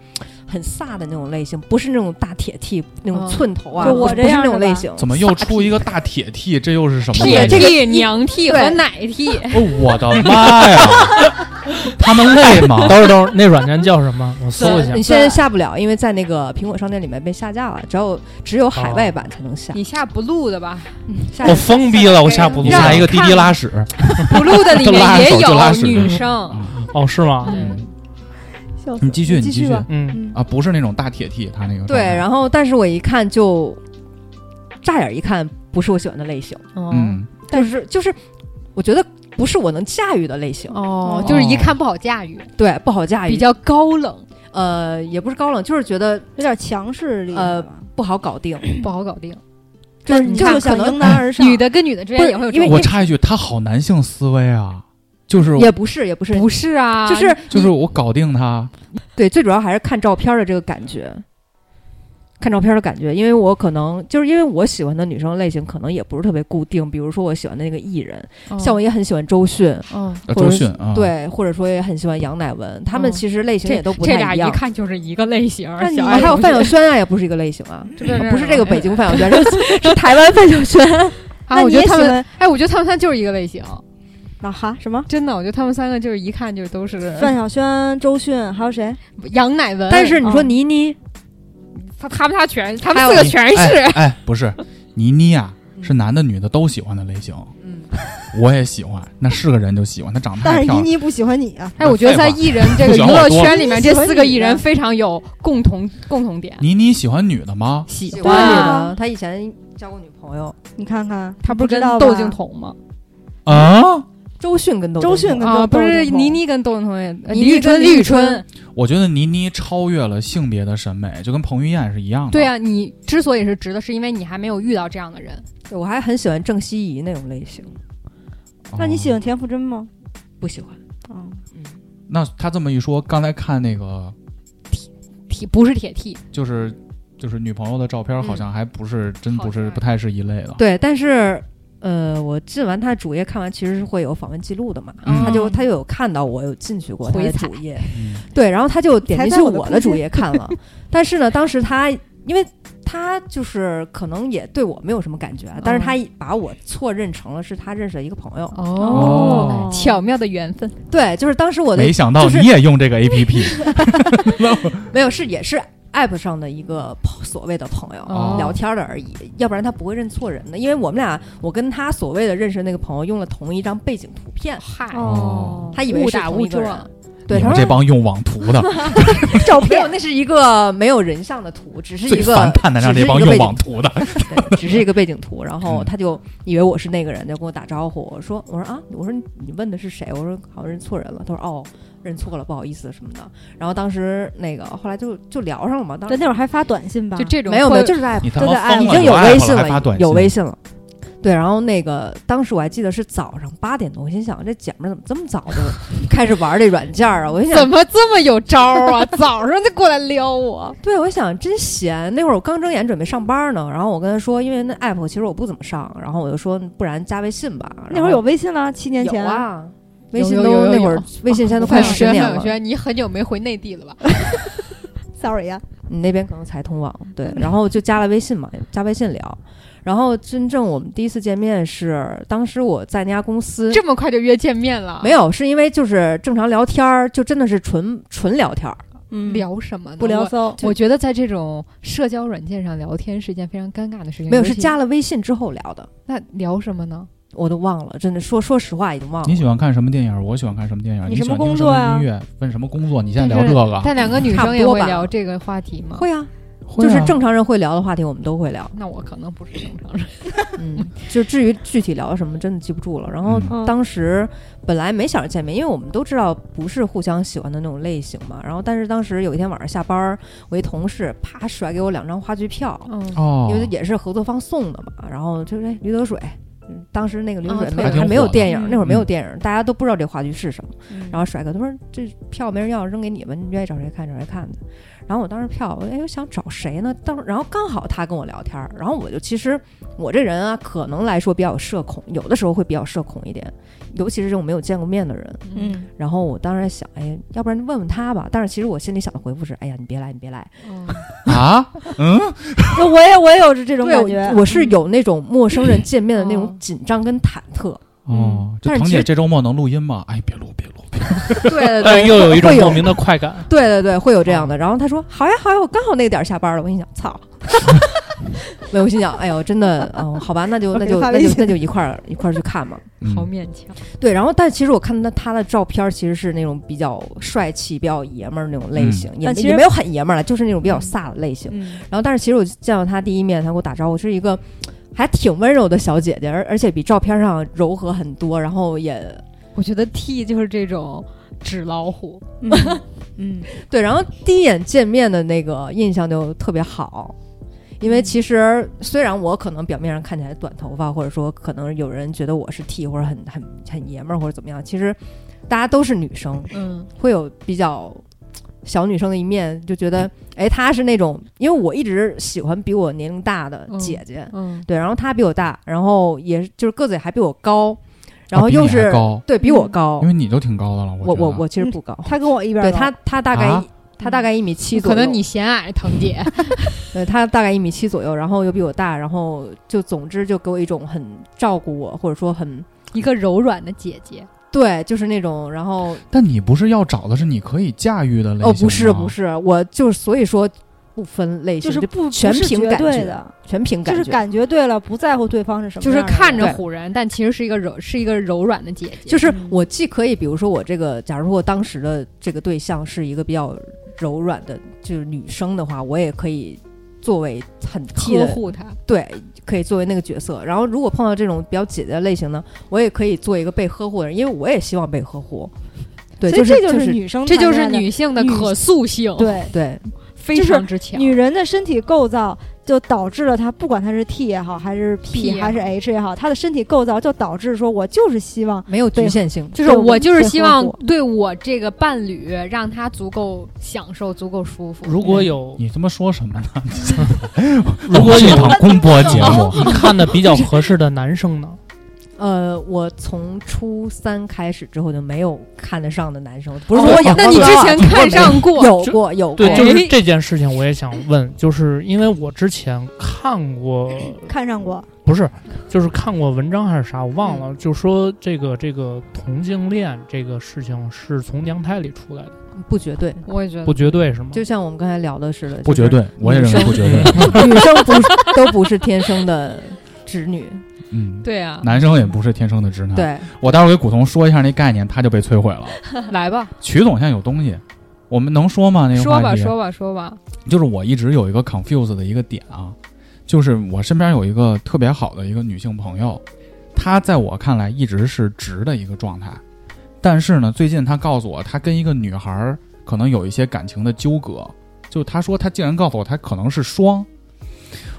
Speaker 8: 很飒的那种类型，不是那种大铁 T 那种
Speaker 6: 哦
Speaker 8: 寸头啊，
Speaker 5: 就我
Speaker 8: 不
Speaker 5: 这
Speaker 8: 不是
Speaker 5: 样
Speaker 8: 那种
Speaker 5: 的吧
Speaker 8: 类型。
Speaker 3: 怎么又出一个大铁 T？这又是什么
Speaker 6: 铁
Speaker 3: 概念
Speaker 6: T、娘 T 和
Speaker 8: 对
Speaker 6: 奶 T，
Speaker 3: 哦，我的妈呀！他们累吗？
Speaker 4: 哎等会儿等会儿，那软件叫什么？我搜一下
Speaker 8: 你。现在下不了，因为在那个苹果商店里面被下架了，只有只有海外版才能下。
Speaker 6: 你下 blue 的 吧
Speaker 8: 下
Speaker 4: 我封逼哦了，我下不
Speaker 3: 你
Speaker 4: 录
Speaker 6: 让
Speaker 3: 下一
Speaker 4: 了。
Speaker 3: 个滴滴拉屎，
Speaker 6: ，blue 的里
Speaker 3: 就拉
Speaker 6: 面
Speaker 3: 手
Speaker 6: 也
Speaker 3: 就拉
Speaker 6: 有
Speaker 3: 手
Speaker 6: 女生，
Speaker 4: 哦，是吗？
Speaker 6: 嗯，
Speaker 5: 笑死
Speaker 3: 你继续，
Speaker 5: 你
Speaker 3: 你
Speaker 5: 继
Speaker 3: 续
Speaker 5: 续吧
Speaker 4: 嗯，
Speaker 3: 啊！不是那种大铁 T，他那个
Speaker 8: 对，
Speaker 3: 后
Speaker 8: 然后但是我一看就乍眼一看不是我喜欢的类型，
Speaker 3: 嗯，
Speaker 8: 但是就是我觉得不是我能驾驭的类型，
Speaker 6: 哦，就是一看不好驾驭，
Speaker 8: 对，不好驾驭，
Speaker 6: 比较高冷，
Speaker 8: 呃也不是高冷，就是觉得
Speaker 5: 有点强势力，
Speaker 8: 呃不好搞定。
Speaker 6: 不好搞定。
Speaker 5: 就是
Speaker 8: 你
Speaker 5: 就
Speaker 8: 看
Speaker 5: 是
Speaker 8: 可
Speaker 5: 想
Speaker 8: 能
Speaker 5: 迎难而上，
Speaker 6: 女的跟女的之
Speaker 8: 不
Speaker 6: 间
Speaker 8: 是
Speaker 6: 也会有这
Speaker 8: 因为
Speaker 6: 种
Speaker 3: 哎我插一句，他好男性思维啊，就是
Speaker 8: 也不是，也不是，
Speaker 6: 不是啊，
Speaker 8: 就是
Speaker 3: 就是我搞定他，
Speaker 8: 对，最主要还是看照片儿的这个感觉，看照片儿的感觉，因为我可能就是因为我喜欢的女生类型可能也不是特别固定，比如说我喜欢的那个艺人，
Speaker 6: 哦
Speaker 8: 像我也很喜欢周迅，
Speaker 6: 嗯，
Speaker 3: 呃
Speaker 8: 或
Speaker 3: 周
Speaker 8: 者
Speaker 3: 迅啊，，
Speaker 8: 对，或者说也很喜欢杨乃文，他们
Speaker 6: 嗯
Speaker 8: 其实类型
Speaker 6: 这
Speaker 8: 也都不
Speaker 6: 这
Speaker 8: 太
Speaker 6: 俩
Speaker 8: 一样
Speaker 6: 一。看就是一个类型。
Speaker 5: 那你
Speaker 6: 小
Speaker 5: 们
Speaker 6: 爱
Speaker 8: 还有
Speaker 6: 同
Speaker 8: 范晓
Speaker 6: 学
Speaker 8: 萱啊，也不是一个类型啊，
Speaker 6: 对
Speaker 8: 不是这个
Speaker 6: 对
Speaker 8: 北京范晓萱，是是台湾范晓萱。
Speaker 6: 啊，我
Speaker 5: 你也
Speaker 6: 觉得
Speaker 5: 喜
Speaker 6: 他们
Speaker 5: 欢
Speaker 6: 哎，我觉得他们仨就是一个类型，
Speaker 5: 那哈什么？
Speaker 6: 真的，我觉得他们三个就是一看就都 是
Speaker 5: 范晓萱、周迅还有谁？
Speaker 6: 杨乃文，
Speaker 8: 但是你说
Speaker 5: 嗯
Speaker 8: 倪妮，
Speaker 6: 他他们仨全他
Speaker 8: 还
Speaker 6: 们四
Speaker 8: 有
Speaker 6: 个
Speaker 3: 你
Speaker 6: 全是
Speaker 3: 哎，哎不是，倪妮啊，是男的女的都喜欢的类型，
Speaker 8: 嗯，
Speaker 3: 我也喜欢，那是个人就喜欢，他长得
Speaker 5: 但
Speaker 3: 太
Speaker 5: 是
Speaker 3: 漂
Speaker 5: 倪
Speaker 3: 亮，
Speaker 5: 妮不喜欢你啊，
Speaker 6: 哎，我觉得在
Speaker 3: 废话
Speaker 6: 艺人这个娱
Speaker 3: 不喜欢我
Speaker 6: 乐
Speaker 3: 多
Speaker 6: 圈里面，这四个艺
Speaker 5: 喜欢
Speaker 6: 人
Speaker 5: 你的
Speaker 6: 非常有共同共同点，
Speaker 3: 倪妮喜欢女的吗？
Speaker 6: 喜
Speaker 8: 喜
Speaker 5: 欢
Speaker 8: 欢女
Speaker 5: 啊
Speaker 8: 的，她以前交过女朋友，
Speaker 5: 你看看，
Speaker 6: 他
Speaker 5: 不
Speaker 6: 不
Speaker 5: 知
Speaker 6: 是
Speaker 5: 道
Speaker 6: 跟
Speaker 5: 吧
Speaker 6: 窦靖童吗？
Speaker 3: 啊，
Speaker 8: 周迅跟窦
Speaker 5: 周
Speaker 8: 靖
Speaker 5: 迅
Speaker 8: 童
Speaker 5: 跟
Speaker 6: 啊，不是倪
Speaker 5: 倪妮，
Speaker 6: 妮跟窦靖童也，呃
Speaker 8: 倪
Speaker 6: 李宇
Speaker 8: 妮跟
Speaker 6: 春，
Speaker 8: 李宇
Speaker 6: 宇
Speaker 8: 春
Speaker 6: 春，
Speaker 3: 我觉得倪妮超越了性别的审美，就跟彭于晏是一样的。
Speaker 6: 对
Speaker 8: 哦
Speaker 6: 啊，你之所以是直的，是因为你还没有遇到这样的人。
Speaker 8: 对我还很喜欢郑希怡那种类型，
Speaker 3: 哦，
Speaker 5: 那你喜欢田馥甄吗？
Speaker 8: 不喜欢。
Speaker 5: 啊，
Speaker 6: 嗯
Speaker 3: 那他这么一说，刚才看那个
Speaker 6: 铁不是铁 T，
Speaker 3: 就是就是女朋友的照片，好像还不是、真不
Speaker 6: 好
Speaker 3: 是
Speaker 6: 像
Speaker 3: 不太是一类的。
Speaker 8: 对，但是呃，我进完他的主页看完，其实是会有访问记录的嘛，
Speaker 3: 嗯
Speaker 8: 他就他就有看到我有进去过他
Speaker 6: 回
Speaker 8: 的
Speaker 6: 踩
Speaker 8: 主页，
Speaker 3: 嗯
Speaker 8: 对，然后他就点
Speaker 5: 踩
Speaker 8: 进
Speaker 5: 在
Speaker 8: 去
Speaker 5: 我的
Speaker 8: 我的
Speaker 5: 空
Speaker 8: 主
Speaker 5: 间
Speaker 8: 页看了，但是呢，当时他因为他就是可能也对我没有什么感觉，啊但是他把我错认成了是他认识的一个朋友。
Speaker 6: 嗯哦，巧妙的缘分，
Speaker 8: 对，就是当时我的
Speaker 3: 没想到
Speaker 8: 就是
Speaker 3: 你也用这个 A P P，
Speaker 8: 没有是也是 app 上的一个朋所谓的朋友、
Speaker 6: 哦
Speaker 8: 聊天的而已，要不然他不会认错人的。因为我们俩，我跟他所谓的认识的那个朋友用了同一张背景图片，
Speaker 6: 嗨，
Speaker 3: 哦
Speaker 8: 他以为
Speaker 6: 误
Speaker 8: 是
Speaker 6: 打
Speaker 8: 同一
Speaker 6: 误
Speaker 8: 个人啊
Speaker 6: 撞。
Speaker 8: 对，
Speaker 3: 你
Speaker 8: 他
Speaker 3: 们这
Speaker 8: 说
Speaker 3: 帮用网图 的，
Speaker 8: 照片，那是一个没有人像的图，只是
Speaker 3: 最
Speaker 8: 一个
Speaker 3: 烦看的让
Speaker 8: 只是
Speaker 3: 这
Speaker 8: 一
Speaker 3: 帮
Speaker 8: 个
Speaker 3: 用
Speaker 8: 背景
Speaker 3: 网图的。
Speaker 8: 对，只是一个背景图。然后
Speaker 3: 嗯
Speaker 8: 他就以为我是那个人，就跟我打招呼。我说，我说啊，我说你你问的是谁？我说好像认错人了。他说哦，认错了，不好意思什么的。然后当时那个后来就就聊上了嘛，当
Speaker 5: 咱
Speaker 8: 时
Speaker 5: 哦那会儿还发短信吧？
Speaker 6: 就这种
Speaker 8: 没有没有，
Speaker 6: 会
Speaker 8: 就是在
Speaker 3: 你他
Speaker 5: 都
Speaker 3: 妈
Speaker 5: 在按
Speaker 3: 疯
Speaker 8: 哎
Speaker 3: 了，
Speaker 8: 已经有
Speaker 3: 爱
Speaker 8: 微
Speaker 3: 好
Speaker 8: 信
Speaker 3: 了还发
Speaker 8: 了，
Speaker 3: 短
Speaker 8: 有
Speaker 3: 信
Speaker 8: 微信了。对，然后那个当时我还记得是早上八点多，我心想这姐们儿怎么这么早就开始玩这软件儿啊？我心想
Speaker 6: 怎，么这么有招儿 啊？早上就过来撩我，
Speaker 8: 对，我想真闲。那会儿我刚睁眼准备上班呢，然后我跟他说，因为那 app 其实我不怎么上，然后我就说，不然加微信吧。然
Speaker 5: 那会儿
Speaker 8: 后
Speaker 5: 有微信了，七年前
Speaker 8: 有。啊，微
Speaker 6: 有
Speaker 8: 信
Speaker 6: 有
Speaker 8: 都
Speaker 6: 有有哦
Speaker 8: 那会儿
Speaker 6: 有
Speaker 8: 微信现在都快
Speaker 6: 我看
Speaker 8: 十年
Speaker 6: 我
Speaker 8: 了嗯
Speaker 6: 觉，得你很久没回内地了吧？
Speaker 5: Sorry 啊呀，
Speaker 8: 你那边可能才通网对，然后就加了微信嘛，加微信聊。然后真正我们第一次见面是当时我在那家公司，
Speaker 6: 这么快就约见面了？
Speaker 8: 没有，是因为就是正常聊天儿，就真的是纯纯聊天儿，
Speaker 5: 嗯，
Speaker 6: 聊什么呢？
Speaker 5: 不聊
Speaker 6: 我
Speaker 5: 骚，
Speaker 6: 我觉得在这种社交软件上聊天是一件非常尴尬的事情。
Speaker 8: 没有
Speaker 6: 尤其
Speaker 8: 是加了微信之后聊的，
Speaker 6: 那聊什么呢？
Speaker 8: 我都忘了，真的说说实话已经忘
Speaker 3: 你喜
Speaker 8: 了。
Speaker 3: 欢看什么电影？我喜欢看什么电影？
Speaker 5: 你
Speaker 3: 你
Speaker 5: 什
Speaker 3: 喜
Speaker 5: 么
Speaker 3: 欢听
Speaker 5: 工
Speaker 3: 什
Speaker 8: 啊
Speaker 5: 作呀
Speaker 3: 么音乐？问什么工作？你现在聊
Speaker 6: 但
Speaker 3: 这
Speaker 6: 是
Speaker 3: 个，
Speaker 6: 但两个女
Speaker 8: 差不
Speaker 6: 生也
Speaker 8: 多
Speaker 6: 会
Speaker 8: 吧
Speaker 6: 聊这个话题吗？。。
Speaker 8: 会啊，
Speaker 3: 会
Speaker 8: 就是
Speaker 3: 啊
Speaker 8: 正常人会聊的话题，我们都 会聊
Speaker 6: 那我可能不是正常人。
Speaker 8: 嗯，就至于具体聊什么，真的记不住了。然后
Speaker 3: 嗯
Speaker 5: 嗯
Speaker 8: 当时本来没想着见面，因为我们都知道不是互相喜欢的那种类型嘛。然后，但是当时有一天晚上下班儿，我一同事啪甩给我两张话剧票，
Speaker 6: 嗯，
Speaker 3: 哦
Speaker 8: 因，为也是合作方送的嘛。然后就是哎，驴得水。嗯当时那个驴得水
Speaker 6: 哦
Speaker 8: 没有、
Speaker 3: 还挺
Speaker 8: 还没有
Speaker 3: 火的
Speaker 8: 电影，
Speaker 6: 嗯
Speaker 8: 那会儿没有
Speaker 3: 嗯
Speaker 8: 电影，大家都不知道这话剧是什么。
Speaker 5: 嗯
Speaker 8: 然后甩哥他说：“这票没人要，扔给你吧，你愿意找谁看找谁看去。”然后我当时票，我哎，我想找谁呢？当然后刚好他跟我聊天儿，然后我就其实我这人啊，可能来说比较社恐，有的时候会比较社恐一点，尤其是这种没有见过面的人。
Speaker 5: 嗯，
Speaker 8: 然后我当时在想，哎，要不然问问他吧。但是其实我心里想的回复是：哎呀，你别来，你别来。
Speaker 6: 嗯
Speaker 3: 啊，嗯，
Speaker 5: 就我也我也有这种感觉嗯
Speaker 8: 对，，我是有那种陌生人见面的那
Speaker 6: 哦
Speaker 8: 种紧张跟忐忑。
Speaker 3: 哦，这
Speaker 8: 嗯但是
Speaker 3: 腾
Speaker 8: 其
Speaker 3: 姐
Speaker 8: 实
Speaker 3: 这周末能录音吗？哎，别录，别录，别录，
Speaker 8: 对对
Speaker 4: 但
Speaker 8: 对，
Speaker 4: 又有一种
Speaker 8: 会
Speaker 4: 莫名的快感。
Speaker 8: 对对对，会有这样
Speaker 5: 哦
Speaker 8: 的。然后他说：“好呀好呀，我刚好那个点儿下班了。”我心想：“ 操！”没有，我心想：“哎呦，真的，嗯，好吧，那就
Speaker 5: 我
Speaker 8: 那
Speaker 5: 给
Speaker 8: 就
Speaker 5: 他发
Speaker 8: 那
Speaker 5: 微
Speaker 8: 就
Speaker 5: 信
Speaker 8: 那就一块儿一块儿去看嘛。
Speaker 3: 嗯
Speaker 6: 好勉强。”
Speaker 8: 对，然后但其实我看到他的照片儿，其实是那种比较帅气、比较爷们儿那种类型，也
Speaker 5: 嗯但
Speaker 8: 没
Speaker 5: 其
Speaker 8: 也
Speaker 5: 实
Speaker 8: 没有很爷们儿了，就是那种比较飒的类型。
Speaker 5: 嗯，
Speaker 8: 然后，但是其实我见到他第一面，他给我打招呼，是一个还挺温柔的小姐姐，而而且比照片上柔和很多，然后也
Speaker 6: 我觉得 T 就是这种纸老虎，
Speaker 5: 嗯嗯，
Speaker 8: 对，然后第一眼见面的那个印象就特别好，因为其实虽然我可能表面上看起来短头发，或者说可能有人觉得我是 T 或者很很很爷们儿或者怎么样，其实大家都是女生，
Speaker 6: 嗯，
Speaker 8: 会有比较小女生的一面，就觉得哎，她是那种，因为我一直喜欢比我年龄大的姐姐，
Speaker 6: 嗯，
Speaker 8: 对，然后她比我大，然后也就是个子也还比我高，然后
Speaker 3: 啊比
Speaker 8: 又
Speaker 3: 你还
Speaker 8: 是、
Speaker 3: 高，
Speaker 8: 对比我
Speaker 5: 嗯
Speaker 8: 高
Speaker 3: 因，为你都挺高的了，
Speaker 8: 我
Speaker 3: 觉
Speaker 8: 我
Speaker 3: 得
Speaker 8: 我其实不高，
Speaker 5: 他跟我一边
Speaker 8: 对
Speaker 5: 儿高，
Speaker 8: 她她大概、
Speaker 3: 啊
Speaker 8: 她大概一米七左
Speaker 6: 可
Speaker 8: 右，
Speaker 6: 能你嫌矮，腾姐。
Speaker 8: 对他大概一米七左右，然后又比我大，然后就总之就给我一种很照顾我，或者说很
Speaker 6: 一个柔软的姐姐，
Speaker 8: 对，就是那种。然后
Speaker 3: 但你不是要找的是你可以驾驭的类型
Speaker 8: 哦，不是
Speaker 3: 吗
Speaker 8: 不，是，我就是所以说不分类型，
Speaker 5: 就是不
Speaker 8: 全
Speaker 5: 不是
Speaker 8: 凭
Speaker 5: 绝
Speaker 8: 感
Speaker 5: 对
Speaker 8: 觉
Speaker 5: 的，
Speaker 8: 全凭感
Speaker 5: 就
Speaker 8: 觉。
Speaker 5: 是感觉对了，不在乎对方是什么
Speaker 6: 就
Speaker 5: 样
Speaker 6: 是
Speaker 5: 的人，
Speaker 6: 看着
Speaker 8: 对
Speaker 6: 唬人，但其实是一个柔是一个柔软的姐姐，
Speaker 8: 就是
Speaker 5: 嗯
Speaker 8: 我既可以，比如说我这个，假如说我当时的这个对象是一个比较柔软的，就是女生的话，我也可以作为很 T
Speaker 6: 呵
Speaker 8: 的
Speaker 6: 护她。
Speaker 8: 对，可以作为那个角色。然后如果碰到这种比较姐姐的类型呢，我也可以做一个被呵护的人，因为我也希望被呵护。对，
Speaker 5: 所以
Speaker 8: 就是
Speaker 5: 这就是
Speaker 8: 是
Speaker 5: 女生
Speaker 6: 这
Speaker 5: 谈
Speaker 6: 就
Speaker 5: 恋
Speaker 6: 是
Speaker 5: 爱的
Speaker 6: 女性的
Speaker 5: 女
Speaker 6: 可塑性，
Speaker 5: 对
Speaker 8: 对
Speaker 6: 非
Speaker 5: 就是
Speaker 6: 常之强。
Speaker 5: 女人的身体构造就导致了她，不管她是 T 也好，还是
Speaker 6: P 也
Speaker 5: P
Speaker 6: 好
Speaker 5: 还是 H 也好，她的身体构造就导致说，我就是希望
Speaker 8: 没有局限性。
Speaker 6: 就是我就是希望
Speaker 5: 被呵护
Speaker 6: 对我这个伴侣，让他足够享受，足够舒服。
Speaker 4: 如
Speaker 5: 嗯
Speaker 4: 果有，
Speaker 3: 你他妈说什 么呢？
Speaker 4: 如果
Speaker 3: 是一
Speaker 4: 有
Speaker 3: 场公播节目，
Speaker 4: 你看的比较合适的男生呢，
Speaker 8: 呃，我从初三开始之后就没有看得上的男生，不是说我
Speaker 4: 哦
Speaker 8: 眼
Speaker 6: 那
Speaker 8: 光
Speaker 6: 你
Speaker 8: 不
Speaker 6: 之
Speaker 8: 好
Speaker 6: 前看上过？
Speaker 8: 有
Speaker 4: 就
Speaker 8: 过有过
Speaker 4: 对，就是
Speaker 6: 哎
Speaker 4: 这件事情，我也想问，就是因为我之前看过，
Speaker 5: 看上过，
Speaker 4: 不是，就是看过文章还是啥，我忘
Speaker 3: 嗯
Speaker 4: 了，就说这个这个同性恋这个事情是从娘胎里出来的，
Speaker 8: 不绝对，
Speaker 6: 我也觉
Speaker 4: 不
Speaker 6: 得。
Speaker 4: 绝对是吗？
Speaker 8: 就像我们刚才聊的似的，
Speaker 3: 不绝
Speaker 8: 就是
Speaker 3: 对，我也认为不绝对。
Speaker 8: 女生不是都不是天生的 直女，
Speaker 3: 嗯，
Speaker 6: 对啊，
Speaker 3: 男生也不是天生的直
Speaker 5: 啊
Speaker 3: 男。，
Speaker 8: 对，
Speaker 3: 我待会儿给古潼说一下那概念，他就被摧毁了。
Speaker 6: 来吧，
Speaker 3: 曲总现在有东西，我们能说吗？那个
Speaker 6: 说吧，
Speaker 3: 话题
Speaker 6: 说吧，说吧。
Speaker 3: 就是我一直有一个 confuse 的一个点啊，就是我身边有一个特别好的一个女性朋友，她在我看来一直是直的一个状态，但是呢，最近她告诉我，她跟一个女孩儿可能有一些感情的纠葛，就她说她竟然告诉我她可能是双，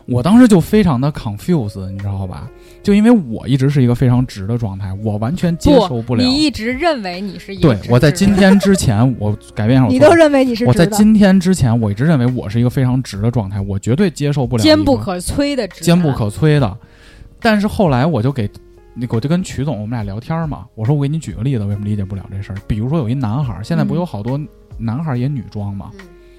Speaker 3: 我当时就非常的 confuse，你知道吧？就因为我一直是一个非常直的状态，我完全接受不了。
Speaker 6: 你一直认为你是一个
Speaker 3: 对
Speaker 6: 直，直
Speaker 3: 我在
Speaker 6: 的
Speaker 3: 今天之前，我改变一下我
Speaker 5: 你
Speaker 3: 做
Speaker 5: 都认为你是
Speaker 3: 我在
Speaker 5: 直的，
Speaker 3: 今天之前，我一直认为我是一个非常直的状态，我绝对接受不了
Speaker 6: 坚
Speaker 3: 一
Speaker 6: 不
Speaker 3: 个
Speaker 6: 可摧的直男，
Speaker 3: 坚不可摧的。但是后来我就给，那我就跟曲总我们俩聊天嘛，我说我给你举个例子，为什么理解不了这事儿？比如说有一男孩儿，现在不有好多男孩儿也女装嘛，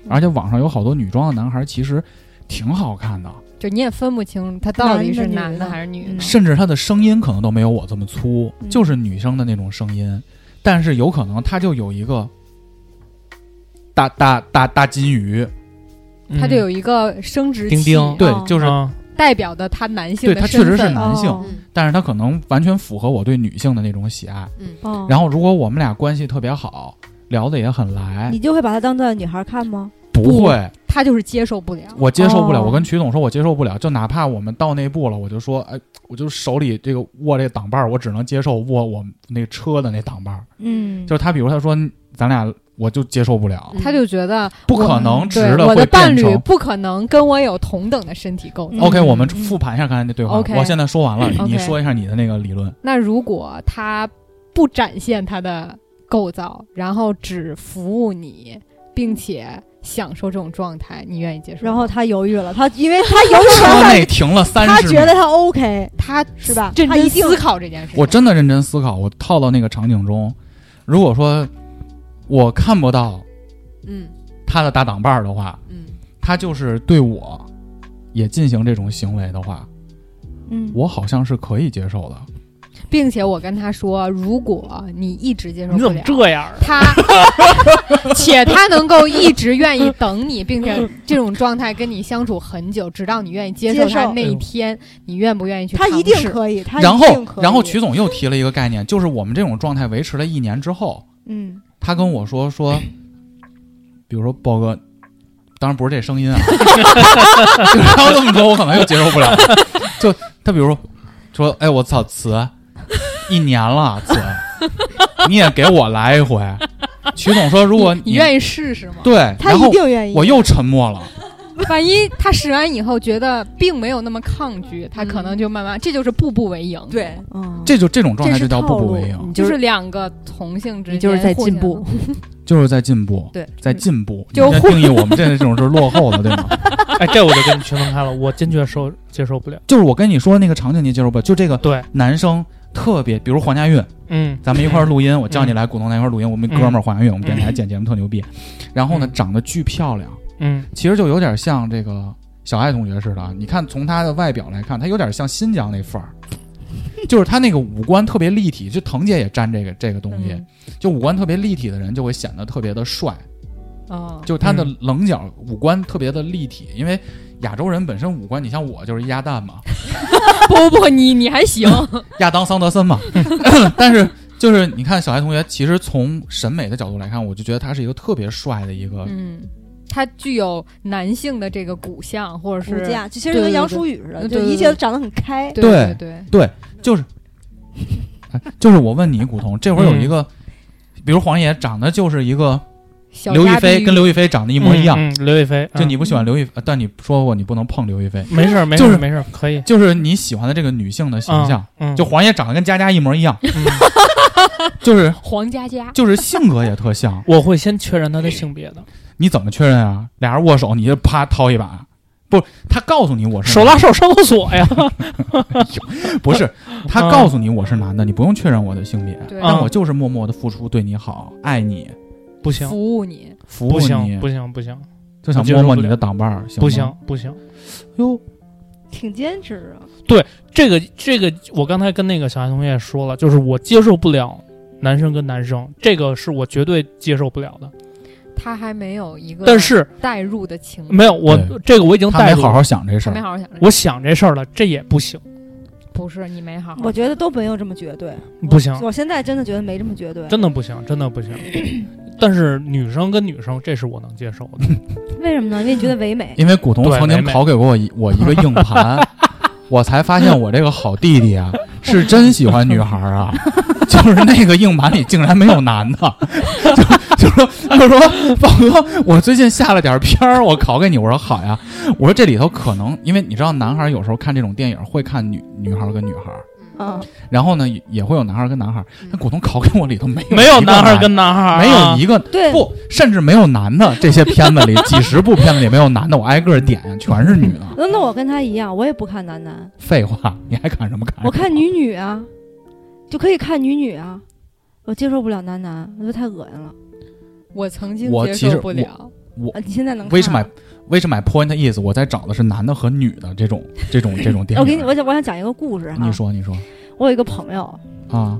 Speaker 3: 而且网上有好多女装的男孩儿其实挺好看的，
Speaker 6: 就你也分不清他到底是
Speaker 5: 男的女
Speaker 6: 男的
Speaker 5: 的
Speaker 6: 还是女
Speaker 5: 嗯
Speaker 6: 的。
Speaker 3: 甚至他的声音可能都没有我这么粗，
Speaker 5: 嗯
Speaker 3: 就是女生的那种声音，但是有可能他就有一个大大大大金鱼，嗯
Speaker 6: 他就有一个生殖器，
Speaker 4: 丁丁
Speaker 3: 对
Speaker 5: 哦，
Speaker 3: 就是
Speaker 4: 嗯啊，
Speaker 6: 代表的他男性
Speaker 3: 对
Speaker 6: 的
Speaker 3: 他
Speaker 6: 身
Speaker 3: 确
Speaker 6: 份。
Speaker 3: 实是男性，
Speaker 5: 哦
Speaker 3: 但是他可能完全符合我对女性的那种喜爱。
Speaker 5: 哦，
Speaker 3: 然后如果我们俩关系特别好，聊得也很来
Speaker 5: 你，就会把她当做女孩看吗？
Speaker 3: 不会，
Speaker 6: 他就是接受不了。
Speaker 3: 我接受不了。
Speaker 5: 哦
Speaker 3: 我跟曲总说，我接受不了。就哪怕我们到那步了，我就说，哎，我就手里这个握这个挡把儿，我只能接受握我们那车的那挡把儿。
Speaker 5: 嗯，
Speaker 3: 就是他，比如他说咱俩，我就接受不了，
Speaker 6: 他就觉得
Speaker 3: 不可能直
Speaker 6: 对
Speaker 3: 的
Speaker 6: 嗯我
Speaker 3: 会
Speaker 6: 的伴
Speaker 3: 变
Speaker 6: 侣
Speaker 3: 成。
Speaker 6: 不可能跟我有同等的身体构造。
Speaker 5: 嗯
Speaker 3: OK，我们
Speaker 5: 嗯
Speaker 3: 复盘一下刚才那对话。
Speaker 6: OK
Speaker 3: 我现在说完了，你
Speaker 6: OK
Speaker 3: 说一下你的那个 理论。
Speaker 6: 那如果他不展现他的构造，然后只服务你，并且享受这种状态，你愿意接受吗？
Speaker 5: 然后她犹豫了，她因为她犹
Speaker 3: 车
Speaker 5: 豫
Speaker 3: 内
Speaker 5: 了，
Speaker 3: 停了三
Speaker 5: 她
Speaker 3: 十
Speaker 5: 觉
Speaker 3: 秒
Speaker 5: 得。她 OK，
Speaker 6: 他
Speaker 5: 是吧
Speaker 6: 认
Speaker 5: 他
Speaker 6: 真
Speaker 5: 一定
Speaker 6: 思考这件事情。
Speaker 3: 我真的认真思考，我套到那个场景中，如果说我看不到
Speaker 7: 嗯
Speaker 3: 他的搭档伴儿的话，
Speaker 7: 嗯，
Speaker 3: 他就是对我也进行这种行为的话，
Speaker 5: 嗯，
Speaker 3: 我好像是可以接受的。
Speaker 6: 并且我跟他说，如果你一直接受
Speaker 4: 你
Speaker 6: 不
Speaker 4: 怎么
Speaker 6: 了，
Speaker 4: 这样啊？
Speaker 6: 他， 且他能够一直愿意等你，并且这种状态跟你相处很久，直到你愿意接受
Speaker 5: 接受
Speaker 6: 他那一天，你愿不愿意去
Speaker 5: 她
Speaker 6: 尝试？
Speaker 5: 一定可以，她
Speaker 3: 然
Speaker 5: 一定
Speaker 3: 后，
Speaker 5: 可以
Speaker 3: 然后曲总又提了一个概念，就是我们这种状态维持了一年之后，
Speaker 5: 嗯，
Speaker 3: 他跟我说说，比如说豹哥，当然不是这声音啊，就是他要这么说，我可能又接受不了。就他比如说说，哎，我操，词一年了，词，你也给我来一回。曲总说，如果
Speaker 6: 你愿意试试吗？
Speaker 3: 对，
Speaker 5: 她
Speaker 3: 然后
Speaker 5: 一定愿意。
Speaker 3: 我又沉默了。
Speaker 6: 万一他试完以后觉得并没有那么抗拒，他可能就慢慢，这就是步步为营。，
Speaker 7: 对，
Speaker 8: 哦
Speaker 5: 嗯，
Speaker 3: 这就这种状态
Speaker 5: 这
Speaker 3: 就是叫步
Speaker 5: 套
Speaker 3: 步
Speaker 5: 路
Speaker 3: 为
Speaker 8: 你
Speaker 3: 营，
Speaker 6: 就
Speaker 8: 就是是
Speaker 6: 两个同性之
Speaker 8: 你
Speaker 6: 间
Speaker 8: 就是在
Speaker 6: 互相
Speaker 8: 进步，
Speaker 3: 就是在进步，
Speaker 8: 对，
Speaker 3: 在进步。
Speaker 6: 就
Speaker 3: 你在定义我们这这种是落后的，对吗？
Speaker 4: 哎，这我就跟你区分开了， 我坚决受接受不了。
Speaker 3: 就是我跟你说那个场景，你接受不了？就这个
Speaker 4: 对，
Speaker 3: 男生特别，比如黄家韵，
Speaker 4: 嗯，
Speaker 3: 咱们一块儿录音，我叫你来古潼咱一块儿录音，我们哥们儿黄家韵，我们电台
Speaker 4: 嗯
Speaker 3: 剪节目特牛逼。然后呢，
Speaker 4: 嗯
Speaker 3: 长得巨漂亮，
Speaker 4: 嗯，
Speaker 3: 其实就有点像这个小爱同学似的啊。你看从她的外表来看，她有点像新疆 那范儿，就是她那个五官特别立体。就腾姐也沾这个这个东西，
Speaker 6: 嗯
Speaker 3: 就五官特别立体的人就会显得特别的帅，
Speaker 6: 哦，
Speaker 3: 就他的
Speaker 4: 嗯
Speaker 3: 棱角、五官特别的立体，因为。亚洲人本身五官，你像我就是一鸭蛋嘛，
Speaker 6: 不不，你你还行，
Speaker 3: 亚当桑德森嘛。 但是就是你看小爱同学，其实从审美的角度来看，我就觉得他是一个特别帅的一个
Speaker 6: 嗯，他具有男性的这个骨相，或者
Speaker 5: 骨
Speaker 6: 是
Speaker 5: 架，其实就跟杨舒雨似的，
Speaker 6: 对对对
Speaker 5: 就一切都长得很开。
Speaker 6: 对
Speaker 3: 对
Speaker 6: 对对，
Speaker 3: 就是，哎就是我问你，古潼，这会儿有一
Speaker 4: 嗯
Speaker 3: 个，比如黄爷长得就是一个
Speaker 6: 小
Speaker 3: 刘亦
Speaker 6: 家碧
Speaker 3: 菲，
Speaker 6: 玉
Speaker 3: 跟刘亦菲长得一
Speaker 4: 一
Speaker 3: 模一样。
Speaker 4: 嗯，嗯刘亦菲，
Speaker 3: 就
Speaker 4: 嗯
Speaker 3: 你不喜欢刘亦，呃但你说过你不能碰刘亦菲，
Speaker 4: 没事儿没事
Speaker 3: 就是
Speaker 4: 儿没事儿，可以。
Speaker 3: 就是你喜欢的这个女性的形象，
Speaker 4: 嗯，
Speaker 3: 就黄爷长得跟佳佳一模一样，
Speaker 4: 嗯
Speaker 3: 就是
Speaker 6: 黄佳佳，
Speaker 3: 就是性格也特 像。嗯
Speaker 4: 我会先确认他的性别的。
Speaker 3: 你怎么确认啊？俩人握手，你就啪掏一把，他告诉你我是
Speaker 4: 手拉
Speaker 3: 男的，
Speaker 4: 手上厕所呀，
Speaker 3: 不是他告诉你我是男的，你不用确认我的性别，
Speaker 6: 对
Speaker 3: 但我就是默默的付出，对你好，爱你，
Speaker 4: 不行，
Speaker 6: 服务你，
Speaker 3: 服
Speaker 4: 嗯不
Speaker 3: 务
Speaker 4: 行，
Speaker 3: 你
Speaker 4: 不，行，不行，
Speaker 3: 就想
Speaker 4: 我接
Speaker 3: 摸
Speaker 4: 受
Speaker 3: 摸
Speaker 4: 不
Speaker 3: 你
Speaker 4: 了
Speaker 3: 的挡把儿，行
Speaker 4: 不
Speaker 3: 不
Speaker 4: 行，不行。
Speaker 3: 哟，
Speaker 5: 挺坚持啊。
Speaker 4: 这个这个，我刚才跟那个小爱同学也说了，就是我接受不了男生跟男生，这个是我绝对接受不了的。
Speaker 6: 他还没有一个
Speaker 4: 但是
Speaker 6: 代入的情感，
Speaker 4: 没有我
Speaker 3: 对
Speaker 4: 这个我已经
Speaker 3: 他没
Speaker 4: 带
Speaker 3: 好好想这
Speaker 6: 他
Speaker 3: 事
Speaker 6: 没
Speaker 3: 儿，
Speaker 6: 好好想这事。
Speaker 4: 我想这事儿了，这也不行，
Speaker 6: 不是你没好好，
Speaker 5: 我觉得都没有这么绝
Speaker 3: 啊
Speaker 5: 对，
Speaker 4: 不行，
Speaker 5: 我现在真的觉得没这么绝对。
Speaker 4: 真的不行，真的不行。但是女生跟女生，这是我能接受 的。
Speaker 5: 为什么呢？因为你觉得唯美。
Speaker 3: 因为古潼
Speaker 4: 对
Speaker 3: 曾
Speaker 4: 没
Speaker 3: 经
Speaker 4: 没
Speaker 3: 拷给过我一我一个硬盘， 我才发现我这个好弟弟啊，是真喜欢女孩儿啊，就是那个硬盘里竟然没有男的，就就说就说宝哥，我最近下了点片儿，我拷给你，我说好呀，我说这里头可能因为你知道男孩儿有时候看这种电影会看女女孩儿跟女孩儿，
Speaker 5: 嗯，
Speaker 3: 然后呢也也会有男孩儿跟男孩儿，但古潼拷给我里头没有
Speaker 4: 没有
Speaker 3: 一个
Speaker 4: 男孩跟男孩、啊
Speaker 3: 没有一个
Speaker 5: 对，
Speaker 3: 不，甚至没有男的。这些片 子里，几十部片子里没有男的，我挨个儿点，全是女的。
Speaker 5: 那那我跟他一样，我也不看男男，
Speaker 3: 废话，你还看什么看？
Speaker 5: 我看女女啊，就可以看女女啊。我接受不了男男，我觉得太恶心了。
Speaker 6: 我曾经
Speaker 3: 我
Speaker 6: 接
Speaker 3: 其实
Speaker 6: 受不了，
Speaker 5: 啊，你现在能看
Speaker 3: 为什么？Which my point is，我在找的是男的和女的这种这种这种 电影。
Speaker 5: 我给你，我想我想讲一啊个故事哈。
Speaker 3: 你，说，你说
Speaker 5: 我有一个朋友，
Speaker 3: 啊，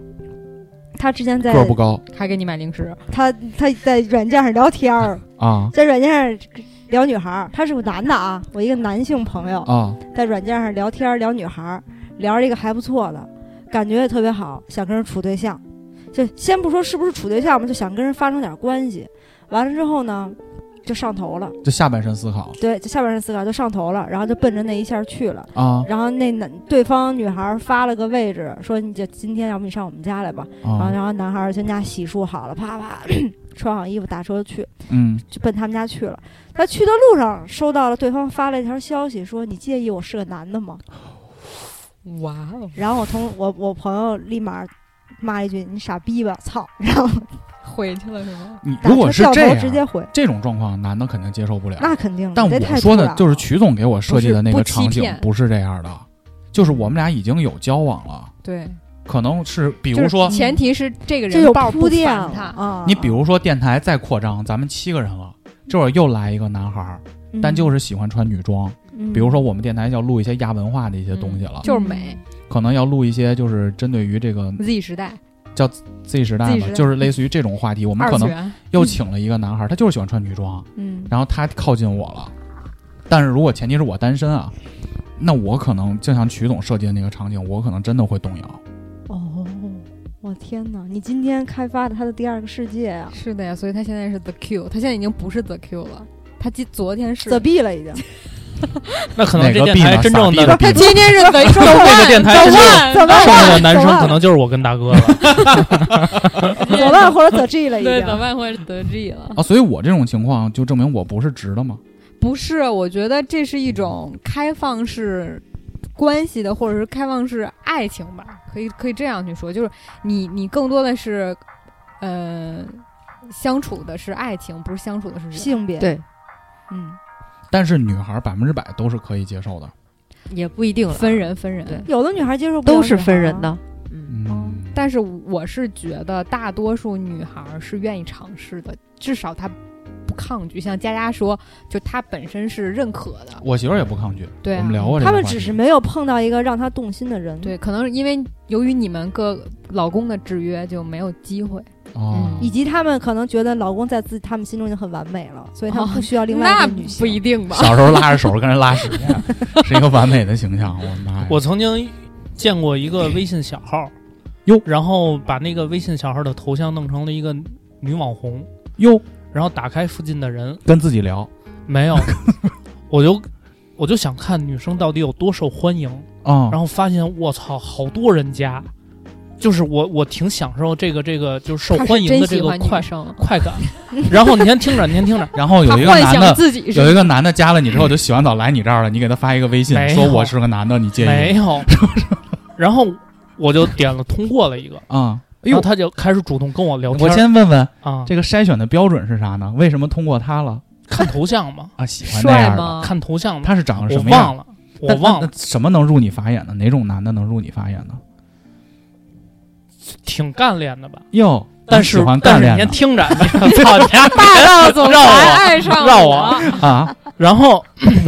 Speaker 5: 他之前在
Speaker 3: 个儿不高
Speaker 6: 还给你买零食，
Speaker 5: 他他在软件上聊天 儿，
Speaker 3: 啊
Speaker 5: 在软件上聊女孩儿，他是个男的啊，我一个男性朋友，
Speaker 3: 啊，
Speaker 5: 在软件上聊天儿聊女孩儿，聊着一个还不错的，感觉也特别好，想跟人处对象，就先不说是不是处对象吧，就想跟人发生点关系。完了之后呢，就上头了，
Speaker 3: 就下半身思考
Speaker 5: 对，就下半身思考就上头了，然后就奔着那一下去了。
Speaker 3: 啊
Speaker 5: 然后那男对方女孩儿发了个位置，说你这今天要不你上我们家来吧。然后
Speaker 3: 啊，
Speaker 5: 然后男孩儿全家洗漱好了，啪啪穿好衣服打车去，
Speaker 3: 嗯
Speaker 5: 就奔他们家去了。他去的路上收到了对方发了一条消息，说你介意我是个男的吗？
Speaker 6: 哇哦，
Speaker 5: 然后我同我我朋友立马骂一句你傻逼吧，操！然后
Speaker 6: 回去了是吗？
Speaker 3: 你
Speaker 5: 打
Speaker 3: 如果
Speaker 5: 车
Speaker 3: 是
Speaker 5: 掉
Speaker 3: 这
Speaker 5: 头直接
Speaker 3: 样，
Speaker 5: 回，
Speaker 3: 这种状况，男的肯定接受不了。
Speaker 5: 那肯定的。
Speaker 6: 嗯
Speaker 3: 但
Speaker 5: 这
Speaker 3: 我
Speaker 5: 太
Speaker 3: 说
Speaker 5: 突
Speaker 3: 的
Speaker 5: 然
Speaker 3: 就是
Speaker 5: 了
Speaker 3: 曲总给我设计的那
Speaker 6: 不
Speaker 3: 个
Speaker 6: 是
Speaker 3: 场
Speaker 6: 不欺
Speaker 3: 景
Speaker 6: 骗
Speaker 3: 不是这样的，就是我们俩已经有交往了，
Speaker 6: 对，
Speaker 3: 可能是比
Speaker 6: 就
Speaker 3: 如
Speaker 6: 是
Speaker 3: 说
Speaker 6: 前提是这个
Speaker 5: 这
Speaker 6: 人
Speaker 5: 有
Speaker 6: 抱
Speaker 5: 铺
Speaker 6: 不
Speaker 5: 垫
Speaker 6: 烦
Speaker 5: 了
Speaker 6: 他，
Speaker 5: 啊。
Speaker 3: 你比如说电台再扩张，咱们七个人了，这会儿又来一个男孩儿，
Speaker 5: 嗯，
Speaker 3: 但就是喜欢穿女装。
Speaker 5: 嗯
Speaker 3: 比如说我们电台要录一些亚文化的一些东西了，
Speaker 6: 嗯就是美
Speaker 3: 可能要录一些就是针对于这个
Speaker 6: Z 时代
Speaker 3: Z 时代
Speaker 6: Z 时，
Speaker 3: 嘛
Speaker 6: 代
Speaker 3: 就是类似于这种话题，我们
Speaker 6: 二
Speaker 3: 可
Speaker 6: 次
Speaker 3: 能
Speaker 6: 元，
Speaker 3: 又请了一个男孩儿，他就是喜欢穿女装，
Speaker 5: 嗯，
Speaker 3: 然后他靠近我了，但是如果前提是我单身啊。那我可能就像曲总设计的那个场景，我可能真的会动摇。
Speaker 5: 哦，我天哪！你今天开发的他的第二个世界啊
Speaker 6: 是的呀，所以他现在是 The Q，他现在已经不是 The Q 了，他今昨天是
Speaker 5: 自闭了已经。
Speaker 4: 那可能
Speaker 3: 哪
Speaker 4: 这
Speaker 3: 个
Speaker 4: 电
Speaker 3: 币
Speaker 4: 台
Speaker 3: 呢？
Speaker 4: 真正
Speaker 3: 傻逼的
Speaker 4: 的
Speaker 3: 币吗
Speaker 6: 今天是 The
Speaker 4: 真正这个电台真正
Speaker 5: 怎么
Speaker 4: 剩下的
Speaker 5: 办？
Speaker 4: 男生
Speaker 5: 怎么办
Speaker 4: 可能就是我跟大哥了。
Speaker 5: 怎么办？或者 The G 了已
Speaker 6: 对，怎么
Speaker 5: 经。
Speaker 6: 办或者 The G 了？
Speaker 3: 啊，所以我这种情况就证明我不是直的嘛。
Speaker 6: 不是，我觉得这是一种开放式关系的，或者是开放式爱情吧，可以可以这样去说，就是你你更多的是，呃，相处的是爱情，不是相处的是人
Speaker 5: 性别
Speaker 8: 对，
Speaker 5: 嗯，
Speaker 3: 但是女孩百分之百都是可以接受的。
Speaker 8: 也不一定了，
Speaker 6: 分人分人。
Speaker 8: 对
Speaker 5: 有的女孩接受不了
Speaker 8: 都是
Speaker 5: 女孩
Speaker 8: 分人
Speaker 3: 哦
Speaker 8: 的。
Speaker 3: 嗯，
Speaker 6: 但是我是觉得大多数女孩儿是愿意尝试的，至少她不抗拒。像佳佳说，就她本身是认可的，
Speaker 3: 我媳妇儿也不抗拒。
Speaker 6: 对啊
Speaker 3: 我们聊过这个
Speaker 5: 他
Speaker 3: 话题。
Speaker 5: 们只是没有碰到一个让他动心的人。
Speaker 6: 对，可能因为由于你们各老公的制约，就没有机会。
Speaker 3: 哦
Speaker 6: 嗯
Speaker 5: 以及他们可能觉得老公在自己他们心中已经很完美了，所以他们
Speaker 6: 哦
Speaker 5: 不需要另外
Speaker 6: 那
Speaker 5: 一个女性。
Speaker 6: 不一定吧？
Speaker 3: 小时候拉着手跟人拉屎，啊是一个完美的形象。我的妈呀！
Speaker 4: 我曾经见过一个微信小号，
Speaker 3: 哎哟
Speaker 4: 然后把那个微信小号的头像弄成了一个女网红，
Speaker 3: 哟
Speaker 4: 然后打开附近的 人
Speaker 3: 跟自己聊
Speaker 4: 没有，我就我就想看女生到底有多受欢迎，
Speaker 3: 啊
Speaker 4: 然后发现我操，好多人加，就是我我挺享受这个这个就是受
Speaker 6: 她
Speaker 4: 欢
Speaker 6: 是
Speaker 4: 迎
Speaker 6: 真
Speaker 4: 的这
Speaker 6: 喜
Speaker 4: 个
Speaker 6: 欢
Speaker 4: 快
Speaker 6: 女生，
Speaker 4: 快感。然后你先听着，你先听着，
Speaker 3: 然后
Speaker 6: 她
Speaker 3: 有一个
Speaker 6: 幻
Speaker 3: 男
Speaker 6: 想
Speaker 3: 的，
Speaker 6: 自己
Speaker 3: 有一
Speaker 6: 是
Speaker 3: 个男的加了你之后就洗完澡来你这儿了，你给他发一个微信
Speaker 4: 没有
Speaker 3: 说我是个男的，你介
Speaker 4: 没
Speaker 3: 意
Speaker 4: 有，然后我就点了通过了一个。
Speaker 3: 啊？哎
Speaker 4: 然
Speaker 3: 呦
Speaker 4: 后，他就开始主动跟我聊天
Speaker 3: 我
Speaker 4: 儿
Speaker 3: 先问问
Speaker 4: 啊，
Speaker 3: 这个筛选的标准是啥呢？为什么通过他了？
Speaker 4: 看头像嘛，
Speaker 3: 啊，喜欢那
Speaker 6: 帅
Speaker 3: 样的。
Speaker 6: 吗？
Speaker 4: 看头像嘛，
Speaker 3: 他是长得
Speaker 4: 我
Speaker 3: 什么样？
Speaker 4: 忘了，
Speaker 3: 那
Speaker 4: 我忘
Speaker 3: 那
Speaker 4: 了
Speaker 3: 那，什么能入你法眼呢？哪种男的能入你法眼呢？
Speaker 4: 挺干练的吧。
Speaker 3: 哟，
Speaker 4: 但
Speaker 3: 你喜
Speaker 4: 是
Speaker 3: 欢
Speaker 4: 但
Speaker 3: 干
Speaker 4: 是
Speaker 3: 练
Speaker 4: 你先
Speaker 3: 的
Speaker 4: 听着，操你丫
Speaker 6: 霸道总
Speaker 4: 让
Speaker 6: 裁
Speaker 4: 我
Speaker 6: 爱上
Speaker 4: 让
Speaker 6: 我
Speaker 4: 我
Speaker 3: 啊！
Speaker 4: 然后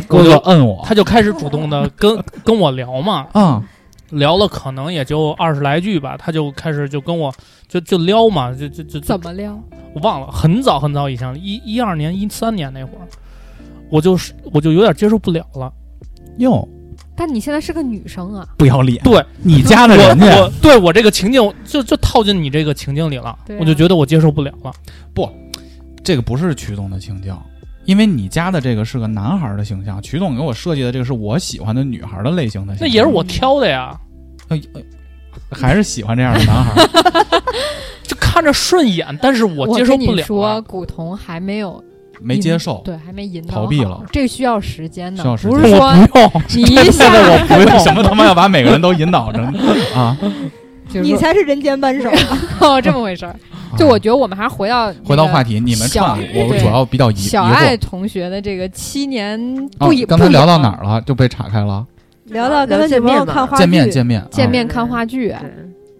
Speaker 3: 哥
Speaker 4: 我
Speaker 3: 哥
Speaker 4: 就
Speaker 3: 摁我
Speaker 4: 他就开始主动的跟跟我聊嘛，
Speaker 3: 啊！
Speaker 4: 聊了可能也就二十来句吧，他就开始就跟我就就撩嘛，就就就就
Speaker 6: 怎么撩？
Speaker 4: 我忘了，很早很早以前，一一二年、一三年那会儿，我就是我就有点接受不了了。
Speaker 3: 哟，
Speaker 6: 但你现在是个女生啊，
Speaker 3: 不要脸！
Speaker 4: 对，
Speaker 3: 你加了
Speaker 4: 我
Speaker 3: 人家
Speaker 4: 我对我这个情境就就套进你这个情境里了，
Speaker 6: 对啊
Speaker 4: 我就觉得我接受不了了。
Speaker 3: 这个不是曲动的情境，因为你加的这个是个男孩儿的形象，曲动给我设计的这个是我喜欢的女孩儿的类型的形
Speaker 4: 那
Speaker 3: 象，
Speaker 4: 也是我挑的呀，
Speaker 3: 哎哎还是喜欢这样的男孩儿。
Speaker 4: 就看着顺眼，但是我
Speaker 6: 我
Speaker 4: 接受
Speaker 6: 跟你
Speaker 4: 不了
Speaker 6: 说，
Speaker 4: 啊。
Speaker 6: 古潼还没有
Speaker 3: 没接受，
Speaker 6: 对，还没引导
Speaker 3: 哦逃避
Speaker 6: 好
Speaker 3: 了，
Speaker 6: 这需要时间的
Speaker 3: 需要，时
Speaker 6: 不是
Speaker 3: 间
Speaker 6: 说
Speaker 4: 我不用，
Speaker 6: 你一下
Speaker 4: 真的我不
Speaker 3: 为
Speaker 4: 用
Speaker 3: 什么他妈要把每个人都引导着呢啊？
Speaker 6: 就是
Speaker 5: 你
Speaker 6: 说
Speaker 5: 才是人间扳手。
Speaker 6: 哦这么回事儿。就我觉得我们还是回到
Speaker 3: 嗯啊回到话
Speaker 6: 题，
Speaker 3: 题，你们
Speaker 6: 小
Speaker 3: 串，我
Speaker 6: 对
Speaker 3: 主要比较疑疑
Speaker 6: 小爱
Speaker 3: 惑。
Speaker 6: 同学的这个七年
Speaker 3: 啊
Speaker 6: 不以，
Speaker 3: 刚才
Speaker 6: 不以
Speaker 3: 聊到哪儿了？就被岔开了。
Speaker 5: 聊到跟他女朋友看话剧，
Speaker 3: 见面，见面，
Speaker 6: 见面
Speaker 7: 啊
Speaker 6: 看
Speaker 3: 哦
Speaker 6: 话剧
Speaker 7: 对，，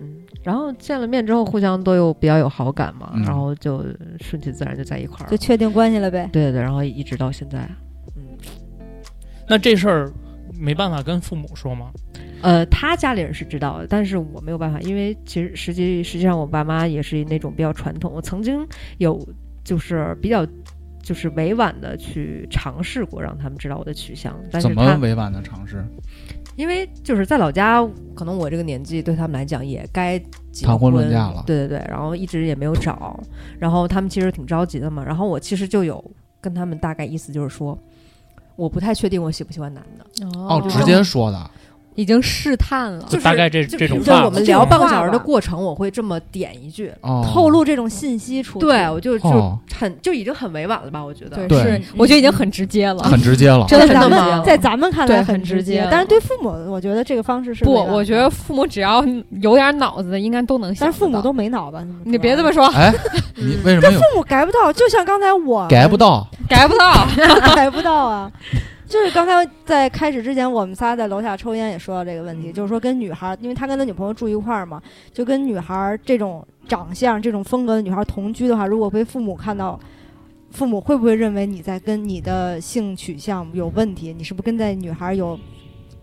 Speaker 7: 嗯，然后见了面之后，互相都有比较有好感嘛，
Speaker 3: 嗯
Speaker 7: 然后就顺其自然就在一块儿
Speaker 5: 就
Speaker 7: 了。
Speaker 5: 确定关系了呗。
Speaker 7: 对对，然后一直到现在，
Speaker 4: 那这事儿没办法跟父母说吗？
Speaker 7: 呃，他家里人是知道的，但是我没有办法，因为其实实际实际上我爸妈也是那种比较传统，我曾经有就是比较就是委婉的去尝试过让他们知道我的取向，但
Speaker 3: 嗯怎
Speaker 7: 是
Speaker 3: 么
Speaker 7: 他
Speaker 3: 委婉的尝试？
Speaker 7: 因为就是在老家
Speaker 8: 可能我这个年纪对他们来讲也该结
Speaker 3: 谈婚
Speaker 8: 婚
Speaker 3: 论嫁了
Speaker 8: 对对对，然后一直也没有找，然后他们其实挺着急的嘛，然后我其实就有跟他们大概意思就是说，我不太确定我喜不喜欢男的，
Speaker 3: 哦，直接说的，
Speaker 6: 已经试探了，
Speaker 8: 就是
Speaker 4: 大概这
Speaker 8: 就
Speaker 4: 这种
Speaker 8: 比如说
Speaker 4: 话
Speaker 8: 我们
Speaker 4: 吧
Speaker 8: 聊半个
Speaker 6: 这种话
Speaker 8: 小时的
Speaker 6: 吧
Speaker 8: 过程，我会这么点一句，
Speaker 3: 哦，
Speaker 5: 透露这种信息出去，
Speaker 8: 对我就就
Speaker 3: 哦，
Speaker 8: 很就已经很委婉了吧，我觉得。
Speaker 6: 对，
Speaker 3: 对
Speaker 5: 嗯
Speaker 6: 是我觉得已经很直接了。
Speaker 3: 很直接了。
Speaker 6: 真的
Speaker 5: 在咱
Speaker 8: 真的吗
Speaker 5: 们在咱们看来
Speaker 6: 对很
Speaker 5: 直
Speaker 6: 直接
Speaker 5: 但是对父母，我觉得这个方式是
Speaker 6: 不，
Speaker 5: 没办法
Speaker 6: 我觉得，父母只要有点脑子的，应该都能想
Speaker 5: 但
Speaker 6: 得到。
Speaker 5: 是父母都没脑子，
Speaker 6: 你别这
Speaker 5: 么
Speaker 6: 么说，
Speaker 3: 哎，你为什 么有
Speaker 5: 父母改不到，就像刚才我
Speaker 3: 改不到？
Speaker 6: 改不 到。
Speaker 5: 改不到啊。就是刚才在开始之前，我们仨在楼下抽烟也说到这个问题，
Speaker 7: 嗯
Speaker 5: 就是说跟女孩儿，因为他跟他女朋友住一块儿嘛，就跟女孩儿这种长相、这种风格的女孩儿同居的话，如果被父母看到，父母会不会认为你在跟你的性取向有问题？你是不是跟在女孩儿有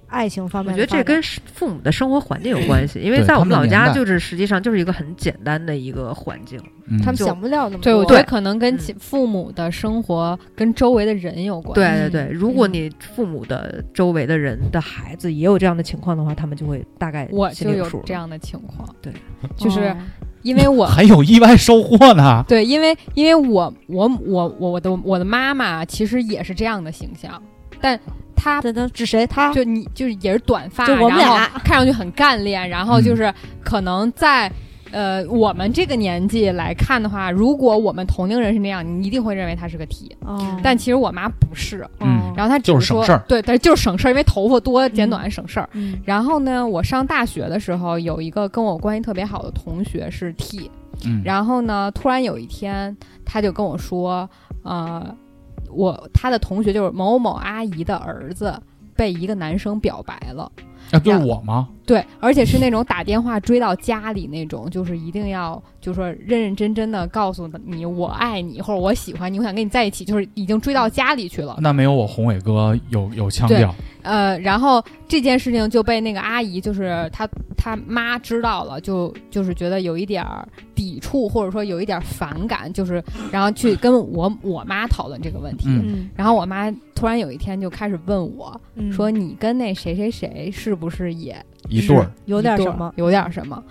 Speaker 5: 爱情
Speaker 7: 我
Speaker 5: 方面
Speaker 7: 觉
Speaker 5: 的
Speaker 7: 得
Speaker 5: 发展？
Speaker 7: 这跟是父母的生活环境有关系，因为
Speaker 3: 对
Speaker 7: 在我们
Speaker 3: 他们
Speaker 7: 老
Speaker 3: 的年
Speaker 7: 家
Speaker 3: 代
Speaker 7: 就是实际上就是一个很简单的一个环境，
Speaker 3: 嗯
Speaker 5: 他们
Speaker 7: 就
Speaker 5: 想不了那么多。哦
Speaker 6: 对，我觉
Speaker 7: 对
Speaker 6: 得可能跟
Speaker 5: 嗯
Speaker 6: 其父母的生活、跟周围的人有关。
Speaker 7: 对对
Speaker 6: 嗯
Speaker 7: 对，如果你父母的周围的人的孩子也有这样的情况的话，他们就会大概
Speaker 6: 我
Speaker 7: 心
Speaker 6: 就
Speaker 7: 里
Speaker 6: 有
Speaker 7: 数了
Speaker 6: 这，样的情况，
Speaker 7: 对，
Speaker 5: 哦
Speaker 6: 就是因为我
Speaker 3: 还有意外收获呢。
Speaker 6: 对，因为因为我我我我我的我的妈妈其实也是这样的形象，但她
Speaker 5: 这指谁？他
Speaker 6: 就你就是也是短发，
Speaker 5: 哦就我们
Speaker 6: 然后
Speaker 5: 俩
Speaker 6: 看上去很干练，然后
Speaker 3: 嗯
Speaker 6: 就是可能在。呃，我们这个年纪来看的话，如果我们同龄人是那样，你一定会认为她是个 T。
Speaker 5: 哦
Speaker 6: 但其实我妈不是，
Speaker 3: 嗯
Speaker 6: 然后她只
Speaker 3: 就是省
Speaker 6: 说
Speaker 3: 事儿
Speaker 6: 对，但就是省事儿，因为头发多剪短省事儿。
Speaker 5: 嗯
Speaker 6: 然后呢，我上大学的时候有一个跟我关系特别好的同学是 T，
Speaker 3: 嗯，
Speaker 6: 然后呢，突然有一天，他就跟我说，呃，我他的同学就是某某阿姨的儿子被一个男生表白了，
Speaker 3: 啊就是我吗？
Speaker 6: 对，而且是那种打电话追到家里那种，就是一定要就说认认真真的告诉你我爱你或者我喜欢你，我想跟你在一起，就是已经追到家里去了。
Speaker 3: 那没有我宏伟哥有有腔调。
Speaker 6: 呃，然后这件事情就被那个阿姨，就是她她妈知道了，就就是觉得有一点儿抵触，或者说有一点儿反感，就是然后去跟我我妈讨论这个问题。
Speaker 3: 嗯，
Speaker 5: 嗯
Speaker 6: 然后我妈突然有一天就开始问我，
Speaker 5: 嗯
Speaker 6: 说你跟那谁谁谁是不是也
Speaker 3: 一对儿
Speaker 6: 是，
Speaker 5: 有点
Speaker 6: 一对
Speaker 5: 什
Speaker 6: 儿
Speaker 5: 么？
Speaker 6: 有点儿什么？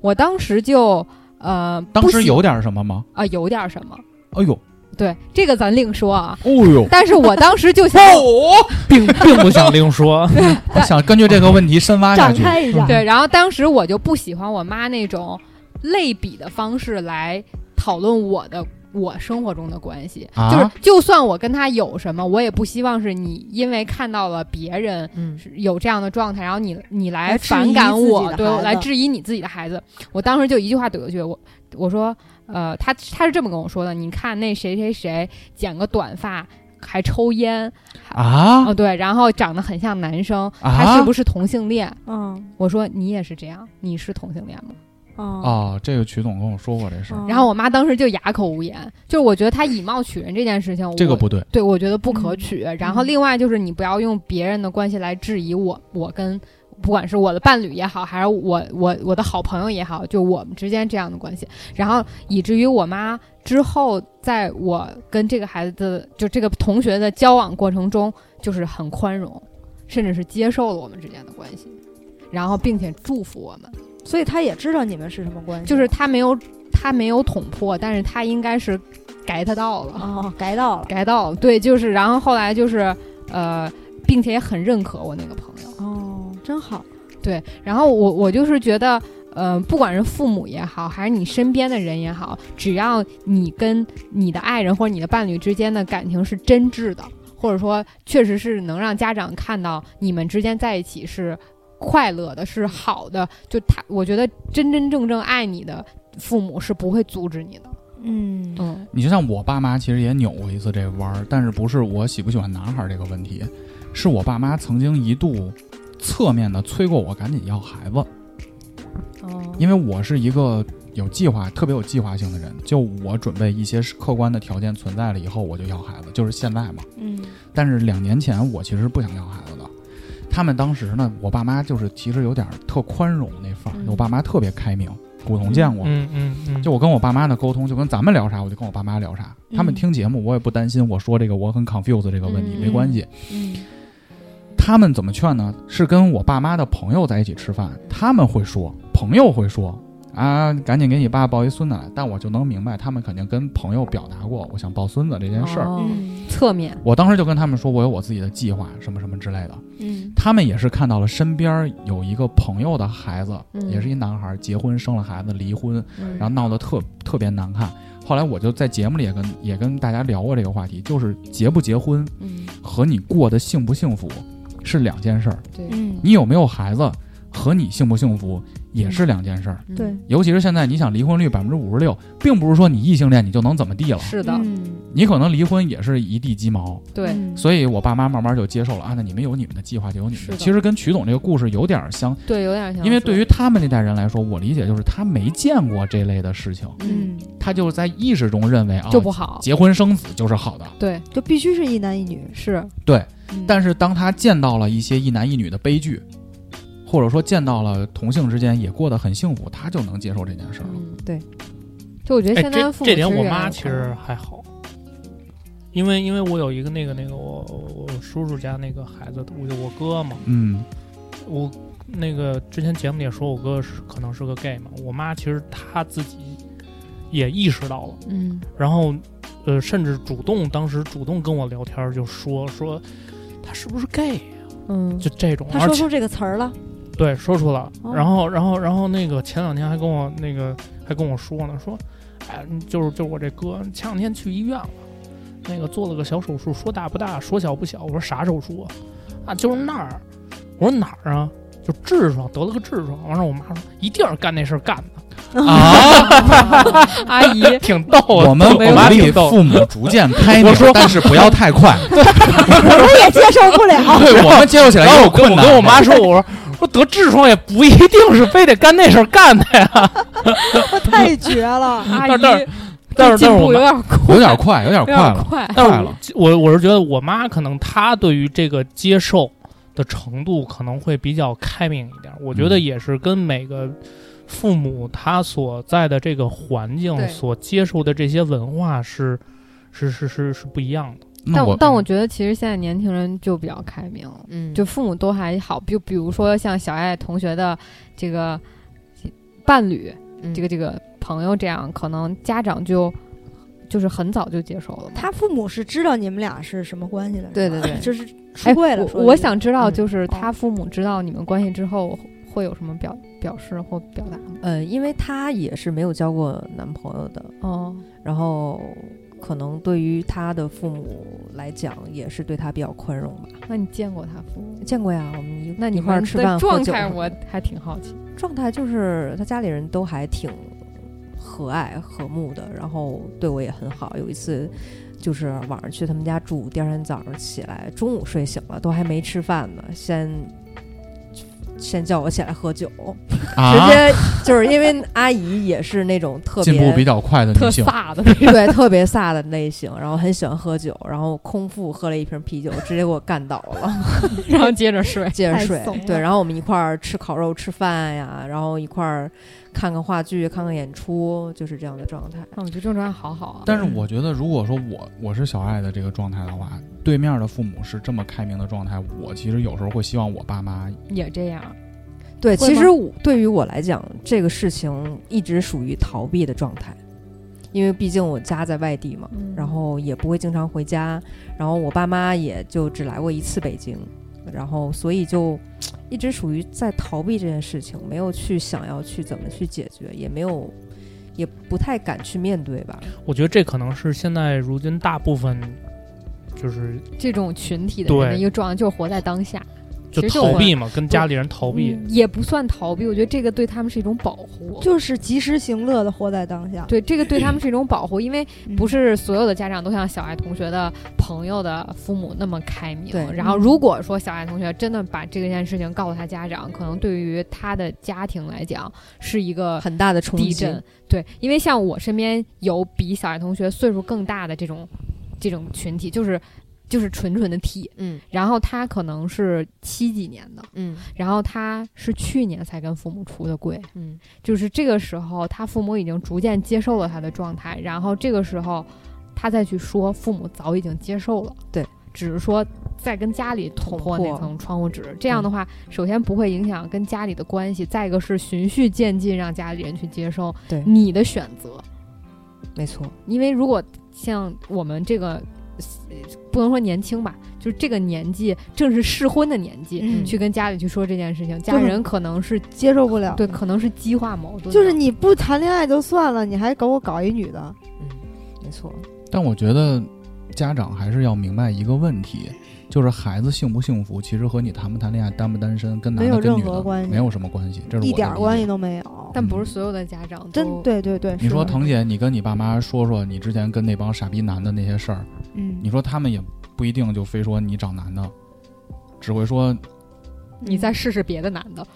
Speaker 6: 我当时就呃，
Speaker 3: 当
Speaker 6: 不
Speaker 3: 时
Speaker 6: 喜
Speaker 3: 有点什么吗？
Speaker 6: 啊、有点儿什么？
Speaker 3: 哎呦，
Speaker 6: 对，这个咱另说啊。
Speaker 3: 哦呦，，
Speaker 6: 但是我当时就想
Speaker 4: 并并不想另说，
Speaker 3: 我想根据这个问题深挖下
Speaker 5: 展
Speaker 3: 去。
Speaker 5: 开一下，
Speaker 6: 对，然后当时我就不喜欢我妈那种类比的方式来讨论我的我生活中的关系，
Speaker 3: 啊
Speaker 6: 就是就算我跟她有什么，我也不希望是你因为看到了别人
Speaker 7: 嗯，
Speaker 6: 是有这样的状态，然后你你来
Speaker 5: 来质
Speaker 6: 反
Speaker 5: 疑
Speaker 6: 感
Speaker 5: 自己
Speaker 6: 我，
Speaker 5: 的
Speaker 6: 对
Speaker 5: 孩，子
Speaker 6: 来质疑你自己的孩子。我当时就一句话怼过去，我我说。呃，他他是这么跟我说的，你看那谁谁谁剪个短发还抽烟，
Speaker 3: 啊
Speaker 6: 哦对，然后长得很像男生，他
Speaker 3: 啊
Speaker 6: 是不是同性恋？
Speaker 5: 嗯
Speaker 6: 我说你也是这样，你是同性恋吗？
Speaker 5: 哦
Speaker 3: 哦，这个曲总跟我说过这事儿，
Speaker 6: 然后我妈当时就哑口无言，就是我觉得她以貌取人这件事情，
Speaker 3: 这个
Speaker 6: 我
Speaker 3: 不对。
Speaker 6: 对我觉得不可取。然后另外就是你不要用别人的关系来质疑我，我跟不管是我的伴侣也好，还是我我我的好朋友也好，就我们之间这样的关系。然后以至于我妈之后在我跟这个孩子就这个同学的交往过程中，就是很宽容，甚至是接受了我们之间的关系，然后并且祝福我们。
Speaker 5: 所以他也知道你们是什么关系，
Speaker 6: 就是他没有他没有捅破，但是他应该是 get 到了
Speaker 5: 哦，改到了
Speaker 6: get 到了，对，就是然后后来就是呃，并且也很认可我那个朋友，
Speaker 5: 哦，真好，
Speaker 6: 对，然后我我就是觉得。呃，不管是父母也好，还是你身边的人也好，只要你跟你的爱人或者你的伴侣之间的感情是真挚的，或者说确实是能让家长看到你们之间在一起是快乐的、是好的，就他，我觉得真真正正爱你的父母是不会阻止你的。
Speaker 5: 嗯
Speaker 6: 嗯，
Speaker 3: 你就像我爸妈，其实也扭过一次这弯儿，但是不是我喜不喜欢男孩儿这个问题，是我爸妈曾经一度侧面的催过我赶紧要孩子，
Speaker 6: 哦
Speaker 3: 因为我是一个有计划、特别有计划性的人，就我准备一些客观的条件存在了以后，我就要孩子，就是现在嘛。
Speaker 5: 嗯
Speaker 3: 但是两年前我其实不想要孩子的，他们当时呢，我爸妈就是其实有点儿特宽容那范儿，
Speaker 6: 嗯
Speaker 3: 我爸妈特别开明，古潼见过，
Speaker 4: 嗯嗯嗯，
Speaker 3: 就我跟我爸妈的沟通，就跟咱们聊啥，我就跟我爸妈聊啥。他们
Speaker 5: 嗯
Speaker 3: 听节目，我也不担心我说这个我很 confuse 这个问题，没关系。
Speaker 5: 嗯
Speaker 3: 他们怎么劝呢？是跟我爸妈的朋友在一起吃饭，他们会说，朋友会说啊，赶紧给你爸抱一孙子来。但我就能明白，他们肯定跟朋友表达过我想抱孙子这件事儿。
Speaker 5: 嗯
Speaker 6: 侧面，
Speaker 3: 我当时就跟他们说，我有我自己的计划，什么什么之类的。
Speaker 5: 嗯
Speaker 3: 他们也是看到了身边有一个朋友的孩子，
Speaker 6: 嗯
Speaker 3: 也是一男孩，结婚生了孩子，离婚，
Speaker 6: 然
Speaker 3: 然后闹得特特别难看。后来我就在节目里也跟也跟大家聊过这个话题，就是结不结婚
Speaker 6: 嗯，
Speaker 3: 和你过得幸不幸福是两件事儿，
Speaker 6: 对
Speaker 5: 嗯，
Speaker 3: 你有没有孩子和你幸不幸福也是两件事
Speaker 6: 嗯
Speaker 3: 儿。
Speaker 5: 对，
Speaker 3: 尤其是现在，你想离婚率百分之五十六，并不是说你异性恋你就能怎么地了，
Speaker 6: 是的，
Speaker 5: 嗯
Speaker 3: 你可能离婚也是一地鸡毛。
Speaker 6: 对，
Speaker 5: 嗯
Speaker 3: 所以我爸妈慢慢就接受了啊，那你们有你们的计划就有你们
Speaker 6: 是的
Speaker 3: 其实跟曲总这个故事有点相，
Speaker 6: 对，有点像是，
Speaker 3: 因为对于他们那代人来说，我理解就是他没见过这类的事情，
Speaker 6: 嗯
Speaker 5: 嗯，
Speaker 3: 他就是在意识中认为啊，
Speaker 6: 就不好，
Speaker 3: 结婚生子就是好的。
Speaker 6: 对，
Speaker 5: 就必须是一男一女，
Speaker 6: 是，
Speaker 3: 对
Speaker 6: 嗯，
Speaker 3: 但是当他见到了一些一男一女的悲剧，或者说见到了同性之间也过得很幸福，他就能接受这件事儿了。
Speaker 6: 嗯
Speaker 8: 对，
Speaker 6: 就我觉得
Speaker 4: 哎，
Speaker 6: 现在
Speaker 4: 这
Speaker 6: 的父母
Speaker 4: 这点我
Speaker 6: 也
Speaker 4: 妈
Speaker 6: 有
Speaker 4: 其
Speaker 6: 看
Speaker 4: 实还好，因为因为我有一个那个那个我我我叔叔家那个孩子，我就我哥嘛，
Speaker 3: 嗯，
Speaker 4: 我那个之前节目里也说我哥是可能是个 gay 嘛，我妈其实她自己也意识到了，
Speaker 6: 嗯
Speaker 4: 然后呃甚至主动当时主动跟我聊天儿就说说他是不是 gay
Speaker 6: 嗯
Speaker 4: 就这种，
Speaker 5: 他
Speaker 4: 而
Speaker 5: 说
Speaker 4: 且
Speaker 5: 出这个词儿了，
Speaker 4: 对说出了，
Speaker 5: 哦
Speaker 4: 然后然后然后那个前两天还跟我那个还跟我说呢说，哎就是就是我这哥前两天去医院了，那个做了个小手术，说大不大，说小不小，我说啥手术啊？啊就是那儿，我说哪儿啊？就痔疮得了个痔疮，完事儿我妈说一定是干那事儿干的，
Speaker 6: 啊
Speaker 4: 啊
Speaker 6: 阿 姨，
Speaker 4: 挺逗的。
Speaker 3: 我们鼓
Speaker 4: 我妈
Speaker 3: 励
Speaker 4: 挺逗的。
Speaker 3: 父母逐渐 开明
Speaker 4: 我说，
Speaker 3: 但是不要太快，
Speaker 5: 我也接受不了，
Speaker 3: 对我们接受起来
Speaker 4: 然
Speaker 3: 也
Speaker 4: 后
Speaker 3: 有
Speaker 4: 我跟
Speaker 3: 困
Speaker 4: 我
Speaker 3: 难。
Speaker 4: 跟我妈说，我说我得痔疮也不一定是非得干那事儿干的呀。
Speaker 5: 太绝了，
Speaker 6: 阿
Speaker 4: 但
Speaker 6: 姨，
Speaker 4: 但但是
Speaker 6: 进
Speaker 4: 但是
Speaker 6: 步
Speaker 4: 我
Speaker 6: 有
Speaker 4: 妈，
Speaker 6: 点儿快，
Speaker 3: 有点
Speaker 6: 有
Speaker 3: 快，有点快
Speaker 6: 点儿
Speaker 3: 了，
Speaker 6: 快，
Speaker 4: 但
Speaker 3: 快
Speaker 4: 是
Speaker 3: 了
Speaker 4: 我我我是觉得我妈可能她对于这个接受的程度可能会比较开明一点儿。我觉得
Speaker 3: 嗯
Speaker 4: 也是跟每个父母他所在的这个环境
Speaker 6: 对
Speaker 4: 所接受的这些文化是是是是是不一样的。
Speaker 3: 那
Speaker 6: 但
Speaker 3: 我
Speaker 6: 但我觉得其实现在年轻人就比较开明，
Speaker 7: 嗯，
Speaker 6: 就父母都还好，就比如说像小爱同学的这个伴侣，
Speaker 7: 嗯
Speaker 6: 这个这个朋友这样，可能家长就就是很早就接受了嘛。
Speaker 5: 他父母是知道你们俩是什么关系的，是吧
Speaker 6: 对对对
Speaker 5: 就是出柜了，
Speaker 6: 哎我
Speaker 5: 说
Speaker 6: 我
Speaker 5: 一句
Speaker 6: 想知道，
Speaker 7: 嗯
Speaker 6: 就是他父母知道你们关系之后，会有什么表表示或表达吗？
Speaker 8: 呃，因为她也是没有交过男朋友的，
Speaker 6: 哦，
Speaker 8: 然后可能对于她的父母来讲，也是对她比较宽容吧。
Speaker 6: 那你见过他父母？
Speaker 8: 见过呀，我们一
Speaker 6: 那
Speaker 8: 一
Speaker 6: 你
Speaker 8: 块儿
Speaker 6: 们
Speaker 8: 吃
Speaker 6: 的
Speaker 8: 饭喝
Speaker 6: 状
Speaker 8: 酒
Speaker 6: 态
Speaker 8: 什么
Speaker 6: 我
Speaker 8: 的
Speaker 6: 还挺好奇。
Speaker 8: 状态就是她家里人都还挺和和蔼和睦的，然后对我也很好。有一次就是晚上去他们家住，第二天早上起来，中午睡醒了，都还没吃饭呢，先先叫我起来喝酒，直
Speaker 3: 啊，
Speaker 8: 接就是因为阿姨也是那种特
Speaker 3: 进步比
Speaker 8: 别。
Speaker 3: 较快的
Speaker 6: 特
Speaker 3: 女性，
Speaker 6: 飒的，
Speaker 8: 对，特别飒的类型，然后很喜欢喝酒，然后空腹喝了一瓶啤酒，直接给我干倒了。
Speaker 6: 然后接着睡。
Speaker 8: 接着
Speaker 5: 太
Speaker 8: 睡
Speaker 5: 怂了。
Speaker 8: 对，然后我们一块儿吃烤肉、吃饭呀，然后一块儿看看话剧、看看演出，就是这样的状态。
Speaker 6: 我觉得这种状态好好啊。
Speaker 3: 但是我觉得，如果说我我是小爱的这个状态的话，对面的父母是这么开明的状态，我其实有时候会希望我爸妈
Speaker 6: 也这样，
Speaker 8: 对，
Speaker 6: 会
Speaker 8: 其
Speaker 6: 吗
Speaker 8: 实我对于我来讲，这个事情一直属于逃避的状态，因为毕竟我家在外地嘛，
Speaker 6: 嗯
Speaker 8: 然后也不会经常回家，然后我爸妈也就只来过一次北京，然后所以就一直属于在逃避这件事情，没有去想要去怎么去解决，也没有。也不太敢去面对吧，
Speaker 4: 我觉得这可能是现在如今大部分就是
Speaker 6: 这种群体的人的
Speaker 4: 对
Speaker 6: 一个状态，就是活在当下，
Speaker 4: 就
Speaker 6: 其实
Speaker 4: 逃避嘛，跟家里人逃避。
Speaker 6: 嗯也不算逃避。我觉得这个对他们是一种保护，
Speaker 5: 就是及时行乐的活在当下，
Speaker 6: 对这个对他们是一种保护，因为
Speaker 5: 嗯
Speaker 6: 不是所有的家长都像小爱同学的朋友的父母那么开明。
Speaker 8: 对嗯
Speaker 6: 然后如果说小爱同学真的把这件事情告诉他家长，可能对于他的家庭来讲是一个
Speaker 8: 很大的冲
Speaker 6: 呃地
Speaker 8: 击。
Speaker 6: 震。对，因为像我身边有比小爱同学岁数更大的这种这种群体，就是就是纯纯的 T，
Speaker 8: 嗯
Speaker 6: 然后他可能是七几年的，
Speaker 8: 嗯
Speaker 6: 然后他是去年才跟父母出的柜，
Speaker 8: 嗯
Speaker 6: 就是这个时候他父母已经逐渐接受了他的状态，然后这个时候他再去说，父母早已经接受了，
Speaker 8: 对，
Speaker 6: 只是说在跟家里捅
Speaker 8: 捅
Speaker 6: 破
Speaker 8: 破
Speaker 6: 那层窗户纸，这样的话，
Speaker 8: 嗯
Speaker 6: 首先不会影响跟家里的关系，再一个是循序渐进让家里人去接受
Speaker 8: 对
Speaker 6: 你的选择，
Speaker 8: 没错，
Speaker 6: 因为如果像我们这个。呃不能说年轻吧，就是这个年纪，正是适婚的年纪，
Speaker 5: 嗯
Speaker 6: 去跟家里去说这件事情，家
Speaker 5: 就是
Speaker 6: 人可能是
Speaker 5: 接受不了。
Speaker 6: 对，可能是激化矛盾的，
Speaker 5: 就是你不谈恋爱就算了，你还给我搞一女的，
Speaker 8: 嗯，没错，，
Speaker 3: 但我觉得家长还是要明白一个问题，就是孩子幸不幸福，其实和你谈不谈恋爱、单不单身，跟男
Speaker 5: 没
Speaker 3: 的
Speaker 5: 有
Speaker 3: 跟
Speaker 5: 任
Speaker 3: 女
Speaker 5: 何
Speaker 3: 的
Speaker 5: 关系
Speaker 3: 没有什么关系，这是我
Speaker 5: 一点儿
Speaker 3: 的理
Speaker 5: 关系
Speaker 3: 解。
Speaker 5: 都没有。
Speaker 6: 但不是所有的家长
Speaker 5: 真
Speaker 6: 都。
Speaker 5: 对对对，
Speaker 3: 你
Speaker 5: 是
Speaker 3: 说
Speaker 5: 的
Speaker 3: 腾姐，你跟你爸妈说说你之前跟那帮傻逼男的那些事儿，
Speaker 5: 嗯，
Speaker 3: 你说他们也不一定就非说你找男的，只会说
Speaker 6: 你
Speaker 5: 嗯
Speaker 6: 再试试别的男的，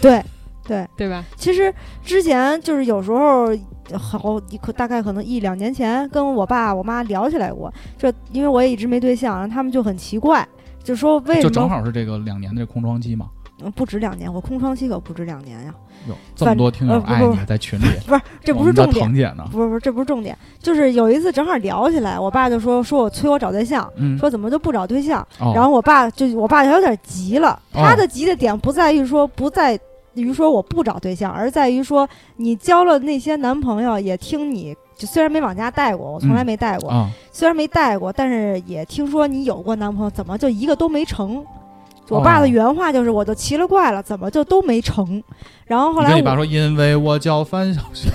Speaker 5: 对对，
Speaker 6: 对吧？
Speaker 5: 其实之前就是有时候好，可大概可能一两年前跟我爸我妈聊起来过，这因为我也一直没对象，然后他们就很奇怪，就说为
Speaker 3: 就
Speaker 5: 什
Speaker 3: 正
Speaker 5: 么
Speaker 3: 好是这个两年的这空窗期嘛，
Speaker 5: 嗯不止两年，我空窗期可不止两年呀、
Speaker 3: 有这么多听友
Speaker 5: 呃不
Speaker 3: 爱
Speaker 5: 不
Speaker 3: 你在群里，
Speaker 5: 不是， 这
Speaker 3: 我
Speaker 5: 不是
Speaker 3: 们的
Speaker 5: 重点
Speaker 3: 腾，姐呢，
Speaker 5: 不是不是，这不是重点，就是有一次正好聊起来，我爸就说说我催我找对象，
Speaker 3: 嗯，
Speaker 5: 说怎么就不找对象，
Speaker 3: 哦
Speaker 5: 然后我爸就我爸有点急了，
Speaker 3: 哦
Speaker 5: 他的急的点不在于说不在于说我不找对象，而在于说你交了那些男朋友也听你，就虽然没往家带过，我从来没带过，
Speaker 3: 啊，
Speaker 5: 虽然没带过，但是也听说你有过男朋友，怎么就一个都没成？我
Speaker 3: 哦
Speaker 5: 爸的原话就是，我就奇了怪了，怎么就都没成？然后后
Speaker 3: 你
Speaker 5: 来
Speaker 3: 跟
Speaker 5: 我
Speaker 3: 你爸说，因为我叫范晓萱，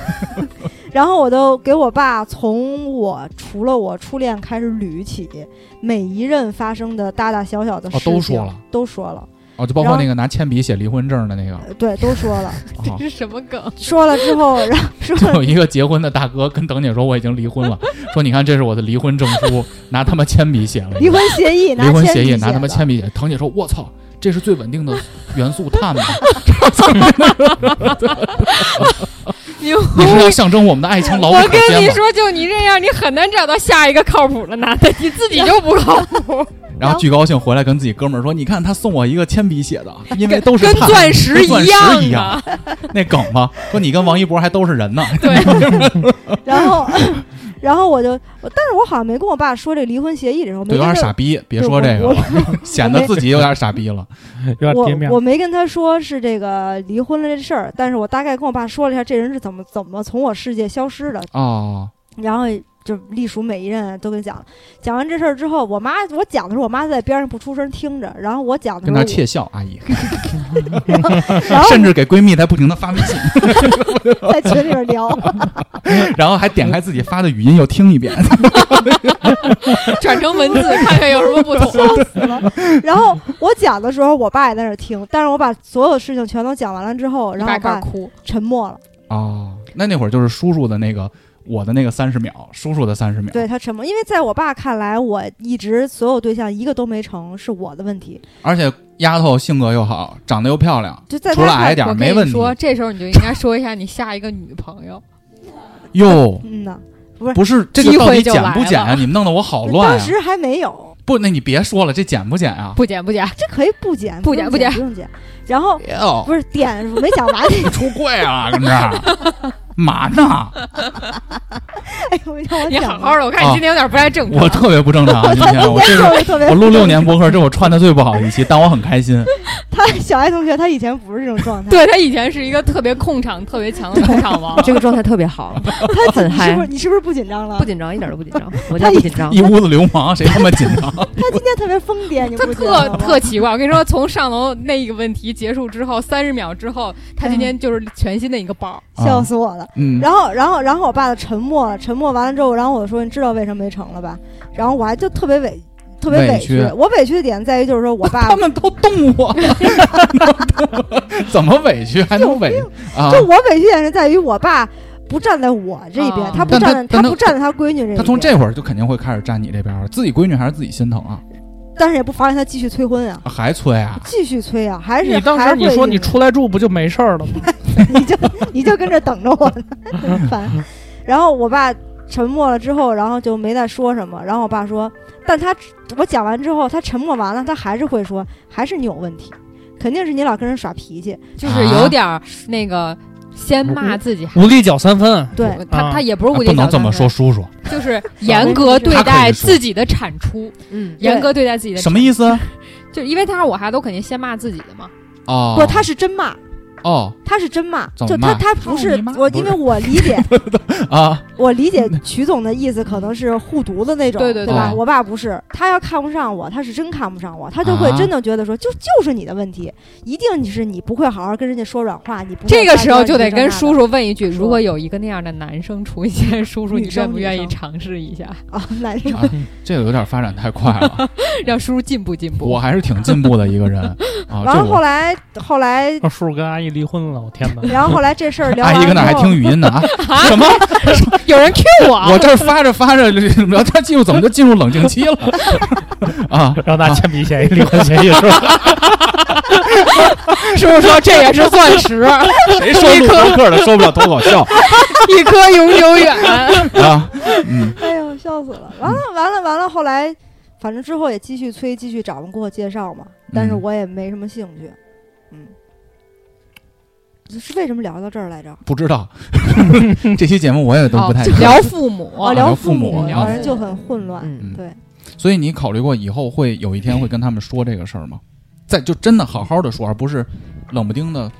Speaker 5: 然后我都给我爸从我除了我初恋开始捋起，每一任发生的大大小小的
Speaker 3: 哦
Speaker 5: 事情、
Speaker 3: 都说了，
Speaker 5: 都说了，
Speaker 3: 哦，就包
Speaker 5: 然
Speaker 3: 括
Speaker 5: 后
Speaker 3: 那个拿铅笔写离婚证的那个，
Speaker 5: 呃对，都说了，
Speaker 3: 啊
Speaker 6: 这是什么梗？
Speaker 5: 说了之后，然后说
Speaker 3: 就
Speaker 5: 了
Speaker 3: 有一个结婚的大哥跟等姐说我已经 离婚了，说你看这是我的离婚证书， 拿他妈铅笔写了一
Speaker 5: 离
Speaker 3: 个，
Speaker 5: 婚协议，
Speaker 3: 离
Speaker 5: 拿
Speaker 3: 婚
Speaker 5: 铅
Speaker 3: 协
Speaker 5: 笔
Speaker 3: 议拿他妈
Speaker 5: 的
Speaker 3: 铅笔写，腾姐说我操，这是最稳定的元素 碳嘛，
Speaker 6: 你
Speaker 3: 你是要象征我们的爱情牢不
Speaker 6: 我
Speaker 3: 可
Speaker 6: 跟
Speaker 3: 坚
Speaker 6: 你
Speaker 3: 吗？
Speaker 6: 说，就你这样，你很难找到下一个靠谱的男的，你自己 就不靠谱，
Speaker 3: 然后巨高兴回来跟自己哥们儿说，你看他送我一个铅笔写的，因为都是
Speaker 6: 跟
Speaker 3: 碳
Speaker 6: 钻石
Speaker 3: 跟钻
Speaker 6: 一
Speaker 3: 石
Speaker 6: 样
Speaker 3: 一样，
Speaker 6: 啊！
Speaker 3: 那梗嘛，说你跟王一博还都是人呢，
Speaker 6: 对，
Speaker 5: 然后 然后我就，我但是我好像没跟我爸说这离婚协议的时候，没
Speaker 3: 对，有
Speaker 5: 跟
Speaker 3: 点
Speaker 5: 他
Speaker 3: 傻逼，别说这个
Speaker 5: 我
Speaker 3: 了，显得自己有点傻逼了。
Speaker 4: 哎有点跌面
Speaker 5: 我我没跟他说是这个离婚了这事儿，但是我大概跟我爸说了一下这人是怎么怎么从我世界消失的，
Speaker 3: 哦，
Speaker 5: 然后就隶属每一任都跟讲了。讲完这事儿之后，我妈我讲的时候，我妈在边上不出声听着，然后我讲的时
Speaker 3: 跟
Speaker 5: 候
Speaker 3: 那
Speaker 5: 我，
Speaker 3: 儿窃笑，阿姨，
Speaker 5: 然后
Speaker 3: 甚至给闺蜜还不停的发微信，
Speaker 5: 在群里边聊，
Speaker 3: 然后还点开自己发的语音又听一遍。
Speaker 6: 转成文字看看有什么不 同。
Speaker 5: 笑死了。然后我讲的时候，我爸也在那儿听，但是我把所有事情全都讲完了之后，然后我
Speaker 6: 开
Speaker 5: 爸
Speaker 6: 始哭，
Speaker 5: 沉默了。
Speaker 3: 哦，那那会儿就是叔叔的那个我的那个三十秒，叔叔的三十秒。
Speaker 5: 对他沉默，因为在我爸看来，我一直所有对象一个都没成，是我的问题。
Speaker 3: 而且丫头性格又好，长得又漂亮，
Speaker 5: 就在
Speaker 3: 除
Speaker 5: 他
Speaker 3: 了
Speaker 5: 看
Speaker 3: 矮一点
Speaker 6: 我
Speaker 3: 儿
Speaker 6: 跟
Speaker 3: 没问
Speaker 6: 你
Speaker 3: 题。
Speaker 6: 说，这时候你就应该说一下你下一个女朋友。
Speaker 3: 哟，
Speaker 5: 嗯呐，
Speaker 3: 不是这个
Speaker 6: 机
Speaker 3: 到
Speaker 6: 会
Speaker 3: 底
Speaker 6: 就
Speaker 3: 剪不
Speaker 6: 来
Speaker 3: 剪啊？
Speaker 6: 了
Speaker 3: 你们弄得我好乱
Speaker 5: 当
Speaker 3: 啊！
Speaker 5: 时还没有，
Speaker 3: 不，那你别说了，这剪不剪啊？
Speaker 6: 不剪不剪，
Speaker 5: 这可以不剪，
Speaker 6: 不
Speaker 5: 剪
Speaker 6: 剪
Speaker 5: 不
Speaker 6: 不
Speaker 5: 用
Speaker 6: 剪
Speaker 5: 不用剪。然后
Speaker 3: 哟，
Speaker 5: 不是点我没讲 完，
Speaker 3: 你出柜啊，跟这儿嘛呢？
Speaker 5: 哎呦，让我
Speaker 6: 你
Speaker 5: 讲完
Speaker 6: 好好的，我看你今天有点不太正常。
Speaker 3: 啊我特别不正 常啊，今天我这是
Speaker 5: 特别特别
Speaker 3: 我录六年博客，这是我穿的最不好的一期，但我很开心。
Speaker 5: 他小爱同学，他以前不是这种状态。
Speaker 6: 对他以前是一个特别控场特别强的控场王
Speaker 8: 这个状态特别好，很
Speaker 5: 你是不是
Speaker 8: 嗨，
Speaker 5: 你是不是不紧张了？
Speaker 8: 不紧张，一点都不紧张，我就不紧张。
Speaker 3: 一屋子流氓，谁他妈紧张？
Speaker 5: 他今天特别疯 癫，你
Speaker 6: 他
Speaker 5: 不觉
Speaker 6: 特
Speaker 5: 得吗
Speaker 6: 特奇怪。我跟你说，从上楼那个问题结束之后，三十秒之后，他今天就是全新的一个爆。
Speaker 3: 啊
Speaker 5: 笑死我了。
Speaker 3: 嗯，
Speaker 5: 然后，然后，然后我爸就沉默了，沉默完了之后，然后我说：“你知道为什么没成了吧？”然后我还就特别委，特别委屈
Speaker 3: 委屈。
Speaker 5: 我委屈的点在于，就是说我 爸
Speaker 3: 他，们都动我， 怎么委屈还能委啊？
Speaker 5: 就我委屈点是在于我爸不站在我这边，
Speaker 6: 啊
Speaker 5: 他不
Speaker 3: 但他
Speaker 5: 站在，
Speaker 3: 但他
Speaker 5: 不站在他闺女这一边，
Speaker 3: 他从这会儿就肯定会开始站你这边儿，自己闺女还是自己心疼啊，
Speaker 5: 但是也不妨碍他继续催婚啊，
Speaker 3: 啊还催啊？
Speaker 5: 继续催啊，还是
Speaker 4: 你当
Speaker 5: 还
Speaker 4: 时
Speaker 5: 会
Speaker 4: 你说
Speaker 5: 这
Speaker 4: 你
Speaker 5: 种
Speaker 4: 出来住不就没事儿了吗？
Speaker 5: 你就你就跟这等着我呢，真烦。然后我爸沉默了之后，然后就没再说什么。然后我爸说，但他我讲完之后，他沉默完了，他还是会说，还是你有问题，肯定是你老跟人耍脾气。
Speaker 6: 就是
Speaker 3: 啊
Speaker 6: 有点儿那个先骂自己。
Speaker 4: 无力搅三分，啊
Speaker 5: 对，
Speaker 6: 他他也不是无
Speaker 3: 啊
Speaker 6: 理
Speaker 3: 不
Speaker 6: 小
Speaker 3: 能这
Speaker 6: 三
Speaker 3: 么
Speaker 6: 分
Speaker 3: 说，，叔叔，
Speaker 6: 就是严格对
Speaker 3: 他可
Speaker 6: 待
Speaker 3: 以说
Speaker 6: 自己的产出，
Speaker 8: 嗯，
Speaker 6: 严格对待自己的
Speaker 3: 什么意思？
Speaker 6: 思？就因为他是我孩子，都肯定先骂自己的嘛。
Speaker 3: 哦，
Speaker 5: 不，他是真骂，
Speaker 3: 哦
Speaker 5: 他是真骂，
Speaker 3: 怎么
Speaker 5: 就他
Speaker 3: 骂
Speaker 5: 他不
Speaker 3: 操
Speaker 5: 是
Speaker 3: 你妈
Speaker 5: 我，
Speaker 3: 不是
Speaker 5: 因为我理解
Speaker 3: 啊，
Speaker 5: 我理解曲总的意思可能是护犊子那种，
Speaker 6: 对对
Speaker 5: 对吧？
Speaker 3: 对
Speaker 5: 我爸不是，他要看不上我，他是真看不上我，他就会
Speaker 3: 啊
Speaker 5: 真的觉得说，就就是你的问题，一定你是你不会好好跟人家说软话，你不会
Speaker 6: 这个时候
Speaker 5: 就
Speaker 6: 就得跟叔
Speaker 5: 叔
Speaker 6: 叔问一句：
Speaker 5: 说
Speaker 6: 如果有一个那样的男生出现，叔叔
Speaker 5: 女
Speaker 6: 你
Speaker 5: 生
Speaker 6: 愿不
Speaker 5: 女
Speaker 6: 愿意
Speaker 5: 生
Speaker 6: 尝试一下，
Speaker 5: 啊，
Speaker 3: 哦
Speaker 5: 难受。
Speaker 3: 这个有点发展太快了，
Speaker 6: 让叔叔进步进步？
Speaker 3: 我还是挺进步的一个人啊。
Speaker 5: 然
Speaker 3: 这
Speaker 5: 后后
Speaker 3: 我
Speaker 5: 来后来，
Speaker 4: 让叔叔跟阿姨离婚了，我天哪！
Speaker 5: 然后后来这事儿聊
Speaker 3: 阿
Speaker 5: 完
Speaker 3: 姨
Speaker 5: 了
Speaker 3: 搁那儿还
Speaker 5: 之后
Speaker 3: 听语音呢啊？什么？
Speaker 6: 有人 Q 我，啊
Speaker 3: 我这儿发着发着，聊天记录怎么就进入冷静期了啊？
Speaker 4: 让他铅笔写一离婚协议书，
Speaker 6: 叔叔说这也是钻石，
Speaker 3: 谁说录播客的说不了脱口秀
Speaker 6: 一颗永久远。
Speaker 3: 啊？嗯，
Speaker 5: 哎呦，笑死了！完了，完了，完了！后来，反正之后也继续催，继续找人给我介绍嘛，但是
Speaker 3: 嗯
Speaker 5: 我也没什么兴趣。嗯，是为什么聊到这儿来着？
Speaker 3: 不知道 这期节目我也 都不太
Speaker 6: 哦
Speaker 3: 清楚
Speaker 6: 聊父母，
Speaker 5: 哦，
Speaker 3: 聊
Speaker 5: 父
Speaker 3: 父母
Speaker 5: 母，
Speaker 3: 聊
Speaker 5: 反正
Speaker 6: 父
Speaker 5: 就
Speaker 6: 母
Speaker 5: 很混乱。
Speaker 8: 嗯
Speaker 3: 嗯
Speaker 5: 对，
Speaker 3: 所以你考虑过以后会有一天会跟他们说这个事儿吗？在就真的好好的说，而不是冷不丁的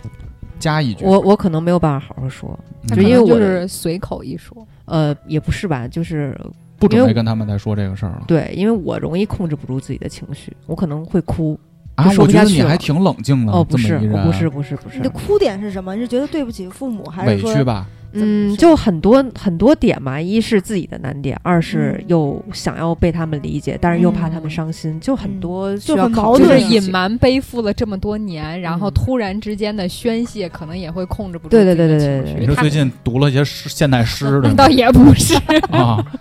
Speaker 3: 加一句。
Speaker 8: 我我可能没有办法好好说，
Speaker 6: 他
Speaker 8: 就
Speaker 6: 可
Speaker 8: 因为
Speaker 6: 能
Speaker 8: 我
Speaker 6: 啊就是随口一说，
Speaker 8: 呃，也不是吧，就是
Speaker 3: 不准
Speaker 8: 因为
Speaker 3: 备跟他们再说这个事儿了
Speaker 8: 对，因为我容易控制不住自己的情绪，我可能会哭。
Speaker 3: 啊
Speaker 8: 就！说
Speaker 3: 我
Speaker 8: 不
Speaker 3: 觉
Speaker 8: 下
Speaker 3: 得
Speaker 8: 去
Speaker 3: 你
Speaker 8: 了
Speaker 3: 还挺冷
Speaker 6: 啊
Speaker 3: 静的，
Speaker 8: 哦，不
Speaker 3: 这么
Speaker 8: 是，
Speaker 3: 一
Speaker 8: 我
Speaker 3: 人
Speaker 8: 不是，不是，不
Speaker 5: 你的
Speaker 8: 是，
Speaker 5: 哭点是什么？你是觉得对不起父母，还
Speaker 3: 委
Speaker 5: 是说
Speaker 3: 屈吧？
Speaker 5: 怎么
Speaker 8: 嗯，
Speaker 5: 是
Speaker 8: 就很多很多点嘛，一是自己的难点，二是又想要被他们理解，但是又怕他们
Speaker 6: 嗯
Speaker 8: 伤心，就很
Speaker 5: 嗯
Speaker 8: 多需
Speaker 5: 就
Speaker 8: 要
Speaker 5: 很
Speaker 8: 考
Speaker 5: 矛
Speaker 8: 虑
Speaker 6: 就
Speaker 8: 的
Speaker 6: 是
Speaker 5: 盾
Speaker 8: 事
Speaker 6: 隐
Speaker 8: 情。
Speaker 6: 瞒背负了这么多年，然后
Speaker 8: 嗯
Speaker 6: 突然之间的宣泄，可能也会控制不住
Speaker 8: 对
Speaker 6: 自己
Speaker 8: 对
Speaker 6: 的
Speaker 8: 对
Speaker 6: 情
Speaker 8: 对对
Speaker 6: 绪。
Speaker 8: 对
Speaker 3: 你是
Speaker 6: 他
Speaker 3: 最近读了一些诗现代诗的
Speaker 6: 嗯 倒
Speaker 3: 吗
Speaker 6: 也不是，
Speaker 3: 啊？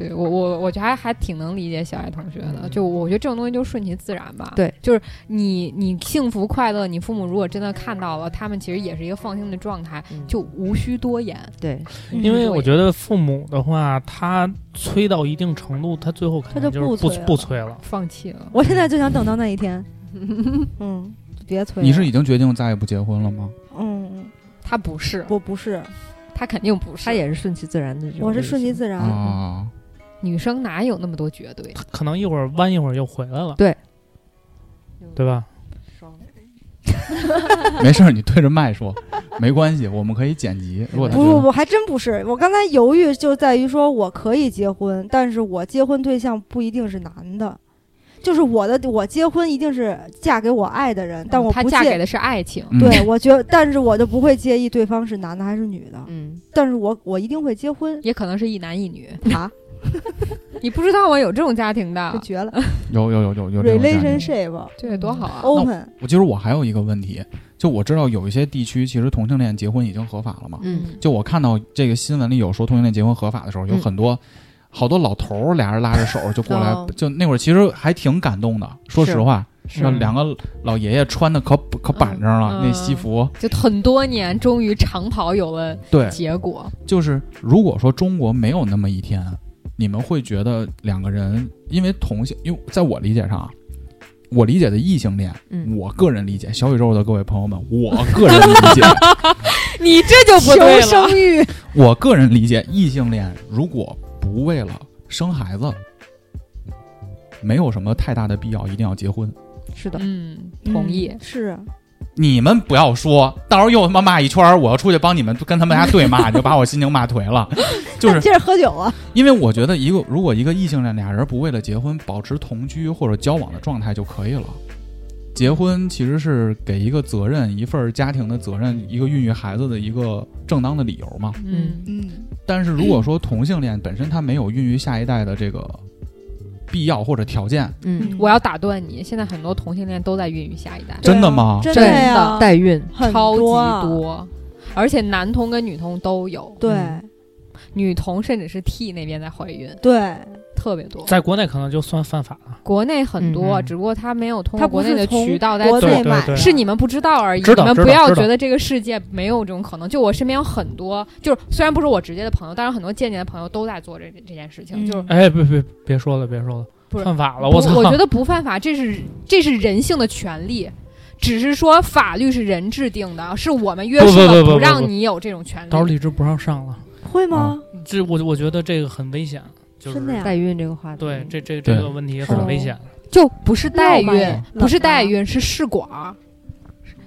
Speaker 6: 对我我我觉得还还挺能理解小爱同学
Speaker 4: 嗯
Speaker 6: 的，就我觉得这种东西就顺其自然吧。
Speaker 8: 对，
Speaker 6: 就是你你幸福快乐，你父母如果真的看到了，他们其实也是一个放心的状态，
Speaker 8: 嗯
Speaker 6: 就无需多言。
Speaker 8: 对，
Speaker 4: 嗯因为我觉得父母的话，他催到一定程度，他最后肯定
Speaker 5: 他就是
Speaker 4: 不
Speaker 5: 不催了
Speaker 4: 不催了。
Speaker 6: 放弃了，
Speaker 5: 我现在就想等到那一天。 嗯，别催了。
Speaker 3: 你是已经决定再也不结婚了吗？
Speaker 5: 嗯，
Speaker 6: 他不是，
Speaker 5: 我不是，
Speaker 6: 他肯定不是。
Speaker 8: 他也是顺其自然的这种
Speaker 5: 我是
Speaker 8: 类
Speaker 5: 顺其
Speaker 8: 型
Speaker 5: 自然。
Speaker 3: 啊，
Speaker 6: 女生哪有那么多绝对？
Speaker 4: 他可能一会儿弯，一会儿又回来了。
Speaker 8: 对，
Speaker 4: 对吧？
Speaker 3: 没事儿，你对着麦说，没关系，我们可以剪辑。如果他
Speaker 5: 不
Speaker 3: 觉
Speaker 5: 不
Speaker 3: 得
Speaker 5: 不，还真不是。我刚才犹豫就在于说，我可以结婚，但是我结婚对象不一定是男的，就是我的我结婚一定是嫁给我爱的人，但我
Speaker 6: 她
Speaker 5: 不
Speaker 6: 哦嗯嫁给
Speaker 5: 介。
Speaker 6: 的是爱情，
Speaker 3: 嗯
Speaker 5: 对，我觉得，但是我就不会介意对方是男的还是女的，
Speaker 8: 嗯，
Speaker 5: 但是我我一定会结 婚
Speaker 6: 也可能是一男一女。
Speaker 5: 啊，
Speaker 6: 你不知道吗？有这种家庭
Speaker 5: 就
Speaker 6: 的，
Speaker 5: 绝了
Speaker 3: 有有有有有这种感觉。
Speaker 6: 哦
Speaker 5: ，relationship
Speaker 6: 这多好啊！
Speaker 5: open，
Speaker 3: 我其实我还有一个问题，就我知道有一些地区其实同性恋结婚已经合法了嘛。
Speaker 7: 嗯，
Speaker 3: 就我看到这个新闻里有说同性恋结婚合法的时候，有
Speaker 7: 嗯
Speaker 3: 很多、好多老头儿俩人拉着手就过来，
Speaker 8: 哦
Speaker 3: 就那会儿其实还挺感动的。说实话，
Speaker 7: 是
Speaker 3: 那两个老爷爷穿的可可板正
Speaker 6: 嗯
Speaker 3: 了，那西服。
Speaker 6: 就很多年，终于长跑有了
Speaker 3: 对，
Speaker 6: 结果。
Speaker 3: 就是如果说中国没有那么一天，你们会觉得两个人因为同性，因为在我理解上啊，我理解的异性恋，
Speaker 7: 嗯
Speaker 3: 我个人理解小宇宙的各位朋友们，我个人理解，
Speaker 8: 你这就不对
Speaker 6: 求
Speaker 8: 了。
Speaker 6: 生欲，
Speaker 3: 我个人理解异性恋如果不为了生孩子，没有什么太大的必要一定要结婚。
Speaker 8: 是的，
Speaker 6: 嗯，同意
Speaker 5: 嗯。是
Speaker 3: 你们不要说，到时候又他妈骂一圈儿，我要出去帮你们跟他们家对骂，你就把我心情骂颓了。就是
Speaker 5: 接着喝酒啊，
Speaker 3: 因为我觉得一个如果一个异性恋俩人不为了结婚保持同居或者交往的状态就可以了。结婚其实是给一个责任，一份家庭的责任，一个孕育孩子的一个正当的理由嘛。
Speaker 6: 嗯，
Speaker 5: 嗯，
Speaker 3: 但是如果说同性恋本身它没有孕育下一代的这个必要或者条件，
Speaker 7: 嗯，
Speaker 6: 我要打断你，现在很多同性恋都在孕育下一代，
Speaker 5: 对啊
Speaker 3: 真的吗
Speaker 5: 真
Speaker 6: 真的
Speaker 5: 呀，
Speaker 8: 代孕
Speaker 5: 很
Speaker 6: 超级
Speaker 5: 啊，
Speaker 6: 多，而且男同跟女同都有，
Speaker 5: 对
Speaker 6: 嗯女同甚至是 T 那边在怀孕，
Speaker 5: 对，
Speaker 6: 特别多。
Speaker 4: 在国内可能就算犯法了。
Speaker 6: 国内很多，
Speaker 7: 嗯嗯
Speaker 6: 只不过他没有通
Speaker 5: 他不
Speaker 6: 过国
Speaker 5: 是
Speaker 6: 内的
Speaker 5: 从
Speaker 6: 渠道在
Speaker 5: 国
Speaker 6: 走
Speaker 5: 内
Speaker 4: 对
Speaker 5: 买
Speaker 4: 对对
Speaker 5: 的
Speaker 6: 是你们不知道而已，
Speaker 4: 知道
Speaker 6: 你们
Speaker 4: 知道
Speaker 6: 不要
Speaker 4: 知道
Speaker 6: 觉得这个世界没有这种可能。就我身边有很多，就是虽然不是我直接的朋友，但是很多间接的朋友都在做这这件事情，
Speaker 5: 嗯
Speaker 6: 就是
Speaker 4: 哎，别别别说了，别说了，
Speaker 6: 不是
Speaker 4: 犯法了，
Speaker 6: 不
Speaker 4: 操！
Speaker 6: 我觉得不犯法，这是这是人性的权利，只是说法律是人制定的，是我们约
Speaker 4: 不
Speaker 6: 束
Speaker 4: 不
Speaker 6: 了
Speaker 4: 不不
Speaker 6: 让
Speaker 4: 不
Speaker 6: 你有这种权利
Speaker 4: 到时。候荔枝不让上了，
Speaker 5: 会
Speaker 3: 嗯
Speaker 5: 吗？
Speaker 4: 这我我觉得这个很危险，就是
Speaker 5: 真的呀
Speaker 8: 代孕这个话题，
Speaker 4: 对这这
Speaker 3: 对
Speaker 4: 这个问题很危险。
Speaker 6: 就不是代
Speaker 5: 浪漫
Speaker 6: 孕
Speaker 5: 呀，
Speaker 6: 不是
Speaker 5: 浪漫
Speaker 6: 代孕，是试管儿，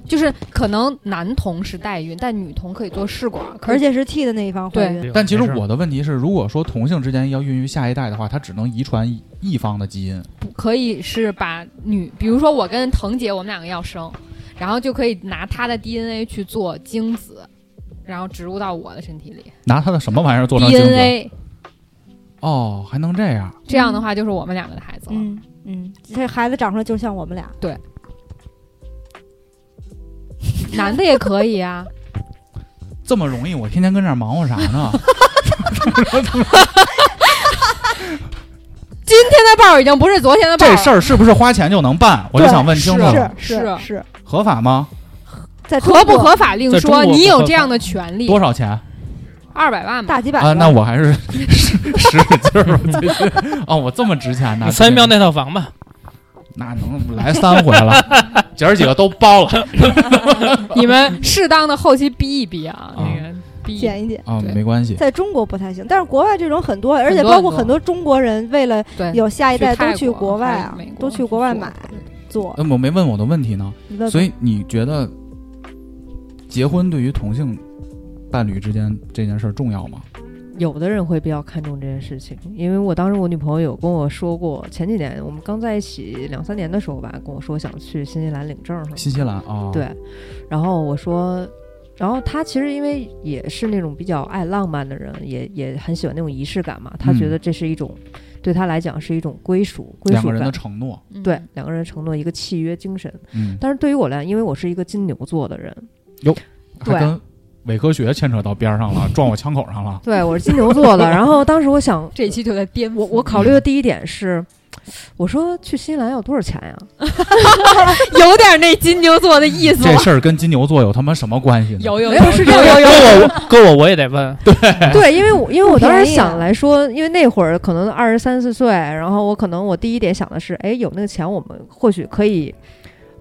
Speaker 6: 就是可能男童是代孕，但女童可以做试管儿，可以
Speaker 5: 而且是 T 的那一方怀
Speaker 6: 对
Speaker 5: 孕，
Speaker 3: 但其实
Speaker 4: 没事
Speaker 3: 我的问题是，如果说同性之间要孕育下一代的话，它只能遗传一方的基因。
Speaker 6: 不可以是把女，比如说我跟腾姐，我们两个要生，然后就可以拿她的 DNA 去做精子，然后植入到我的身体里
Speaker 3: 拿他的什么玩意儿做成精子
Speaker 6: ，DNA
Speaker 3: 哦，还能这样？
Speaker 6: 这样的话就是我们两个的孩子了。
Speaker 5: 嗯嗯，这孩子长出来就像我们俩，
Speaker 6: 男的也可以啊，
Speaker 3: 这么容易，我天天跟这儿忙活啥呢？
Speaker 6: 今天的报已经不是昨天的报
Speaker 3: 这事儿是不是花钱就能办？我就
Speaker 5: 对
Speaker 3: 想问清楚，
Speaker 5: 是
Speaker 6: 是
Speaker 5: 是是，
Speaker 3: 合法吗？
Speaker 5: 在中
Speaker 6: 合不
Speaker 5: 国
Speaker 6: 合法另
Speaker 4: 在中
Speaker 6: 说，
Speaker 4: 国
Speaker 6: 你
Speaker 4: 不
Speaker 6: 有
Speaker 4: 合
Speaker 6: 这
Speaker 4: 法
Speaker 6: 样的权利，
Speaker 3: 多少钱
Speaker 6: 二百万吧。
Speaker 5: 大几百
Speaker 3: 啊？
Speaker 5: 吧
Speaker 3: 那我还是 使使使劲儿吧最近。哦，我这么值钱呢？
Speaker 4: 你三元庙那套房吧，
Speaker 3: 那能来三回了， 姐儿几个都包了
Speaker 6: 你们
Speaker 4: 嗯
Speaker 6: 适当的后期逼一逼啊，
Speaker 3: 啊
Speaker 6: 那个逼一逼。
Speaker 5: 减一减。
Speaker 3: 啊，
Speaker 6: 对
Speaker 3: 没关系。
Speaker 5: 在中国不太行，但是国外这种很多，而
Speaker 6: 很
Speaker 5: 且
Speaker 6: 多
Speaker 5: 包括
Speaker 6: 很多
Speaker 5: 很多中国人为了
Speaker 6: 对，
Speaker 5: 有下一代
Speaker 6: 去泰
Speaker 5: 都去
Speaker 6: 国
Speaker 5: 国外
Speaker 6: 还
Speaker 5: 啊
Speaker 6: 是美，国
Speaker 5: 都去国外
Speaker 6: 去
Speaker 5: 买做。
Speaker 3: 那我没问我的问题呢，
Speaker 5: 你问
Speaker 3: 呃所
Speaker 5: 吧
Speaker 3: 以你觉得结婚对于同性伴侣之间这件事儿重要吗？
Speaker 8: 有的人会比较看重这件事情，因为我当时我女朋友有跟我说过，前几年我们刚在一起两三年的时候吧，跟我说想去新西兰领证什么的
Speaker 3: 新西兰啊，哦，
Speaker 8: 对，然后我说，然后他其实因为也是那种比较爱浪漫的人，也也很喜欢那种仪式感嘛，他觉
Speaker 3: 嗯
Speaker 8: 得这是一种、对他来讲是一种归属，归
Speaker 3: 两
Speaker 8: 属
Speaker 3: 个人的
Speaker 8: 感。
Speaker 3: 承诺，
Speaker 6: 嗯
Speaker 8: 对，两个人承诺一个契约精神，
Speaker 3: 嗯，
Speaker 8: 但是对于我来，因为我是一个金牛座的人，
Speaker 3: 还跟伪科学牵扯到边儿上 了，撞我枪口上了。
Speaker 8: 对我是金牛座的。然后当时我想，
Speaker 6: 这一期就在编
Speaker 8: 我我考虑的第一点是，我说去新西兰要多少钱呀？
Speaker 6: 有点那金牛座的意思
Speaker 3: 这
Speaker 6: 了。
Speaker 3: 事儿跟金牛座有他妈什么关 系呢？
Speaker 6: 有有
Speaker 8: 没有是这
Speaker 4: 搁
Speaker 8: 样的，
Speaker 4: 我我搁我我也得问，
Speaker 8: 对，因为我因为我当时
Speaker 5: 便宜啊
Speaker 8: 想来说，因为那会儿可能二十三四岁，然后我可能我第一点想的是，哎，有那个钱，我们或许可以，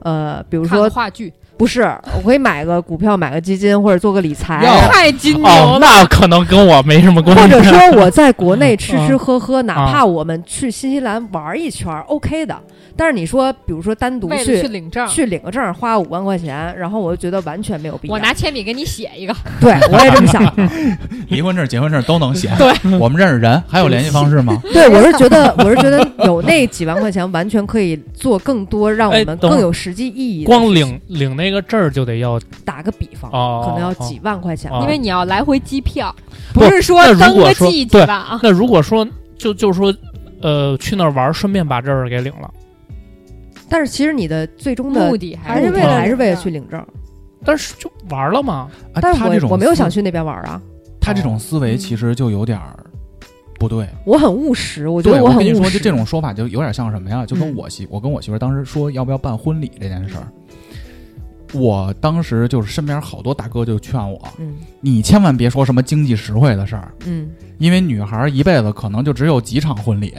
Speaker 8: 呃，比如
Speaker 6: 看
Speaker 8: 说
Speaker 6: 话剧
Speaker 8: 不是，我可以买个股票，买个基金，或者做个理财。
Speaker 3: 哟
Speaker 6: 太金牛
Speaker 4: 哦，
Speaker 6: 了，
Speaker 4: 那可能跟我没什么关系。
Speaker 8: 或者说我在国
Speaker 3: 嗯
Speaker 8: 内吃吃喝喝，哪
Speaker 4: 啊
Speaker 8: 怕我们去新西兰玩一圈儿，OK 的。但是你说，比如说单独
Speaker 6: 为了去
Speaker 8: 去
Speaker 6: 领证，
Speaker 8: 去领个证儿，花五万块钱，然后我就觉得完全没有必要。
Speaker 6: 我拿铅笔给你写一个。
Speaker 4: 啊
Speaker 8: 对 我也这么想，
Speaker 3: 离婚证、结婚证都能写。
Speaker 6: 对，
Speaker 3: 我们认识人，还有联系方式吗？
Speaker 8: 对，我是觉得，我是觉得有那几万块钱，完全可以做更多让我
Speaker 4: 哎
Speaker 8: 们
Speaker 4: 等会
Speaker 8: 更
Speaker 4: 儿
Speaker 8: 有实际意义的事情。
Speaker 4: 光领领那个证儿就得要
Speaker 8: 打个比方，
Speaker 4: 哦，
Speaker 8: 可能要几万块钱
Speaker 4: 哦
Speaker 8: 吧，
Speaker 6: 因为你要来回机票，
Speaker 4: 不
Speaker 6: 不是说
Speaker 4: 那如
Speaker 6: 登
Speaker 4: 果
Speaker 6: 个
Speaker 4: 说
Speaker 6: 记几
Speaker 4: 对
Speaker 6: 万啊，
Speaker 4: 那如果说就就是说，呃，去那儿玩儿，顺便把证儿给领了，
Speaker 8: 但是其实你的最终的
Speaker 6: 目的还
Speaker 8: 还
Speaker 6: 是
Speaker 8: 是为
Speaker 5: 为
Speaker 8: 了
Speaker 5: 了
Speaker 8: 还是为
Speaker 5: 领
Speaker 8: 了
Speaker 5: 证
Speaker 8: 去领证。
Speaker 4: 但是就玩了嘛，
Speaker 3: 啊，
Speaker 8: 但是
Speaker 3: 他这
Speaker 8: 我
Speaker 3: 种
Speaker 8: 我没有
Speaker 3: 思
Speaker 8: 想，去那边玩啊，
Speaker 3: 他这种思
Speaker 8: 哦
Speaker 3: 维其实就有点儿不对。
Speaker 8: 我很务实，嗯我觉
Speaker 3: 对，
Speaker 8: 得
Speaker 3: 我
Speaker 8: 很
Speaker 3: 跟你
Speaker 8: 务
Speaker 3: 说，
Speaker 8: 实。
Speaker 3: 就这种说法就有点像什么呀？就跟
Speaker 8: 嗯
Speaker 3: 我媳，我跟我媳妇儿当时说要不要办婚礼这件事儿，我当时就是身边好多大哥就劝我，
Speaker 8: 嗯
Speaker 3: 你千万别说什么经济实惠的事儿，
Speaker 8: 嗯，
Speaker 3: 因为女孩儿一辈子可能就只有几场婚 礼，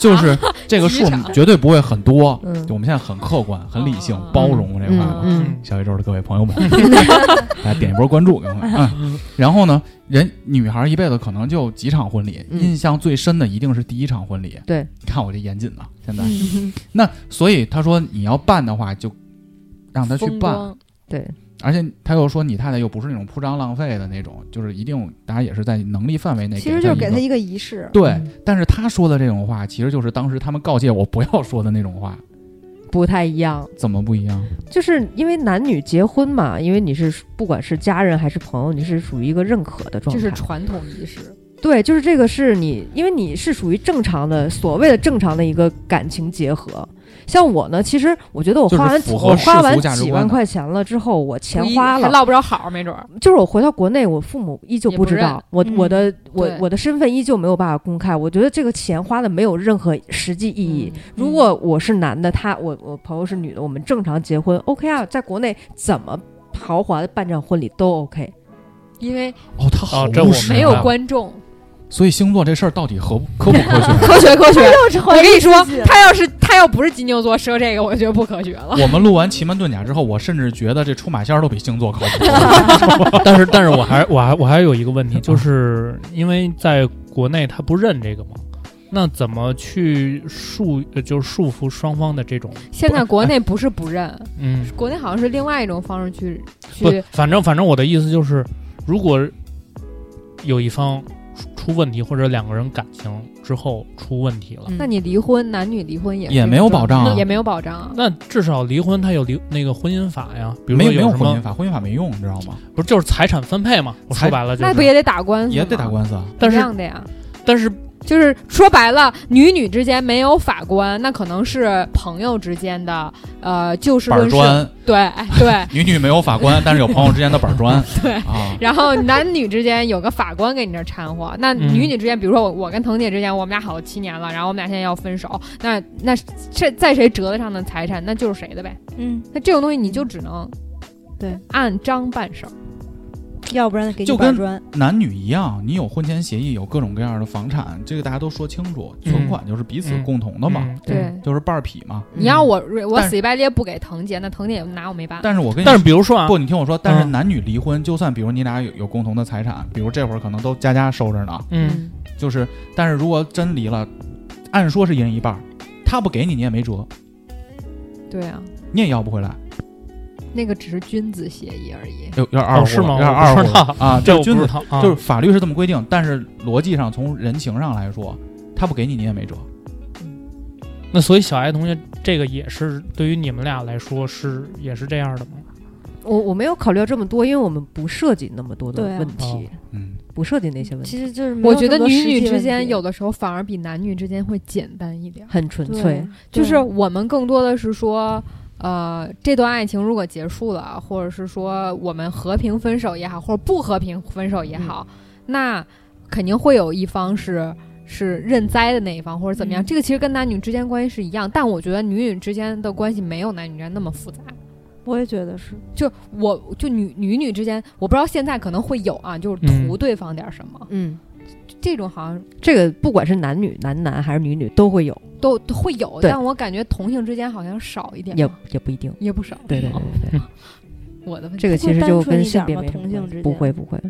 Speaker 3: 就是这个数
Speaker 6: 几场
Speaker 3: 绝对不会很多。
Speaker 8: 嗯哦
Speaker 3: 就我们现在很客观、很理性
Speaker 6: 嗯、
Speaker 3: 包容这块儿。啊
Speaker 8: 嗯
Speaker 3: 小宇宙的各位朋友们，大家点一波关注，给我们。嗯， 然后呢，人女孩一辈子可能就几场婚礼，
Speaker 8: 嗯
Speaker 3: 印象最深的一定是第一场婚礼。
Speaker 8: 对，
Speaker 3: 看我这严谨啊，现在。那所以他说你要办的话，就让他去
Speaker 6: 风
Speaker 3: 办。
Speaker 6: 光
Speaker 8: 对，
Speaker 3: 而且他又说你太太又不是那种铺张浪费的那种，就是一定大家也是在能力范围内。
Speaker 5: 其实就是给他
Speaker 3: 他一个
Speaker 5: 一个仪式。
Speaker 3: 对，但是他说的这种话，其实就是当时他们告诫我不要说的那种话，
Speaker 8: 不太一样，
Speaker 3: 怎么不一样？
Speaker 8: 就是因为男女结婚嘛，因为你是不管是家人还是朋友，你是属于一个认可的状
Speaker 6: 这
Speaker 8: 态。
Speaker 6: 是传统仪式，
Speaker 8: 对，就是这个是你，因为你是属于正常的，所谓的正常的一个感情结合。像我呢，其实我觉得我
Speaker 3: 就是
Speaker 8: 花完
Speaker 3: 符合
Speaker 8: 我
Speaker 3: 世
Speaker 8: 花
Speaker 3: 俗
Speaker 8: 完
Speaker 3: 价值
Speaker 8: 几
Speaker 3: 观
Speaker 8: 万
Speaker 3: 的
Speaker 8: 块钱了之后，我钱
Speaker 6: 不一
Speaker 8: 花
Speaker 6: 还
Speaker 8: 了，
Speaker 6: 落不着好儿，没准儿。
Speaker 8: 就是我回到国内，我父母依旧
Speaker 6: 也
Speaker 8: 不
Speaker 6: 不
Speaker 8: 知
Speaker 6: 认
Speaker 8: 道我、
Speaker 5: 嗯
Speaker 8: 我的我
Speaker 6: 对
Speaker 8: 我的身份依旧没有办法公开。我觉得这个钱花的没有任何实际意义。
Speaker 6: 嗯
Speaker 8: 如果我是男的，他我我朋友是女的，我们正常结婚，OK 啊，在国内怎么豪华的办场婚礼都 OK。
Speaker 6: 因为
Speaker 3: 哦，他好
Speaker 4: 哦这我
Speaker 3: 务实啊
Speaker 6: 没有观众，
Speaker 3: 所以星座这事儿到底合不科不科学？
Speaker 6: 科学科学。我
Speaker 5: 我
Speaker 6: 跟你说，他要是他要不是金牛座，说这个我觉得不科学了。
Speaker 3: 我们录完奇门遁甲之后，我甚至觉得这出马仙儿都比星座靠谱。
Speaker 4: 嗯但是，但是我还我还我还有一个问题，就是因为在国内他不认这个嘛，那怎么去束呃就是束缚双方的这种
Speaker 6: 现在国内不是不认，
Speaker 4: 嗯
Speaker 6: 国内好像是另外一种方式去
Speaker 4: 不
Speaker 6: 去，
Speaker 4: 反正反正我的意思就是，如果有一方出出问题或者两个人感情之后出问题了，
Speaker 8: 嗯
Speaker 6: 那你离婚，男女离婚也
Speaker 3: 也
Speaker 6: 是
Speaker 3: 没有保障啊
Speaker 6: 也没有保障啊。
Speaker 4: 那至少离婚他有离那个婚姻法呀，比如
Speaker 3: 没
Speaker 4: 说
Speaker 3: 没有
Speaker 4: 什
Speaker 3: 婚姻
Speaker 4: 么
Speaker 3: 法，婚姻法没用，你知道吗？
Speaker 4: 不是就是财产分配嘛？我说
Speaker 3: 财
Speaker 4: 白了就
Speaker 6: 那不
Speaker 4: 是，
Speaker 6: 也得打官司吗？
Speaker 3: 也得打官司啊。
Speaker 4: 但
Speaker 6: 一
Speaker 4: 是
Speaker 6: 样的呀。
Speaker 4: 但是
Speaker 3: 哦
Speaker 6: 就是说白了，女女之间没有法官，那可能是朋友之间的，呃，就事
Speaker 3: 板
Speaker 6: 论
Speaker 3: 儿
Speaker 6: 事。
Speaker 3: 砖，。
Speaker 6: 对哎对
Speaker 3: 女女没有法官，但是有朋友之间的板儿砖。
Speaker 6: 对
Speaker 3: 啊，
Speaker 6: 然后男女之间有个法官给你这儿掺和，那
Speaker 4: 嗯
Speaker 6: 女女之间，比如说我我跟腾姐之间，我们俩好了七年了，然后我们俩现在要分手，那那这在谁折得上的财产，那就是谁的呗。
Speaker 5: 嗯，
Speaker 6: 那这种东西你就只能
Speaker 5: 对
Speaker 6: 按章办事儿。
Speaker 5: 要不然给
Speaker 3: 就
Speaker 5: 你
Speaker 3: 跟
Speaker 5: 板砖。
Speaker 3: 男女一样，你有婚前协议，有各种各样的房产，这个大家都说清楚，
Speaker 4: 嗯
Speaker 3: 存款就是彼此
Speaker 4: 嗯
Speaker 3: 共同的嘛，
Speaker 4: 嗯
Speaker 6: 对，
Speaker 3: 就是半儿匹嘛。
Speaker 6: 你让我我
Speaker 3: 但是
Speaker 6: 死乞白赖不给腾姐，那腾姐也拿我没办法。
Speaker 3: 但是我跟你
Speaker 4: 但是比如说啊，
Speaker 3: 不，你听我说，但是
Speaker 4: 嗯
Speaker 3: 男女离婚，就算比如你俩有有共同的财产，比如这会儿可能都家家收着呢，
Speaker 4: 嗯，
Speaker 3: 就是，但是如果真离了，按说是一人一半儿，他不给你，你也没辙，
Speaker 6: 对啊，
Speaker 3: 你也要不回来，
Speaker 6: 那个只是君子协议而已。
Speaker 3: 有有点二
Speaker 4: 哦
Speaker 3: 乎了，
Speaker 4: 是吗
Speaker 3: 有点
Speaker 4: 我
Speaker 3: 二
Speaker 4: 不
Speaker 3: 乎
Speaker 4: 知
Speaker 3: 了
Speaker 4: 道
Speaker 3: 啊，
Speaker 4: 这
Speaker 3: 这
Speaker 4: 我
Speaker 3: 君
Speaker 4: 不
Speaker 3: 子
Speaker 4: 知道啊，
Speaker 3: 就是法律是这么规定，但是逻辑上从人情上来说，他不给你，你也没辙。
Speaker 4: 那所以小爱同学，这个也是对于你们俩来说是也是这样的吗？
Speaker 8: 我我没有考虑到这么多，因为我们不涉及那么多的
Speaker 5: 对啊
Speaker 8: 问题，
Speaker 3: 嗯，
Speaker 8: 不涉及那些问题，
Speaker 5: 其实就是没有
Speaker 6: 我觉得
Speaker 5: 这么多
Speaker 6: 女
Speaker 5: 实际
Speaker 6: 女之
Speaker 5: 问
Speaker 6: 间
Speaker 5: 题
Speaker 6: 有的时候反而比男女之间会简单一点儿，
Speaker 8: 很纯
Speaker 5: 对
Speaker 8: 粹。
Speaker 6: 就是我们更多的是说。呃，这段爱情如果结束了，或者是说我们和平分手也好，或者不和平分手也好，那肯定会有一方是是认栽的那一方，或者怎么样。
Speaker 5: 嗯
Speaker 6: 这个其实跟男女之间关系是一样，但我觉得女女之间的关系没有男女之间那么复杂。
Speaker 5: 我也觉得是，
Speaker 6: 就我就女女女之间，我不知道现在可能会有啊，就是图
Speaker 4: 嗯
Speaker 6: 对方点儿什么，
Speaker 8: 嗯，
Speaker 6: 这种好像
Speaker 8: 这个不管是男女、男男还是女女都会有，
Speaker 6: 都都会有，
Speaker 8: 对
Speaker 6: 但我感觉同性之间好像少一点，
Speaker 8: 也也不一定。
Speaker 6: 也不少。
Speaker 8: 对对
Speaker 6: 哦
Speaker 8: 对对对，
Speaker 6: 我的问题
Speaker 8: 这个其实
Speaker 5: 会
Speaker 8: 就
Speaker 5: 单纯
Speaker 8: 跟
Speaker 5: 一
Speaker 8: 性
Speaker 5: 点
Speaker 8: 别
Speaker 5: 吗
Speaker 8: 没什么
Speaker 5: 同性
Speaker 8: 关系
Speaker 5: 之
Speaker 8: 不
Speaker 5: 间
Speaker 8: 会不会，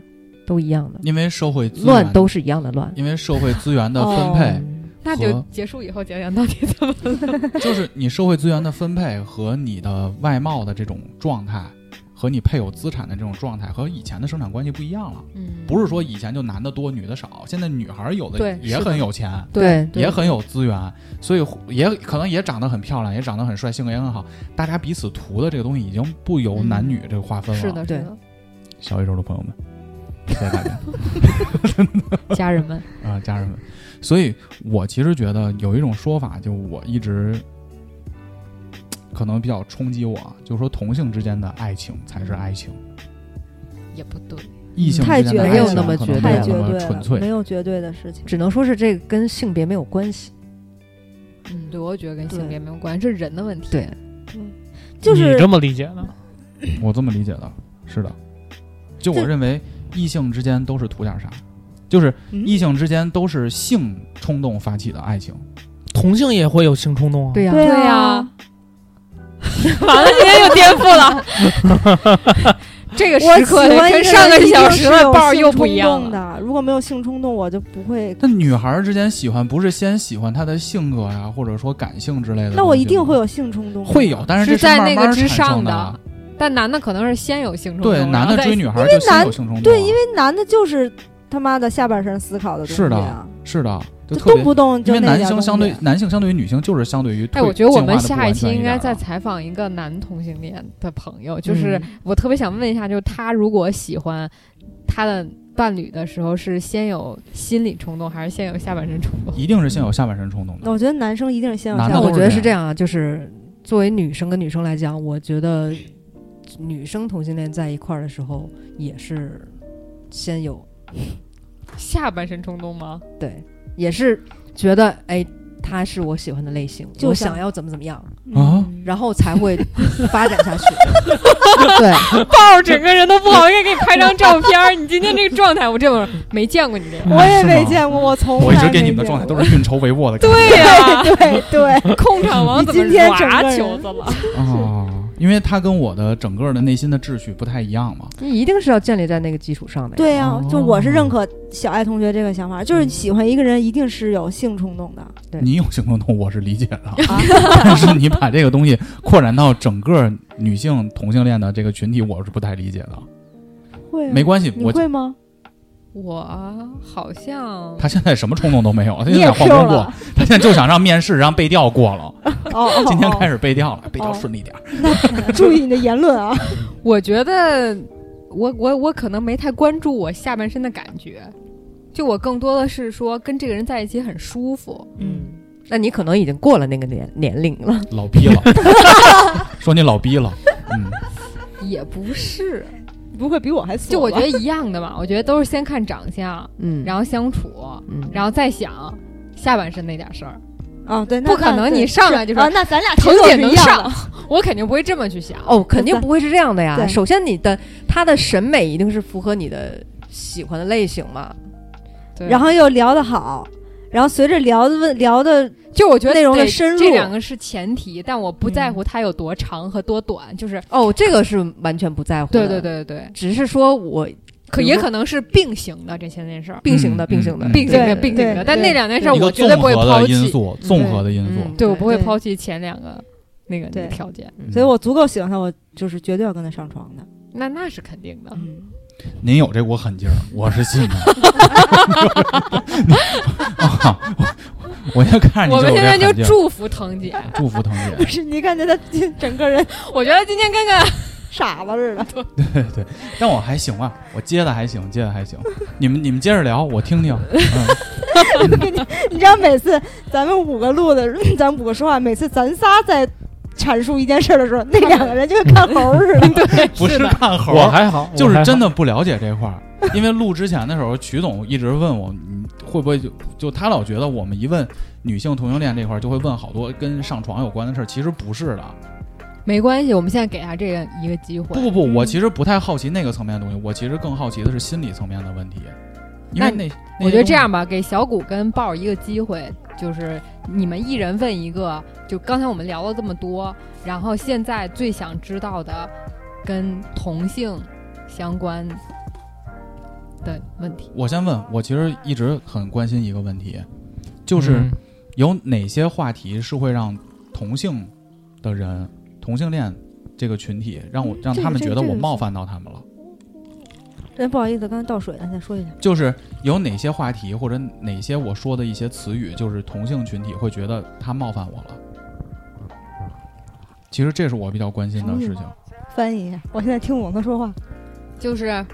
Speaker 8: 都一样的，
Speaker 3: 因为社会资源
Speaker 8: 乱都是一样的乱。
Speaker 3: 因为社会资源的分配，
Speaker 8: 嗯
Speaker 5: 哦
Speaker 6: 那就
Speaker 3: 和
Speaker 6: 结束以后讲讲到底怎么
Speaker 3: 就是你社会资源的分配和你的外貌的这种状态，和你配偶资产的这种状态，和以前的生产关系不一样了。
Speaker 6: 嗯
Speaker 3: 不是说以前就男的多女的少，现在女孩儿有的
Speaker 6: 对
Speaker 3: 也
Speaker 6: 是的
Speaker 3: 很有钱，
Speaker 8: 对
Speaker 3: 也很有资源，所以也可能也长得很漂亮，也长得很帅，性格也很好。大家彼此图的这个东西已经不由
Speaker 6: 嗯
Speaker 3: 男女这个划分了。
Speaker 6: 是的，是的，
Speaker 3: 小宇宙的朋友们，谢谢大家。
Speaker 6: 家人们，
Speaker 3: 啊，家人们。所以我其实觉得有一种说法，就我一直可能比较冲击我，就是说同性之间的爱情才是爱情，
Speaker 6: 也不对，
Speaker 3: 异性
Speaker 5: 太
Speaker 3: 之间的
Speaker 5: 绝
Speaker 3: 爱
Speaker 5: 对
Speaker 3: 情
Speaker 5: 了
Speaker 3: 可能
Speaker 8: 没
Speaker 5: 太
Speaker 8: 有
Speaker 5: 绝
Speaker 3: 没有
Speaker 5: 对
Speaker 3: 那么纯
Speaker 5: 了，没
Speaker 3: 粹。
Speaker 5: 有绝对的事情。
Speaker 8: 只能说是这个跟性别没有关系。
Speaker 6: 嗯，对，我也觉得跟
Speaker 8: 对
Speaker 6: 性别没有关系，这是人的问题。
Speaker 8: 对，
Speaker 5: 就是
Speaker 4: 你这么理解的，
Speaker 3: 我这么理解的，是的。就我
Speaker 5: 这
Speaker 3: 认为，异性之间都是图点啥，就是
Speaker 5: 嗯
Speaker 3: 异性之间都是性冲动发起的爱情。
Speaker 4: 同性也会有性冲动啊。
Speaker 5: 对
Speaker 8: 呀
Speaker 6: 对
Speaker 5: 呀
Speaker 6: 呀， 完了，今天又颠覆了。这 个
Speaker 5: 我
Speaker 6: 时刻
Speaker 5: 喜欢
Speaker 6: 跟
Speaker 5: 一
Speaker 6: 上
Speaker 5: 人
Speaker 6: 个
Speaker 5: 一
Speaker 6: 小
Speaker 5: 定
Speaker 6: 时
Speaker 5: 是
Speaker 6: 的
Speaker 5: 有
Speaker 6: 抱
Speaker 5: 性
Speaker 6: 又不
Speaker 5: 冲
Speaker 6: 一样
Speaker 5: 动
Speaker 6: 了。
Speaker 5: 的。如果没有性冲动，我就不会。
Speaker 3: 但女孩儿之间喜欢不是先喜欢她的性格呀，或者说感性之类的东西吗。
Speaker 5: 那我一定会有性冲动，
Speaker 3: 会有，，但是这
Speaker 6: 是在
Speaker 3: 慢
Speaker 6: 那个
Speaker 3: 慢
Speaker 6: 之
Speaker 3: 产生
Speaker 6: 上
Speaker 3: 的
Speaker 6: 的。但男的可能是先有性冲动，
Speaker 3: 对，
Speaker 5: 啊
Speaker 3: 男的追女
Speaker 6: 孩，
Speaker 3: 孩儿就先
Speaker 5: 男
Speaker 3: 有性冲动啊。
Speaker 5: 对因为男的就是他妈的下半身思考的东西
Speaker 3: 是的
Speaker 5: 啊，
Speaker 3: 是的，就
Speaker 5: 就
Speaker 3: 特别
Speaker 5: 动不动
Speaker 3: 因
Speaker 5: 就
Speaker 3: 为
Speaker 5: 那
Speaker 3: 男
Speaker 5: 点
Speaker 3: 性
Speaker 5: 东西啊
Speaker 3: 相对男性相对于女性就是相对于
Speaker 6: 哎，
Speaker 3: 退
Speaker 6: 我觉得我们
Speaker 3: 进
Speaker 6: 下
Speaker 3: 化得
Speaker 6: 一
Speaker 3: 不
Speaker 6: 期
Speaker 3: 完全
Speaker 6: 应该
Speaker 3: 点
Speaker 6: 再
Speaker 3: 啊
Speaker 6: 采访一个男同性恋的朋友，
Speaker 5: 嗯
Speaker 6: 就是我特别想问一下，就是他如果喜欢他的伴侣的时候，是先有心理冲动，还是先有下半身冲动？
Speaker 3: 一定是先
Speaker 5: 嗯
Speaker 3: 有下半身冲动的。
Speaker 5: 我觉得男生一定是先有
Speaker 3: 男
Speaker 5: 下
Speaker 3: 的
Speaker 8: 那
Speaker 5: 半
Speaker 8: 我
Speaker 3: 都
Speaker 8: 觉
Speaker 3: 是这
Speaker 8: 得是这样啊，就是作为女生跟女生来讲，我觉得女生同性恋在一块儿的时候也是先有
Speaker 6: 下半身冲动吗？
Speaker 8: 对，也是觉得哎，他是我喜欢的类型，
Speaker 5: 就
Speaker 8: 我
Speaker 5: 像
Speaker 8: 想要怎么怎么样，
Speaker 3: 啊
Speaker 5: 嗯
Speaker 8: 然后才会发展下去。对，
Speaker 6: 抱着整个人都不好，应该给你拍张照片儿。你今天这个状态，我这会儿没见过你这样。
Speaker 5: 我也没
Speaker 3: 是吗
Speaker 5: 见过，我从
Speaker 3: 我一直
Speaker 5: 来
Speaker 3: 给你
Speaker 5: 没
Speaker 3: 们的
Speaker 5: 见
Speaker 3: 状态都
Speaker 5: 过
Speaker 3: 是运筹帷幄的感觉。
Speaker 6: 对 呀、
Speaker 5: 对对对，
Speaker 6: 控场王怎么
Speaker 5: 你今天整个
Speaker 6: 耍
Speaker 5: 人
Speaker 6: 球子了？
Speaker 3: 啊，因为他跟我的整个的内心的秩序不太一样嘛。
Speaker 8: 你一定是要建立在那个基础上的。，嗯
Speaker 5: 对呀、就我是认
Speaker 3: 哦
Speaker 5: 可小爱同学这个想法，就是喜欢一个人一定是有性冲动的。
Speaker 8: 对
Speaker 3: 你有性冲动，我是理解的，啊但是你把这个东西扩展到整个女性同性恋的这个群体，我是不太理解的。
Speaker 5: 会、啊，
Speaker 3: 没关系，
Speaker 5: 你
Speaker 3: 我
Speaker 5: 会吗？
Speaker 6: 我好像
Speaker 3: 他现在什么冲动都没有，他
Speaker 5: 你
Speaker 3: 现在
Speaker 5: 也
Speaker 3: 想
Speaker 5: Q
Speaker 3: 换工作
Speaker 5: 了，
Speaker 3: 他现在就想让面试让背调过了，
Speaker 5: 哦，哦
Speaker 3: 今天
Speaker 5: 哦
Speaker 3: 开始背调了，背调
Speaker 5: 哦
Speaker 3: 顺利点儿。
Speaker 5: 注意你的言论啊！
Speaker 6: 我觉得我我我可能没太关注我下半身的感觉，就我更多的是说跟这个人在一起很舒服。
Speaker 8: 嗯，那你可能已经过了那个年年龄了。
Speaker 3: 老逼了，说你老逼了，嗯，
Speaker 6: 也不是，
Speaker 5: 不会比我还
Speaker 6: 就我觉得一样的嘛。我 觉得都是先看长相，
Speaker 8: 嗯
Speaker 6: 然后相处，
Speaker 8: 嗯，
Speaker 6: 然后再想下半身那点 事儿。
Speaker 5: 啊，对，那
Speaker 6: 不可
Speaker 5: 那
Speaker 6: 能
Speaker 5: 对
Speaker 6: 你上来就是
Speaker 5: 啊，那咱俩
Speaker 6: 腾
Speaker 5: 节奏
Speaker 6: 姐
Speaker 5: 是
Speaker 6: 能
Speaker 5: 一样的
Speaker 6: 上， 我肯定不会这么去想。
Speaker 8: 哦，肯定不会是这样的呀。
Speaker 5: 对
Speaker 8: 首先，你的他的审美一定是符合你的喜欢的类型嘛。
Speaker 6: 对
Speaker 5: 然后又聊得好，然后随着聊的问聊的，
Speaker 3: 嗯
Speaker 6: 就我觉得
Speaker 5: 内容的
Speaker 6: 得
Speaker 5: 深入嗯
Speaker 6: 这两个是前提，但我不在乎它有多长和多短，就是
Speaker 8: 哦，这个是完全不在乎
Speaker 6: 对
Speaker 8: 的。
Speaker 6: 对，对对，
Speaker 8: 只是说我嗯
Speaker 6: 可
Speaker 8: 比如
Speaker 6: 也
Speaker 8: 说
Speaker 6: 可能是并行的这些件事儿，
Speaker 8: 并行的，
Speaker 3: 嗯
Speaker 8: 并行的
Speaker 3: 嗯，
Speaker 6: 并行
Speaker 5: 对
Speaker 6: 的并行
Speaker 5: 对
Speaker 6: 的，但那两件事儿
Speaker 3: 一个
Speaker 6: 我绝
Speaker 3: 综
Speaker 6: 对不会
Speaker 3: 合
Speaker 6: 抛
Speaker 3: 的因
Speaker 6: 弃，
Speaker 3: 素，综合的因素，
Speaker 8: 嗯
Speaker 6: 对我不会
Speaker 5: 对
Speaker 6: 抛弃前两个那个那个
Speaker 5: 对
Speaker 6: 条件，
Speaker 3: 嗯
Speaker 5: 所以我足够喜欢他，我就是绝对要跟他上床的。
Speaker 6: 那那是肯定的。
Speaker 5: 嗯，
Speaker 3: 您有这股狠劲儿，我是信的。 啊我我就看着
Speaker 6: 我
Speaker 3: 你
Speaker 6: 们现在
Speaker 3: 有这
Speaker 6: 就
Speaker 3: 狠劲儿
Speaker 6: 祝福腾姐，
Speaker 3: 祝福腾
Speaker 5: 不
Speaker 3: 姐。
Speaker 5: 是，你感觉他 今整个人
Speaker 6: 我觉得今天跟个
Speaker 5: 傻了似 的。
Speaker 3: 对对，但我还行吧，我接的还行，接的还行。你们你们接着聊，我听听。嗯，
Speaker 5: 你知道每次咱们五个录的， 咱们五个说话，每次咱仨在阐述一件事儿的时候，那两个人就跟看猴似的。
Speaker 3: 不是看猴
Speaker 4: 我
Speaker 3: 儿，
Speaker 4: 还好，
Speaker 3: 就
Speaker 4: 我还
Speaker 3: 是
Speaker 4: 好嗯
Speaker 3: 真的不了解这块儿。因为录之前的时候，曲总一直问我，你会不会就就他老觉得我们一问女性同性恋这块儿，就会问好多跟上床有关的事儿，其实不是的。
Speaker 6: 没关系，我们现在给他这个一个机会
Speaker 3: 不。不不，我其实不太好奇那个层面的东西，我其实更好奇的是心理层面的问题。因为
Speaker 6: 那
Speaker 3: 那
Speaker 6: 我觉得这，
Speaker 3: 那些东
Speaker 6: 样吧，给小谷跟豹儿一个机会，就是你们一人问一个，就刚才我们聊了这么多，然后现在最想知道的跟同性相关的问题
Speaker 3: 西。我先问，我其实一直很关心一个问题，就是
Speaker 4: 嗯
Speaker 3: 有哪些话题是会让同性的人、同性恋这个群体让我让
Speaker 5: 嗯这个
Speaker 3: 他们
Speaker 5: 这
Speaker 3: 觉
Speaker 5: 个
Speaker 3: 得
Speaker 5: 这
Speaker 3: 我
Speaker 5: 个
Speaker 3: 冒
Speaker 5: 是
Speaker 3: 犯到他们了？
Speaker 5: 真不好意思，刚才倒水了，你再说一下。
Speaker 3: 就是有哪些话题或者哪些我说的一些词语，就是同性群体会觉得他冒犯我了？其实这是我比较关心的事情。
Speaker 5: 翻译一下，我现在听我跟说话，
Speaker 6: 就是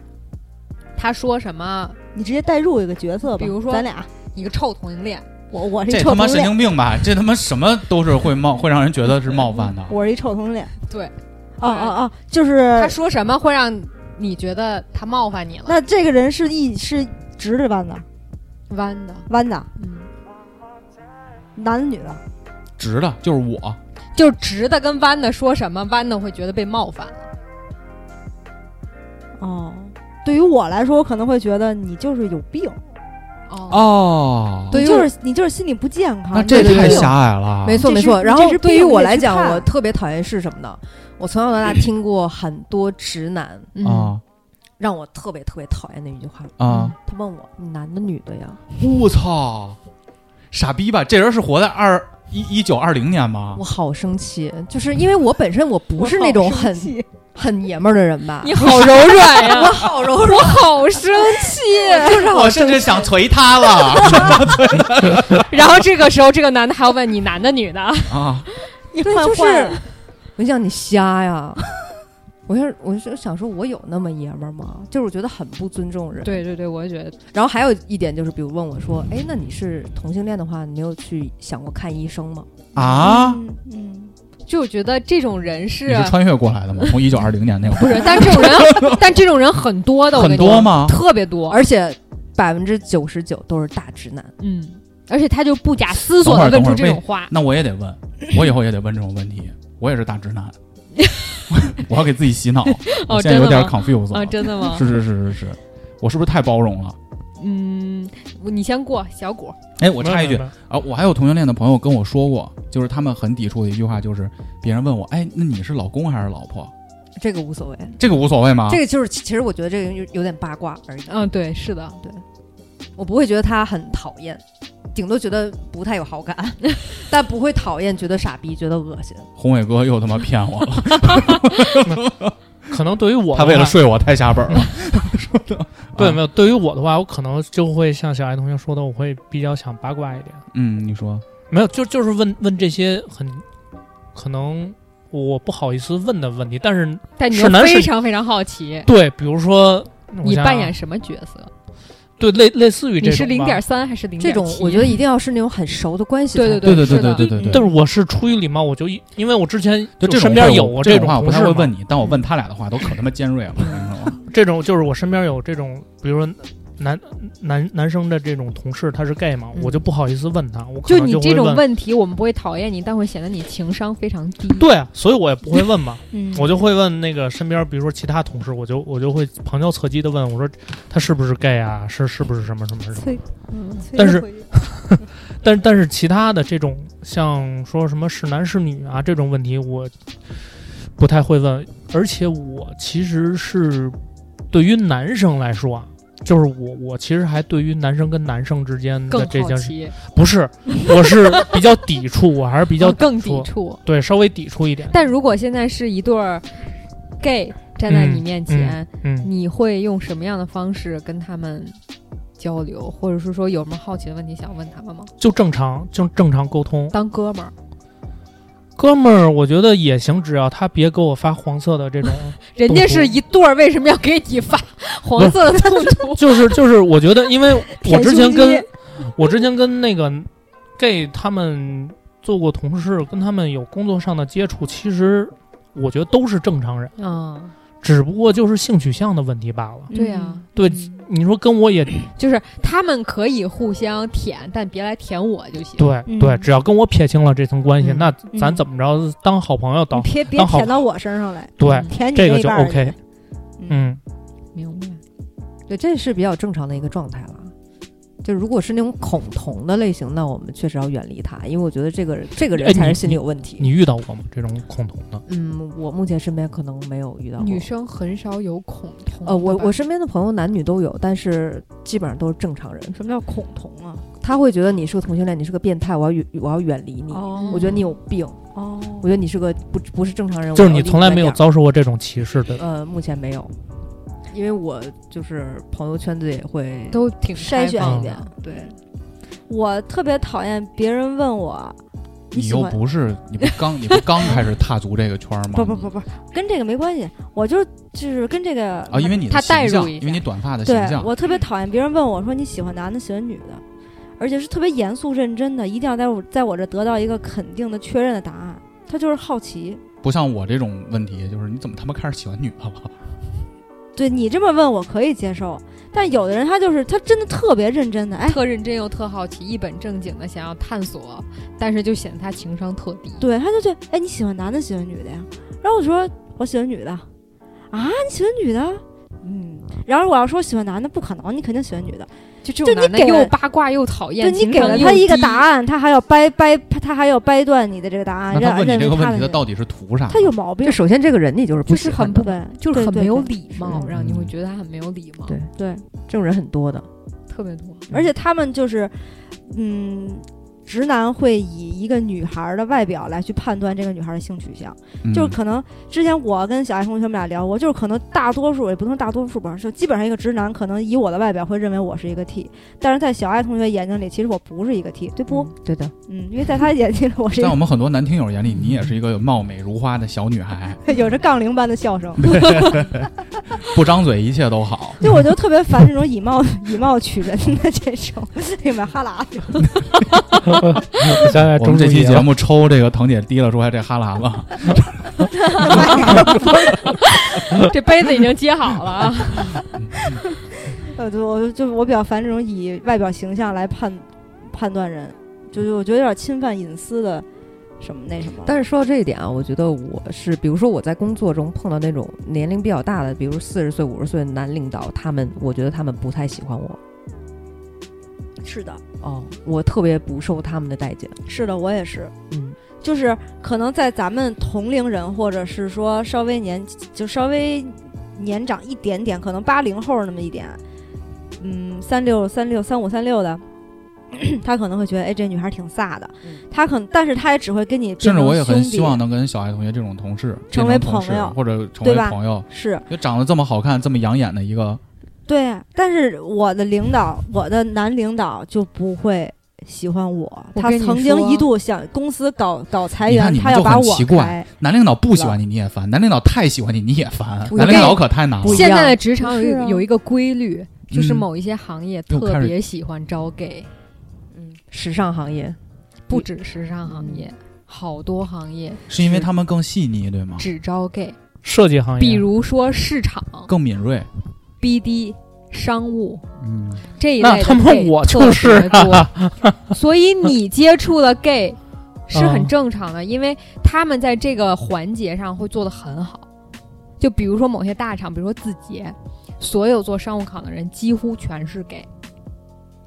Speaker 6: 他说什么
Speaker 5: 你直接代入一个角色吧。
Speaker 6: 比如说
Speaker 5: 咱俩
Speaker 6: 一个臭同性恋，
Speaker 5: 我我是一
Speaker 3: 这
Speaker 5: 臭
Speaker 3: 他妈
Speaker 5: 同
Speaker 3: 神
Speaker 5: 性恋，
Speaker 3: 经病吧？这他妈什么都是会冒，会让人觉得是冒犯的。
Speaker 5: 我是一臭同性恋。
Speaker 6: 对，
Speaker 5: 哦哦哦，就
Speaker 6: 他
Speaker 5: 是
Speaker 6: 说什么会让你觉得他冒犯你了？
Speaker 5: 那这个人是一是直的弯的，
Speaker 6: 弯的，
Speaker 5: 弯的，
Speaker 6: 嗯，
Speaker 5: 男的女的，
Speaker 3: 直的，就是我，
Speaker 6: 就直的跟弯的说什么，弯的会觉得被冒犯。
Speaker 5: 哦。对于我来说，我可能会觉得你就是有病，
Speaker 6: 哦，
Speaker 3: 哦，
Speaker 5: 你
Speaker 8: 对于
Speaker 5: 就
Speaker 8: 我
Speaker 5: 是你就是心理不健康。
Speaker 3: 那
Speaker 5: 你
Speaker 3: 这
Speaker 5: 有
Speaker 3: 太
Speaker 5: 病
Speaker 3: 狭隘了。
Speaker 8: 没错
Speaker 5: 这
Speaker 8: 没
Speaker 5: 是
Speaker 8: 错。然
Speaker 5: 这
Speaker 8: 后
Speaker 5: 是
Speaker 8: 对
Speaker 5: 病
Speaker 8: 于我
Speaker 5: 你得
Speaker 8: 来
Speaker 5: 去
Speaker 8: 讲，
Speaker 5: 看
Speaker 8: 我特别讨厌是什么呢？我从小到大听过很多直男，
Speaker 6: 嗯
Speaker 3: 啊
Speaker 8: 让我特别特别讨厌的一句话。
Speaker 3: 啊！
Speaker 8: 他问我你男的女的呀？
Speaker 3: 我操，傻逼吧？这人是活在二一一九二零年吗
Speaker 8: 我？好生气，就是因为我本身我不是那种很很爷们儿的人吧，
Speaker 6: 你好柔软呀、
Speaker 8: 啊 我好柔
Speaker 6: 我
Speaker 8: 弱，
Speaker 6: 好 生气。
Speaker 8: 就是好
Speaker 3: 我甚至想捶他了
Speaker 6: 然后这个时候，这个男的还要问你男的女的，
Speaker 3: 啊！
Speaker 5: 你
Speaker 8: 对，
Speaker 5: 换
Speaker 8: 就
Speaker 5: 换
Speaker 8: 是，我想你瞎呀。 我就我就想说，我有那么爷们儿吗？就是我觉得很不尊重人。，
Speaker 6: 对对对，我也觉得
Speaker 8: 然后还有一点就是，比如问我说，哎，那你是同性恋的话，你没有去想过看医生吗？
Speaker 3: 啊！
Speaker 5: 嗯嗯，
Speaker 6: 就觉得这种人是啊
Speaker 3: 你是穿越过来的吗？从一九二零年那会
Speaker 6: 不是？但这种人，但这种人很多的，
Speaker 3: 儿
Speaker 6: 我
Speaker 3: 很
Speaker 6: 跟你说
Speaker 3: 多？吗？
Speaker 6: 特别多，
Speaker 8: 而且百分之九十九都是大直男。
Speaker 6: 嗯，而且他就不假思索的
Speaker 3: 等
Speaker 6: 问
Speaker 3: 会儿
Speaker 6: 出这种话，
Speaker 3: 那我也得问，我以后也得问这种问题。 我也是大直男，我要给自己洗脑。我
Speaker 6: 哦，
Speaker 3: 现在
Speaker 6: 真
Speaker 3: 有
Speaker 6: 的
Speaker 3: 点
Speaker 6: 吗？
Speaker 3: confused
Speaker 6: 啊，
Speaker 3: 了。
Speaker 6: 真的吗？
Speaker 3: 是是是是是，我是不是太包容了？
Speaker 6: 嗯，你先过小果，
Speaker 3: 哎，我插一
Speaker 4: 没有
Speaker 3: 句
Speaker 4: 没有
Speaker 3: 啊，我还有同性恋的朋友跟我说过，就是他们很抵触的一句话，就是别人问我，哎，那你是老公还是老婆？
Speaker 8: 这个无所谓，
Speaker 6: 啊
Speaker 3: 这个无所谓吗？
Speaker 8: 这个就是其其实我觉得这个有有点八卦而已，
Speaker 6: 嗯，对，是的，
Speaker 8: 我不会觉得他很讨厌，顶多觉得不太有好感， 但不会讨厌，觉得傻逼，觉得恶心。
Speaker 3: 宏伟哥又他妈骗我了，
Speaker 4: 可能对于我的
Speaker 3: 他为了
Speaker 4: 话
Speaker 3: 睡我太下本了。说的
Speaker 4: 对
Speaker 3: 啊
Speaker 4: 没有对于我的话，我可能就会像小爱同学说的，我会比较想八卦一点。
Speaker 3: 嗯，你说
Speaker 4: 没有，就就是问问这些很可能我不好意思问的问题，但是
Speaker 6: 但你
Speaker 4: 是
Speaker 6: 又
Speaker 4: 男是
Speaker 6: 非常非常好奇，
Speaker 4: 对，比如说
Speaker 6: 你扮演
Speaker 4: 是
Speaker 6: 什么角色？
Speaker 4: 对类类似于这种
Speaker 6: 你是零
Speaker 4: 吧
Speaker 6: 点三还是零
Speaker 8: 这种我觉得一定要是那种很熟的关系才
Speaker 6: 对
Speaker 8: 行。
Speaker 6: 对
Speaker 3: 对对对
Speaker 6: 是的
Speaker 3: 对对对对。
Speaker 4: 但是我是出于礼貌，我就一因为我之前
Speaker 3: 就这
Speaker 4: 就
Speaker 3: 种
Speaker 4: 身边
Speaker 3: 话
Speaker 4: 有
Speaker 3: 我
Speaker 4: 我
Speaker 3: 这
Speaker 4: 这
Speaker 3: 种话，我
Speaker 4: 同
Speaker 3: 不
Speaker 4: 事
Speaker 3: 太会
Speaker 4: 嘛
Speaker 3: 问你，但我问他俩的话都可他妈尖锐了，你知道吗？
Speaker 4: 这种就是我身边有这种，比如说男男男生的这种同事，他是 gay 嘛，
Speaker 8: 嗯
Speaker 4: 我就不好意思问他，我可
Speaker 6: 就
Speaker 4: 能
Speaker 6: 你
Speaker 4: 就
Speaker 6: 这
Speaker 4: 会
Speaker 6: 种
Speaker 4: 问。
Speaker 6: 问题，我们不会讨厌你，但会显得你情商非常低。
Speaker 4: 对啊，所以我也不会问 嘛，
Speaker 5: 嗯
Speaker 4: 我就会问那个身边，比如说其他同事，我就我就会旁敲侧击的问，我说他是不是 gay 啊？是是不是什么什么什么？
Speaker 5: 催，
Speaker 4: 但是但但是其他的这种像说什么是男是女啊这种问题，我不太会问。而且我其实是对于男生来说啊，就是我我其实还对于男生跟男生之间
Speaker 6: 更
Speaker 4: 的这
Speaker 6: 好
Speaker 4: 件事
Speaker 6: 奇，
Speaker 4: 不是，我是比较抵触，我还是比
Speaker 6: 比
Speaker 4: 较
Speaker 6: 嗯哦更
Speaker 4: 抵
Speaker 6: 抵
Speaker 4: 触，
Speaker 6: 触。
Speaker 4: 对，稍微抵触一点。
Speaker 6: 但如果现在是一对儿 gay 站在你面前，
Speaker 4: 嗯，
Speaker 6: 你会用什么样的方式跟他们交流，或者是说有什么好奇的问题想问他们吗？
Speaker 4: 就正常，就正常沟通。
Speaker 6: 当哥们儿，
Speaker 4: 哥们儿，我觉得也行，只要他别给我发黄色的这 种，
Speaker 6: 人家是一对儿，为什么要给你发黄 色的兔兔？
Speaker 4: 就是就是，我觉得，因为我 之前
Speaker 5: 舔胸
Speaker 4: 跟我之前跟那个 gay 他们做过同事，跟他们有工作上的接触，其实我觉得都是正常人，
Speaker 6: 嗯，
Speaker 4: 只不过就是性取向的问题罢了。
Speaker 6: 对呀、
Speaker 4: 嗯
Speaker 6: 嗯
Speaker 4: 对，你说跟我也
Speaker 6: 就是他们可以互相舔，但别来舔我就行。
Speaker 4: 对、
Speaker 5: 嗯
Speaker 4: 对，只要跟我撇清了这层关系，
Speaker 6: 嗯
Speaker 4: 那咱
Speaker 5: 嗯
Speaker 4: 怎么着当好朋友
Speaker 5: 你
Speaker 4: 当、
Speaker 5: 别别
Speaker 4: 当好
Speaker 5: 舔到我身上来，
Speaker 4: 对、
Speaker 6: 嗯
Speaker 5: 舔你
Speaker 4: 这
Speaker 5: 那
Speaker 4: 个
Speaker 5: 一
Speaker 4: 就
Speaker 5: 半儿去
Speaker 4: OK。嗯，
Speaker 6: 明白。
Speaker 8: 对，这是比较正常的一个状态了。就如果是那种恐同的类型，那我们确实要远离他，因为我觉得这个这个
Speaker 4: 哎
Speaker 8: 人
Speaker 4: 你
Speaker 8: 才是心理有问题。
Speaker 4: 你遇到过吗？这种恐同的？
Speaker 8: 嗯，我目前身边可能没有遇到过
Speaker 6: 女。生很少有恐同的吧。
Speaker 8: 呃，我我身边的朋友男女都有，但是基本上都是正常人。
Speaker 5: 什么叫恐同啊？
Speaker 8: 他会觉得你是个同性恋，你是个变态，我要远我要远离你。
Speaker 5: 哦
Speaker 8: 我觉得你有病，
Speaker 5: 哦，
Speaker 8: 我觉得你是个不不是正常人。
Speaker 4: 就是
Speaker 8: 我要
Speaker 4: 你
Speaker 8: 离
Speaker 4: 从来
Speaker 8: 远
Speaker 4: 没有
Speaker 8: 点儿
Speaker 4: 遭受过这种歧视，对吧？
Speaker 8: 呃，目前没有，因为我就是朋友圈子也会
Speaker 6: 都挺
Speaker 5: 筛选
Speaker 6: 开
Speaker 4: 嗯
Speaker 6: 放
Speaker 5: 一 点
Speaker 6: 的。
Speaker 5: 对，我特别讨厌别人问我，
Speaker 3: 你
Speaker 5: 喜
Speaker 3: 又
Speaker 5: 欢
Speaker 3: 不是你不刚你不刚开始踏足这个圈儿吗？
Speaker 5: 不不不不，跟这个没关系，我就是就是跟这个
Speaker 3: 啊，因为你的
Speaker 6: 他代
Speaker 3: 形象
Speaker 6: 入一下
Speaker 3: 因为你短发的形
Speaker 5: 对
Speaker 3: 象，
Speaker 5: 我特别讨厌别人问我说你喜欢男的喜欢女的，而且是特别严肃认真的，一定要在我在我这得到一个肯定的确认的答案。他就是好奇，
Speaker 3: 不像我这种问题，就是你怎么他妈开始喜欢女的
Speaker 5: 啊
Speaker 3: 了？
Speaker 5: 对你这么问我可以接受，但有的人他就是他真的特别认真的，哎，
Speaker 6: 特认真又特好奇，一本正经的想要探索，但是就显得他情商特低。
Speaker 5: 对，他就觉得哎你喜欢男的喜欢女的呀？然后我说我喜欢女的，啊你喜欢女的，嗯，然后我要说喜欢男的不可能，你肯定喜欢女的，
Speaker 6: 就这种
Speaker 5: 就
Speaker 6: 男的
Speaker 5: 你给
Speaker 6: 又
Speaker 5: 了
Speaker 6: 八卦又讨
Speaker 5: 对
Speaker 6: 厌，
Speaker 5: 你
Speaker 6: 情
Speaker 5: 给
Speaker 6: 商
Speaker 5: 了
Speaker 6: 又
Speaker 5: 他一个
Speaker 6: 低
Speaker 5: 答案，他还要掰掰，他还要掰断你的这个答案，
Speaker 3: 那他
Speaker 5: 让
Speaker 3: 问你
Speaker 5: 认
Speaker 3: 这个
Speaker 5: 为他的
Speaker 3: 问题，他
Speaker 5: 那个
Speaker 3: 到底是图啥？
Speaker 5: 他有毛病
Speaker 8: 就，首先这个人你就是不
Speaker 6: 就是
Speaker 8: 喜欢
Speaker 6: 很
Speaker 8: 的
Speaker 6: 不，
Speaker 5: 对，
Speaker 6: 就是
Speaker 5: 对
Speaker 6: 很
Speaker 5: 对
Speaker 6: 没有嗯
Speaker 5: 对嗯
Speaker 6: 礼貌，让你会觉得他很没有礼貌，
Speaker 8: 对
Speaker 5: 对，
Speaker 8: 这种人很多的。
Speaker 6: 特 别多。
Speaker 5: 而且他们就是，嗯，直男会以一个女孩儿的外表来去判断这个女孩儿的性取向，
Speaker 3: 嗯
Speaker 5: 就是可能之前我跟小爱同学我们俩聊过，就是可能大多数也不能说大多数吧，就基本上一个直男可能以我的外表会认为我是一个 T，但是在小爱同学眼睛里，其实我不是一个 T，对不？
Speaker 8: 嗯对的，
Speaker 5: 嗯，因为在他眼睛里我是一
Speaker 3: 在
Speaker 5: 个
Speaker 3: 我们很多男听友眼里，你也是一个貌美如花的小女孩，
Speaker 5: 有着杠铃般的笑声，
Speaker 3: 不张嘴一切都好。
Speaker 5: 就我就特别烦这种以貌以貌取人的这种， 明白哈喇子。
Speaker 4: 咱俩
Speaker 3: 我
Speaker 4: 争
Speaker 3: 们这期节
Speaker 4: 目
Speaker 3: 目抽这个腾姐提了出来这哈喇 子，
Speaker 6: 这杯子已经接好 了
Speaker 5: 哎
Speaker 6: 啊，
Speaker 5: 呃，就我就我比较烦这种以外表形象来判判断人，就是我觉得有点侵犯隐私的什么那什么。
Speaker 8: 但是说到这一点啊，我觉得我是，比如说我在工作中碰到那种年龄比较大的，比如四十岁、五十岁的男领导，他们我觉得他们不太喜欢我。
Speaker 5: 是的，
Speaker 8: 哦，我特别不受他们的待见。
Speaker 5: 是的，我也是，
Speaker 8: 嗯，
Speaker 5: 就是可能在咱们同龄人，或者是说稍微年就稍微年长一点点，可能八零后那么一点，嗯，三六三六三五三六的。他可能会觉得，哎，这女孩挺飒的。
Speaker 8: 嗯
Speaker 5: 他可能，但是他也只会跟你
Speaker 3: 甚
Speaker 5: 变
Speaker 3: 至
Speaker 5: 成
Speaker 3: 我也很
Speaker 5: 兄弟
Speaker 3: 希望能跟小爱同学这种同事
Speaker 5: 成为
Speaker 3: 变同事
Speaker 5: 朋友
Speaker 3: 或者成
Speaker 5: 对
Speaker 3: 为
Speaker 5: 吧
Speaker 3: 朋友，
Speaker 5: 是
Speaker 3: 就长得这么好看、这么养眼的一个，
Speaker 5: 对，但是我的领导，我的男领导就不会喜欢我。
Speaker 6: 我
Speaker 5: 他
Speaker 6: 跟你
Speaker 5: 曾经一
Speaker 6: 说
Speaker 5: 度想公司搞搞裁
Speaker 3: 你
Speaker 5: 员，
Speaker 3: 看你们
Speaker 5: 他要
Speaker 3: 就
Speaker 5: 把
Speaker 3: 很
Speaker 5: 我
Speaker 3: 奇怪
Speaker 5: 开。
Speaker 3: 男领导不喜欢你你也烦，男领导太喜欢你你也烦，
Speaker 6: 我
Speaker 3: 男领
Speaker 6: 跟
Speaker 3: 导
Speaker 6: 你
Speaker 3: 可太难了。
Speaker 8: 不一
Speaker 6: 现在的
Speaker 8: 样
Speaker 6: 职场有
Speaker 5: 不是啊
Speaker 6: 一有一个规律，就是
Speaker 3: 嗯
Speaker 6: 某一些行业
Speaker 3: 又开
Speaker 6: 特
Speaker 3: 始
Speaker 6: 别喜欢招 gay，
Speaker 8: 嗯，时尚行业，
Speaker 6: 不止时尚
Speaker 5: 嗯
Speaker 6: 行业，好多行业
Speaker 3: 是因为他们更细腻，对吗？
Speaker 6: 只招
Speaker 5: 哎
Speaker 6: gay，
Speaker 4: 设计行业，
Speaker 6: 比如说市场、
Speaker 3: 更敏锐。
Speaker 6: BD、商务
Speaker 3: 嗯，
Speaker 6: 这一
Speaker 4: 那
Speaker 6: 类的
Speaker 4: 他妈
Speaker 6: gay
Speaker 4: 我
Speaker 6: 特
Speaker 4: 就是啊
Speaker 6: 别多，所以你接触了 gay 是
Speaker 4: 嗯
Speaker 6: 很正常的，因为他们在这个环节上会做得很好。就比如说某些大厂，比如说字节，所有做商务岗的人几乎全是 gay，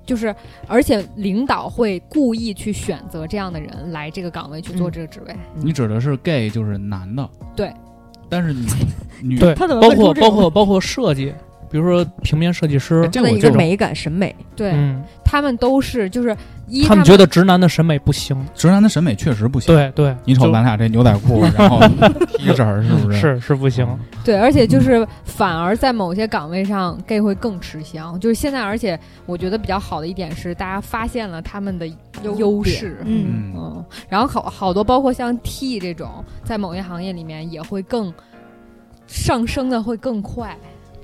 Speaker 6: 就是而且领导会故意去选择这样的人来这个岗位去做
Speaker 8: 嗯
Speaker 6: 这个职位。
Speaker 3: 你指的是 gay 就是男的，
Speaker 6: 对。
Speaker 3: 但 是女女
Speaker 4: 对，
Speaker 5: 他怎么
Speaker 4: 包
Speaker 5: 问出
Speaker 4: 括
Speaker 5: 这
Speaker 4: 包
Speaker 5: 种
Speaker 4: 括包括设计，比如说平面设计师
Speaker 3: 哎，这
Speaker 8: 的
Speaker 3: 我
Speaker 8: 一
Speaker 3: 这
Speaker 8: 个
Speaker 3: 种
Speaker 8: 美感审美，
Speaker 6: 对、
Speaker 4: 嗯，
Speaker 6: 他们都是就是一
Speaker 4: 他们觉得直男的审美不行，
Speaker 3: 直男的审美确实不行。，
Speaker 4: 对对，
Speaker 3: 你瞅
Speaker 4: 就
Speaker 3: 咱俩这牛仔裤，然后 T 恤儿，是不是？
Speaker 4: 是是不行，
Speaker 3: 嗯
Speaker 6: 对，而且就是反而在某些岗位上，gay 会更吃香。就是现在，而且我觉得比较好的一点是，大家发现了他们的优势。
Speaker 5: 嗯，
Speaker 3: 嗯，
Speaker 6: 嗯，然后好好多，包括像 T 这种，在某些行业里面也会更上升的会更快。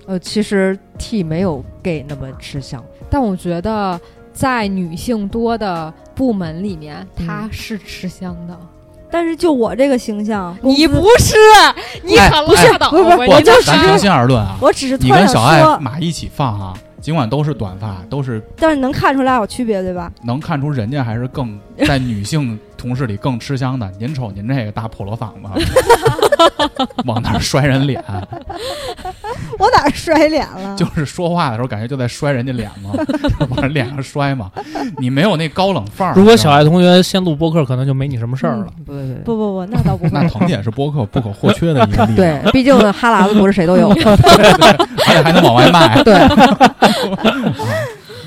Speaker 8: 呃，其实 T 没有 gay 那么吃香。
Speaker 6: 但我觉得在女性多的部门里面，
Speaker 8: 嗯
Speaker 6: 它是吃香的。
Speaker 5: 但是就我这个形象，公
Speaker 6: 你
Speaker 5: 司
Speaker 6: 不是，啊你
Speaker 3: 哎
Speaker 6: 可
Speaker 5: 不是
Speaker 6: 拉倒
Speaker 5: 不是不
Speaker 6: 吧！
Speaker 5: 是
Speaker 6: 你
Speaker 3: 我
Speaker 6: 这
Speaker 3: 咱平心而论啊，
Speaker 5: 我只是突
Speaker 3: 你
Speaker 5: 然
Speaker 3: 跟小
Speaker 5: 想
Speaker 3: 爱
Speaker 5: 说，
Speaker 3: 码一起放啊，尽管都是短发，都是
Speaker 5: 但是能看出来有区别，对吧？
Speaker 3: 能看出人家还是更在女性同事里更吃香的。您瞅您这个大破锣嗓 子，往那儿摔人脸，
Speaker 5: 我哪儿摔脸了？
Speaker 3: 就是说话的时候感觉就在摔人家脸嘛，就往人脸上摔嘛。你没有那高冷范儿。
Speaker 4: 如果
Speaker 3: 你知
Speaker 4: 小
Speaker 3: 道吗
Speaker 4: 爱同学先录播客，可能就没你什么事儿了。
Speaker 8: 嗯，不对
Speaker 5: 不不不，那倒不会
Speaker 3: 那。腾姐是 播客不可或缺的一个力量，
Speaker 8: 对， 对，毕竟哈喇子不是谁都 有。
Speaker 3: 而且还能往外卖。
Speaker 8: 对，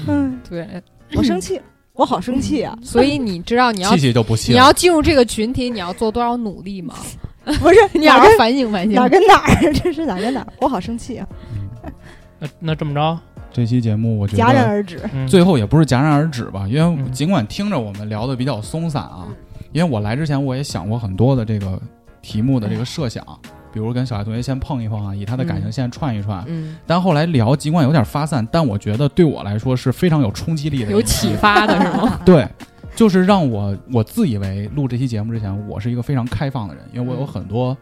Speaker 5: 嗯，
Speaker 6: 对，
Speaker 5: 我生气，我好生气啊！
Speaker 6: 所以你知道你要
Speaker 3: 气气就不信
Speaker 6: 你要进入这个群体，你要做多少努力 吗？
Speaker 5: 不嗯是
Speaker 6: 你
Speaker 5: 哪
Speaker 6: 好
Speaker 5: 儿
Speaker 6: 好
Speaker 5: 跟
Speaker 6: 反省反省
Speaker 5: 哪。儿跟哪儿，这是哪儿跟哪儿？我好生气啊！
Speaker 4: 那那这么着，
Speaker 3: 这期节目我觉
Speaker 5: 戛然
Speaker 3: 得
Speaker 5: 而止。
Speaker 4: 嗯，
Speaker 3: 最后也不是戛然而止吧，因为
Speaker 4: 嗯
Speaker 3: 尽管听着我们聊的比较松散啊，因为我来之前我也想过很多的这个题目的这个设想，比如跟小爱同学先碰一碰啊，以他的感情线串一串。
Speaker 7: 嗯，
Speaker 3: 但后来聊，尽管有点发散，但我觉得对我来说是非常有冲击力的一个，
Speaker 6: 有启发的是
Speaker 4: 啊
Speaker 6: 吗？
Speaker 3: 对，就是让我我自以为录这期节目之前，我是一个非常开放的人，因
Speaker 4: 嗯
Speaker 3: 为我有很多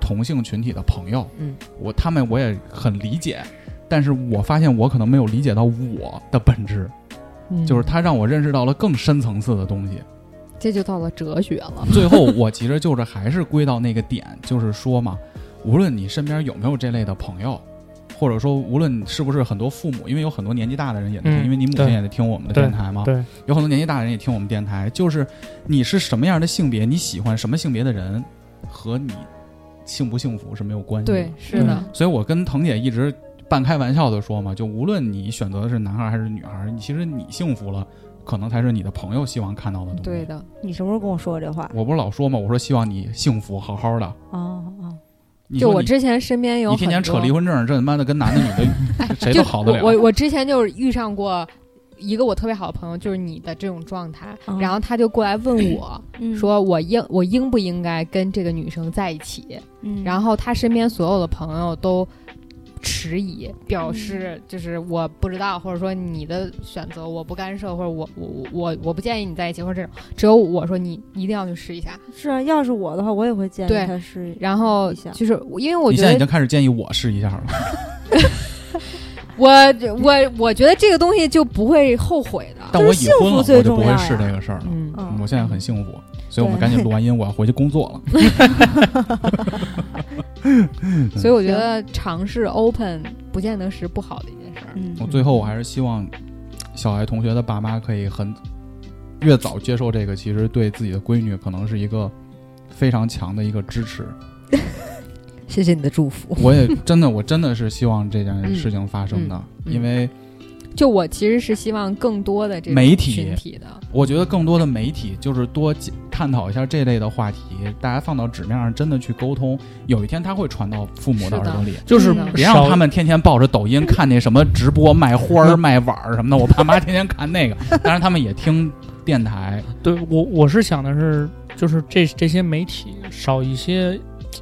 Speaker 3: 同性群体的朋友，
Speaker 7: 嗯，
Speaker 3: 我他们我也很理解，但是我发现我可能没有理解到我的本质，
Speaker 4: 嗯
Speaker 3: 就是他让我认识到了更深层次的东 西。
Speaker 6: 这就到了哲学了。
Speaker 3: 最后，我其实就是还是归到那个点，就是说嘛，无论你身边有没有这类的朋友，或者说无论是不是很多父母，因为有很多年纪大的人也在听，
Speaker 4: 嗯
Speaker 3: 因为你母亲
Speaker 4: 对
Speaker 3: 也在听我们的电台嘛，
Speaker 4: 对，
Speaker 3: 有很多年纪大的人也听我们电台，就是你是什么样的性别，你喜欢什么性别的人，和你幸不幸福是没有关系的。
Speaker 6: 对，是的，
Speaker 3: 所以我跟腾姐一直半开玩笑的说嘛，就无论你选择的是男孩还是女孩，你其实你幸福了，可能才是你的朋友希望看到的东西。
Speaker 6: 对的。
Speaker 5: 你什么时候跟我说过这话？
Speaker 3: 我不是老说嘛，我说希望你幸福好好的。
Speaker 5: 哦哦，
Speaker 3: 你
Speaker 6: 就
Speaker 3: 说
Speaker 6: 我
Speaker 3: 你
Speaker 6: 之前身边有
Speaker 3: 你天天
Speaker 6: 很多
Speaker 3: 扯离婚证，这他妈的跟男的女 的谁
Speaker 6: 就
Speaker 3: 都好得了。
Speaker 6: 我我我之前就是遇上过一个我特别好的朋友，就是你的这种状态，
Speaker 5: 嗯
Speaker 6: 然后他就过来问我。
Speaker 5: 嗯
Speaker 6: 说我应我应不应该跟这个女生在一起？
Speaker 5: 嗯
Speaker 6: 然后他身边所有的朋友都迟疑，
Speaker 5: 嗯
Speaker 6: 表示就是我不知道，或者说你的选择我不干涉，或者我我我我我不建议你在一起，或者这种。只有我说你一定要去试一下。
Speaker 5: 是啊，要是我的话，我也会建议
Speaker 6: 对
Speaker 5: 他是
Speaker 6: 然后
Speaker 5: 一下
Speaker 6: 就是我因为我
Speaker 3: 你
Speaker 6: 觉
Speaker 3: 现在已
Speaker 6: 得
Speaker 3: 经开始建议我试一下了，
Speaker 6: 我我我觉得这个东西就不会后悔的。
Speaker 3: 但我已婚了，
Speaker 5: 幸福最
Speaker 3: 我就不
Speaker 5: 重要
Speaker 3: 会
Speaker 5: 呀
Speaker 3: 试这个事儿了。
Speaker 7: 嗯
Speaker 5: 嗯
Speaker 3: 我现在很幸福，所以我们赶紧录完音，我要回去工作了。嗯
Speaker 6: 所以我觉得尝试 open 不见得是不好的一件事儿。
Speaker 5: 嗯
Speaker 3: 我最后我还是希望小爱同学的爸妈可以很越早接受这个，其实对自己的闺女可能是一个非常强的一个支持。
Speaker 7: 谢谢你的祝福。
Speaker 3: 我也真的，我真的是希望这件事情发生的，
Speaker 7: 嗯嗯
Speaker 3: 因为
Speaker 6: 就我其实是希望更多的这种
Speaker 3: 媒体
Speaker 6: 群体的，
Speaker 3: 我觉得更多的媒体就是多探讨一下这类的话题，大家放到纸面上真的去沟通，有一天它会传到父母的耳朵里。
Speaker 4: 就是
Speaker 6: 嗯
Speaker 3: 别让
Speaker 4: 少
Speaker 3: 他们天天抱着抖音看那什么直播卖花儿、卖碗儿什么的，我爸妈天天看那个， 当然他们也听电台，
Speaker 4: 对我我是想的是，就是这这些媒体少一些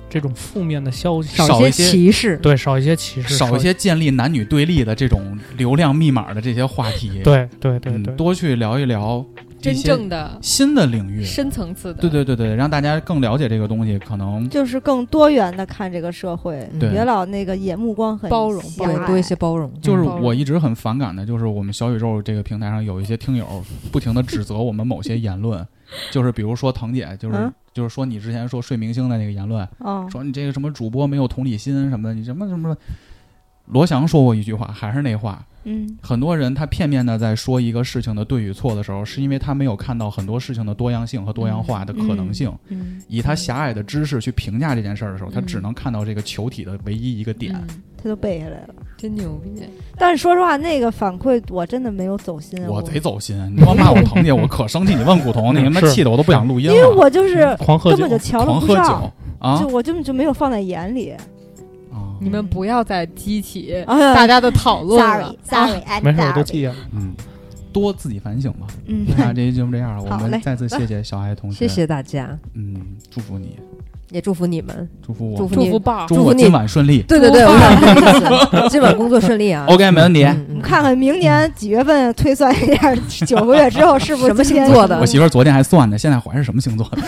Speaker 4: 这种负面的消息，
Speaker 3: 少一
Speaker 7: 一
Speaker 3: 些
Speaker 7: 歧视，
Speaker 4: 对少一些歧视，
Speaker 3: 少一些建立男女对立的这种流量密码的这些话题。，
Speaker 4: 对对对
Speaker 3: 嗯，
Speaker 4: 对，
Speaker 3: 多去聊一聊一
Speaker 6: 真
Speaker 3: 些
Speaker 6: 正的
Speaker 3: 新的领域。
Speaker 6: 深层次的。
Speaker 3: 对对对对，让大家更了解这个东西，可能
Speaker 5: 就是更多元的看这个社会，
Speaker 7: 嗯
Speaker 3: 对
Speaker 5: 别老那个也目光很
Speaker 6: 包容
Speaker 5: 狭
Speaker 6: 包容
Speaker 5: 隘嗯
Speaker 7: 对多一些包容。
Speaker 8: 嗯
Speaker 3: 就是
Speaker 6: 包容
Speaker 3: 我一直很反感的，就是我们小宇宙这个平台上有一些听友不停的指责我们某些言论，就是比如说腾姐，就是、
Speaker 5: 嗯
Speaker 3: 就是说你之前说睡明星的那个言论，
Speaker 5: 哦，
Speaker 3: 说你这个什么主播没有同理心什么的，你什么什么。罗翔说过一句话，还是那话，
Speaker 5: 嗯
Speaker 3: 很多人他片面的在说一个事情的对与错的时候，是因为他没有看到很多事情的多样性和多样化的可能性，
Speaker 5: 嗯，
Speaker 3: 以他狭隘的知识去评价这件事儿的时候，他只
Speaker 6: 嗯
Speaker 3: 能看到这个球体的唯一一个点。
Speaker 6: 嗯
Speaker 5: 他都背下来了。
Speaker 6: 真牛逼！
Speaker 5: 但是说实话，那个反馈我真的没有走
Speaker 7: 嗯
Speaker 5: 心，啊
Speaker 3: 我贼走心，你要 骂我腾姐，我可生气。你问古潼，你他妈
Speaker 4: 是
Speaker 3: 气的我都不想录音
Speaker 5: 因
Speaker 3: 了。
Speaker 5: 为我就是
Speaker 4: 狂喝
Speaker 5: 根
Speaker 4: 酒
Speaker 5: 本就，瞧了
Speaker 3: 狂
Speaker 5: 不
Speaker 3: 啊嗯喝
Speaker 5: 上
Speaker 3: 酒，啊
Speaker 5: 就我根本就没有放在眼里。
Speaker 3: 啊！
Speaker 6: 你们不要再激起
Speaker 5: 哎呀
Speaker 6: 大家的讨论了
Speaker 5: sorry。sorry，I'm
Speaker 4: 没事，我都
Speaker 5: sorry
Speaker 4: 记下了。
Speaker 3: 嗯，多自己反省吧。
Speaker 5: 嗯，
Speaker 3: 那啊这期节目这样了，我
Speaker 5: 好
Speaker 3: 们
Speaker 5: 嘞
Speaker 3: 再次谢谢小爱同学，
Speaker 7: 谢，谢大家，
Speaker 3: 嗯，祝福你，
Speaker 7: 也祝福你们。
Speaker 3: 祝福
Speaker 7: 祝
Speaker 3: 我，
Speaker 7: 福
Speaker 6: 祝
Speaker 7: 你
Speaker 6: 福豹，
Speaker 3: 祝我
Speaker 7: 祝福你
Speaker 3: 今晚顺利。
Speaker 7: 对对对，我想说这意思今晚工作顺利啊。
Speaker 3: OK，没问题。
Speaker 7: 嗯嗯
Speaker 5: 看看明年几月份推算一下，九个月之后是不是
Speaker 7: 什么
Speaker 5: 今天
Speaker 7: 星座的
Speaker 3: 我媳妇儿昨天还算呢，现在怀是什么星座的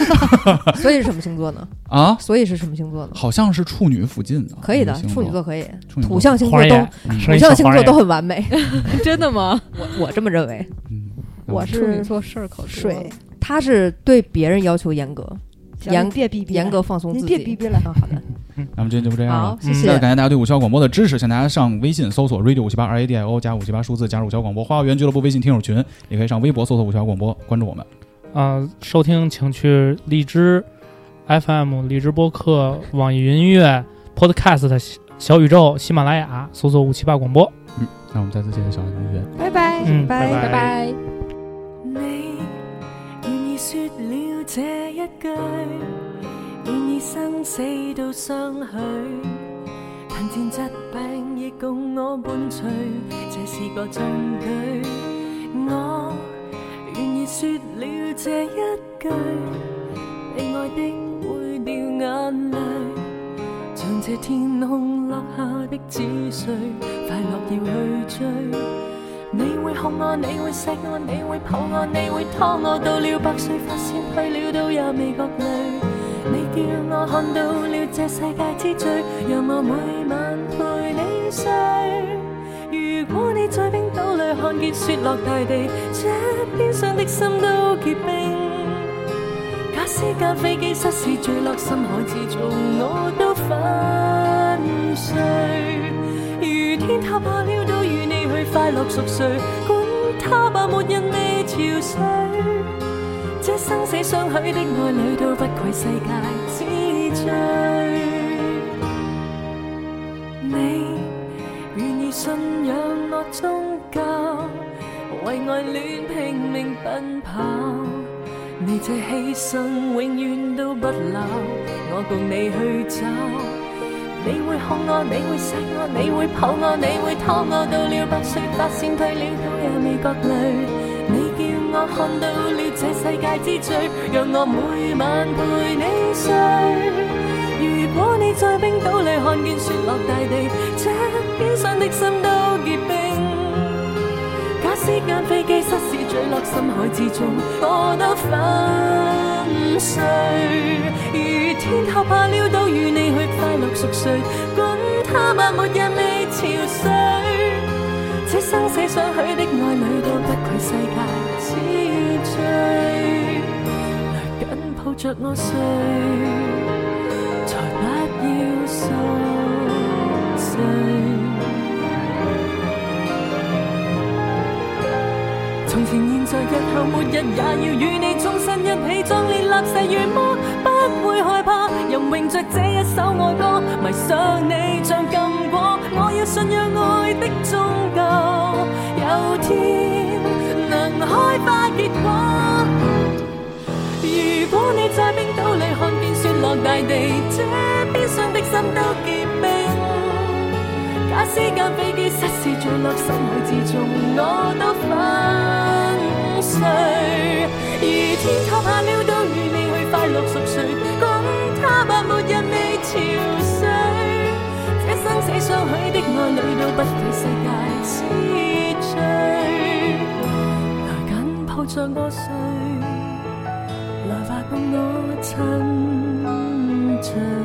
Speaker 7: 嗯所以是什么星座呢？
Speaker 3: 啊？
Speaker 7: 所以是什么星座呢？
Speaker 3: 好像是处女附近的，
Speaker 7: 可以的
Speaker 3: 那个，星
Speaker 7: 处女座可以，
Speaker 3: 处女座
Speaker 7: 土象星座
Speaker 4: 黄
Speaker 7: 都
Speaker 4: 爷，
Speaker 3: 嗯
Speaker 4: 生
Speaker 7: 土
Speaker 4: 一小
Speaker 7: 象星
Speaker 4: 黄
Speaker 7: 座
Speaker 4: 爷
Speaker 7: 都很完美，
Speaker 6: 真的吗？
Speaker 7: 我这么认为。
Speaker 3: 嗯，
Speaker 5: 我
Speaker 6: 处女
Speaker 5: 是
Speaker 6: 座事儿可多了
Speaker 5: 水，
Speaker 7: 他是对别人要求严格，
Speaker 5: 行
Speaker 7: 严
Speaker 5: 你别逼逼了，
Speaker 7: 严格放松自
Speaker 5: 您
Speaker 7: 己。
Speaker 5: 别逼逼了。
Speaker 7: 啊，好的，
Speaker 3: 咱们这期就这样啊了
Speaker 7: 好，。谢
Speaker 4: 嗯
Speaker 7: 谢。
Speaker 3: 再次感谢大家对五七八广播的支持，请大家上微信搜索 radio 五七八 r a d i o 加五七八数字加入五七八广播花园俱乐部微信听友群，也可以上微博搜索五七八广播关注我们。
Speaker 4: 啊、收听请去荔枝 FM、荔枝播客、网易云音乐、Podcast 小、小宇宙、喜马拉雅，搜索五七八广播。
Speaker 3: 那我们再次谢谢小爱同学。
Speaker 5: 拜拜，
Speaker 4: 嗯拜
Speaker 6: 拜拜。
Speaker 9: 你愿意说了这一句，愿意生死都相许，貧賤疾病亦共我伴隨，這是個壯舉。我願意说了這一句，被愛的會掉眼淚，像这天空落下的紙碎，快樂要去追。你會哄我，你會錫我，你會抱我，你會拖我，到了百歲發現去了都也未覺累。你叫我看到了這世界之最，讓我每晚陪你睡。如果你在冰島裏看見雪落大地，這邊上的心都結冰。假使架飛機失事墜落深海之中，我都粉碎。如天塌下了，都與你去快樂熟睡，管他吧，沒人被潮水。這生死相許的愛侶，都不愧世界之最。你願意信仰我宗教，為愛戀拼命奔跑。你這犧牲永遠都不朽，我共你去找。你會哄我，你會錫我，你會抱我，你會拖我，到了百歲發現退了都也未覺累。你叫我看到了這世界之最，讓我每晚陪你睡。如果你在冰島裏看見雪落大地，這邊上的心都結冰。假使間飛機失事墜落深海之中，我都粉碎。如天塌下了，都與你去快樂熟睡，管他萬沒人未潮水。這生死相許的愛侶，都不愧世界之最。來緊抱着我睡，才不要心碎。從前、現在、日後，末日也要與你終身一起，壯烈立誓如魔，不會害怕。吟詠着這一首愛歌，迷上你像禁果。我要信仰愛的宗教，有天能開花結果。如果你在冰島裏看見雪落大地，這邊上的心都結冰。假使架飛機失事墜落深海之中，我都粉碎。而天塌下了，都與你去快樂熟睡，講他吧，沒人未潮水。這生死相許的愛侶，都不愧世界之最。來緊抱着我睡，來吧，共我親嘴。Mm-hmm.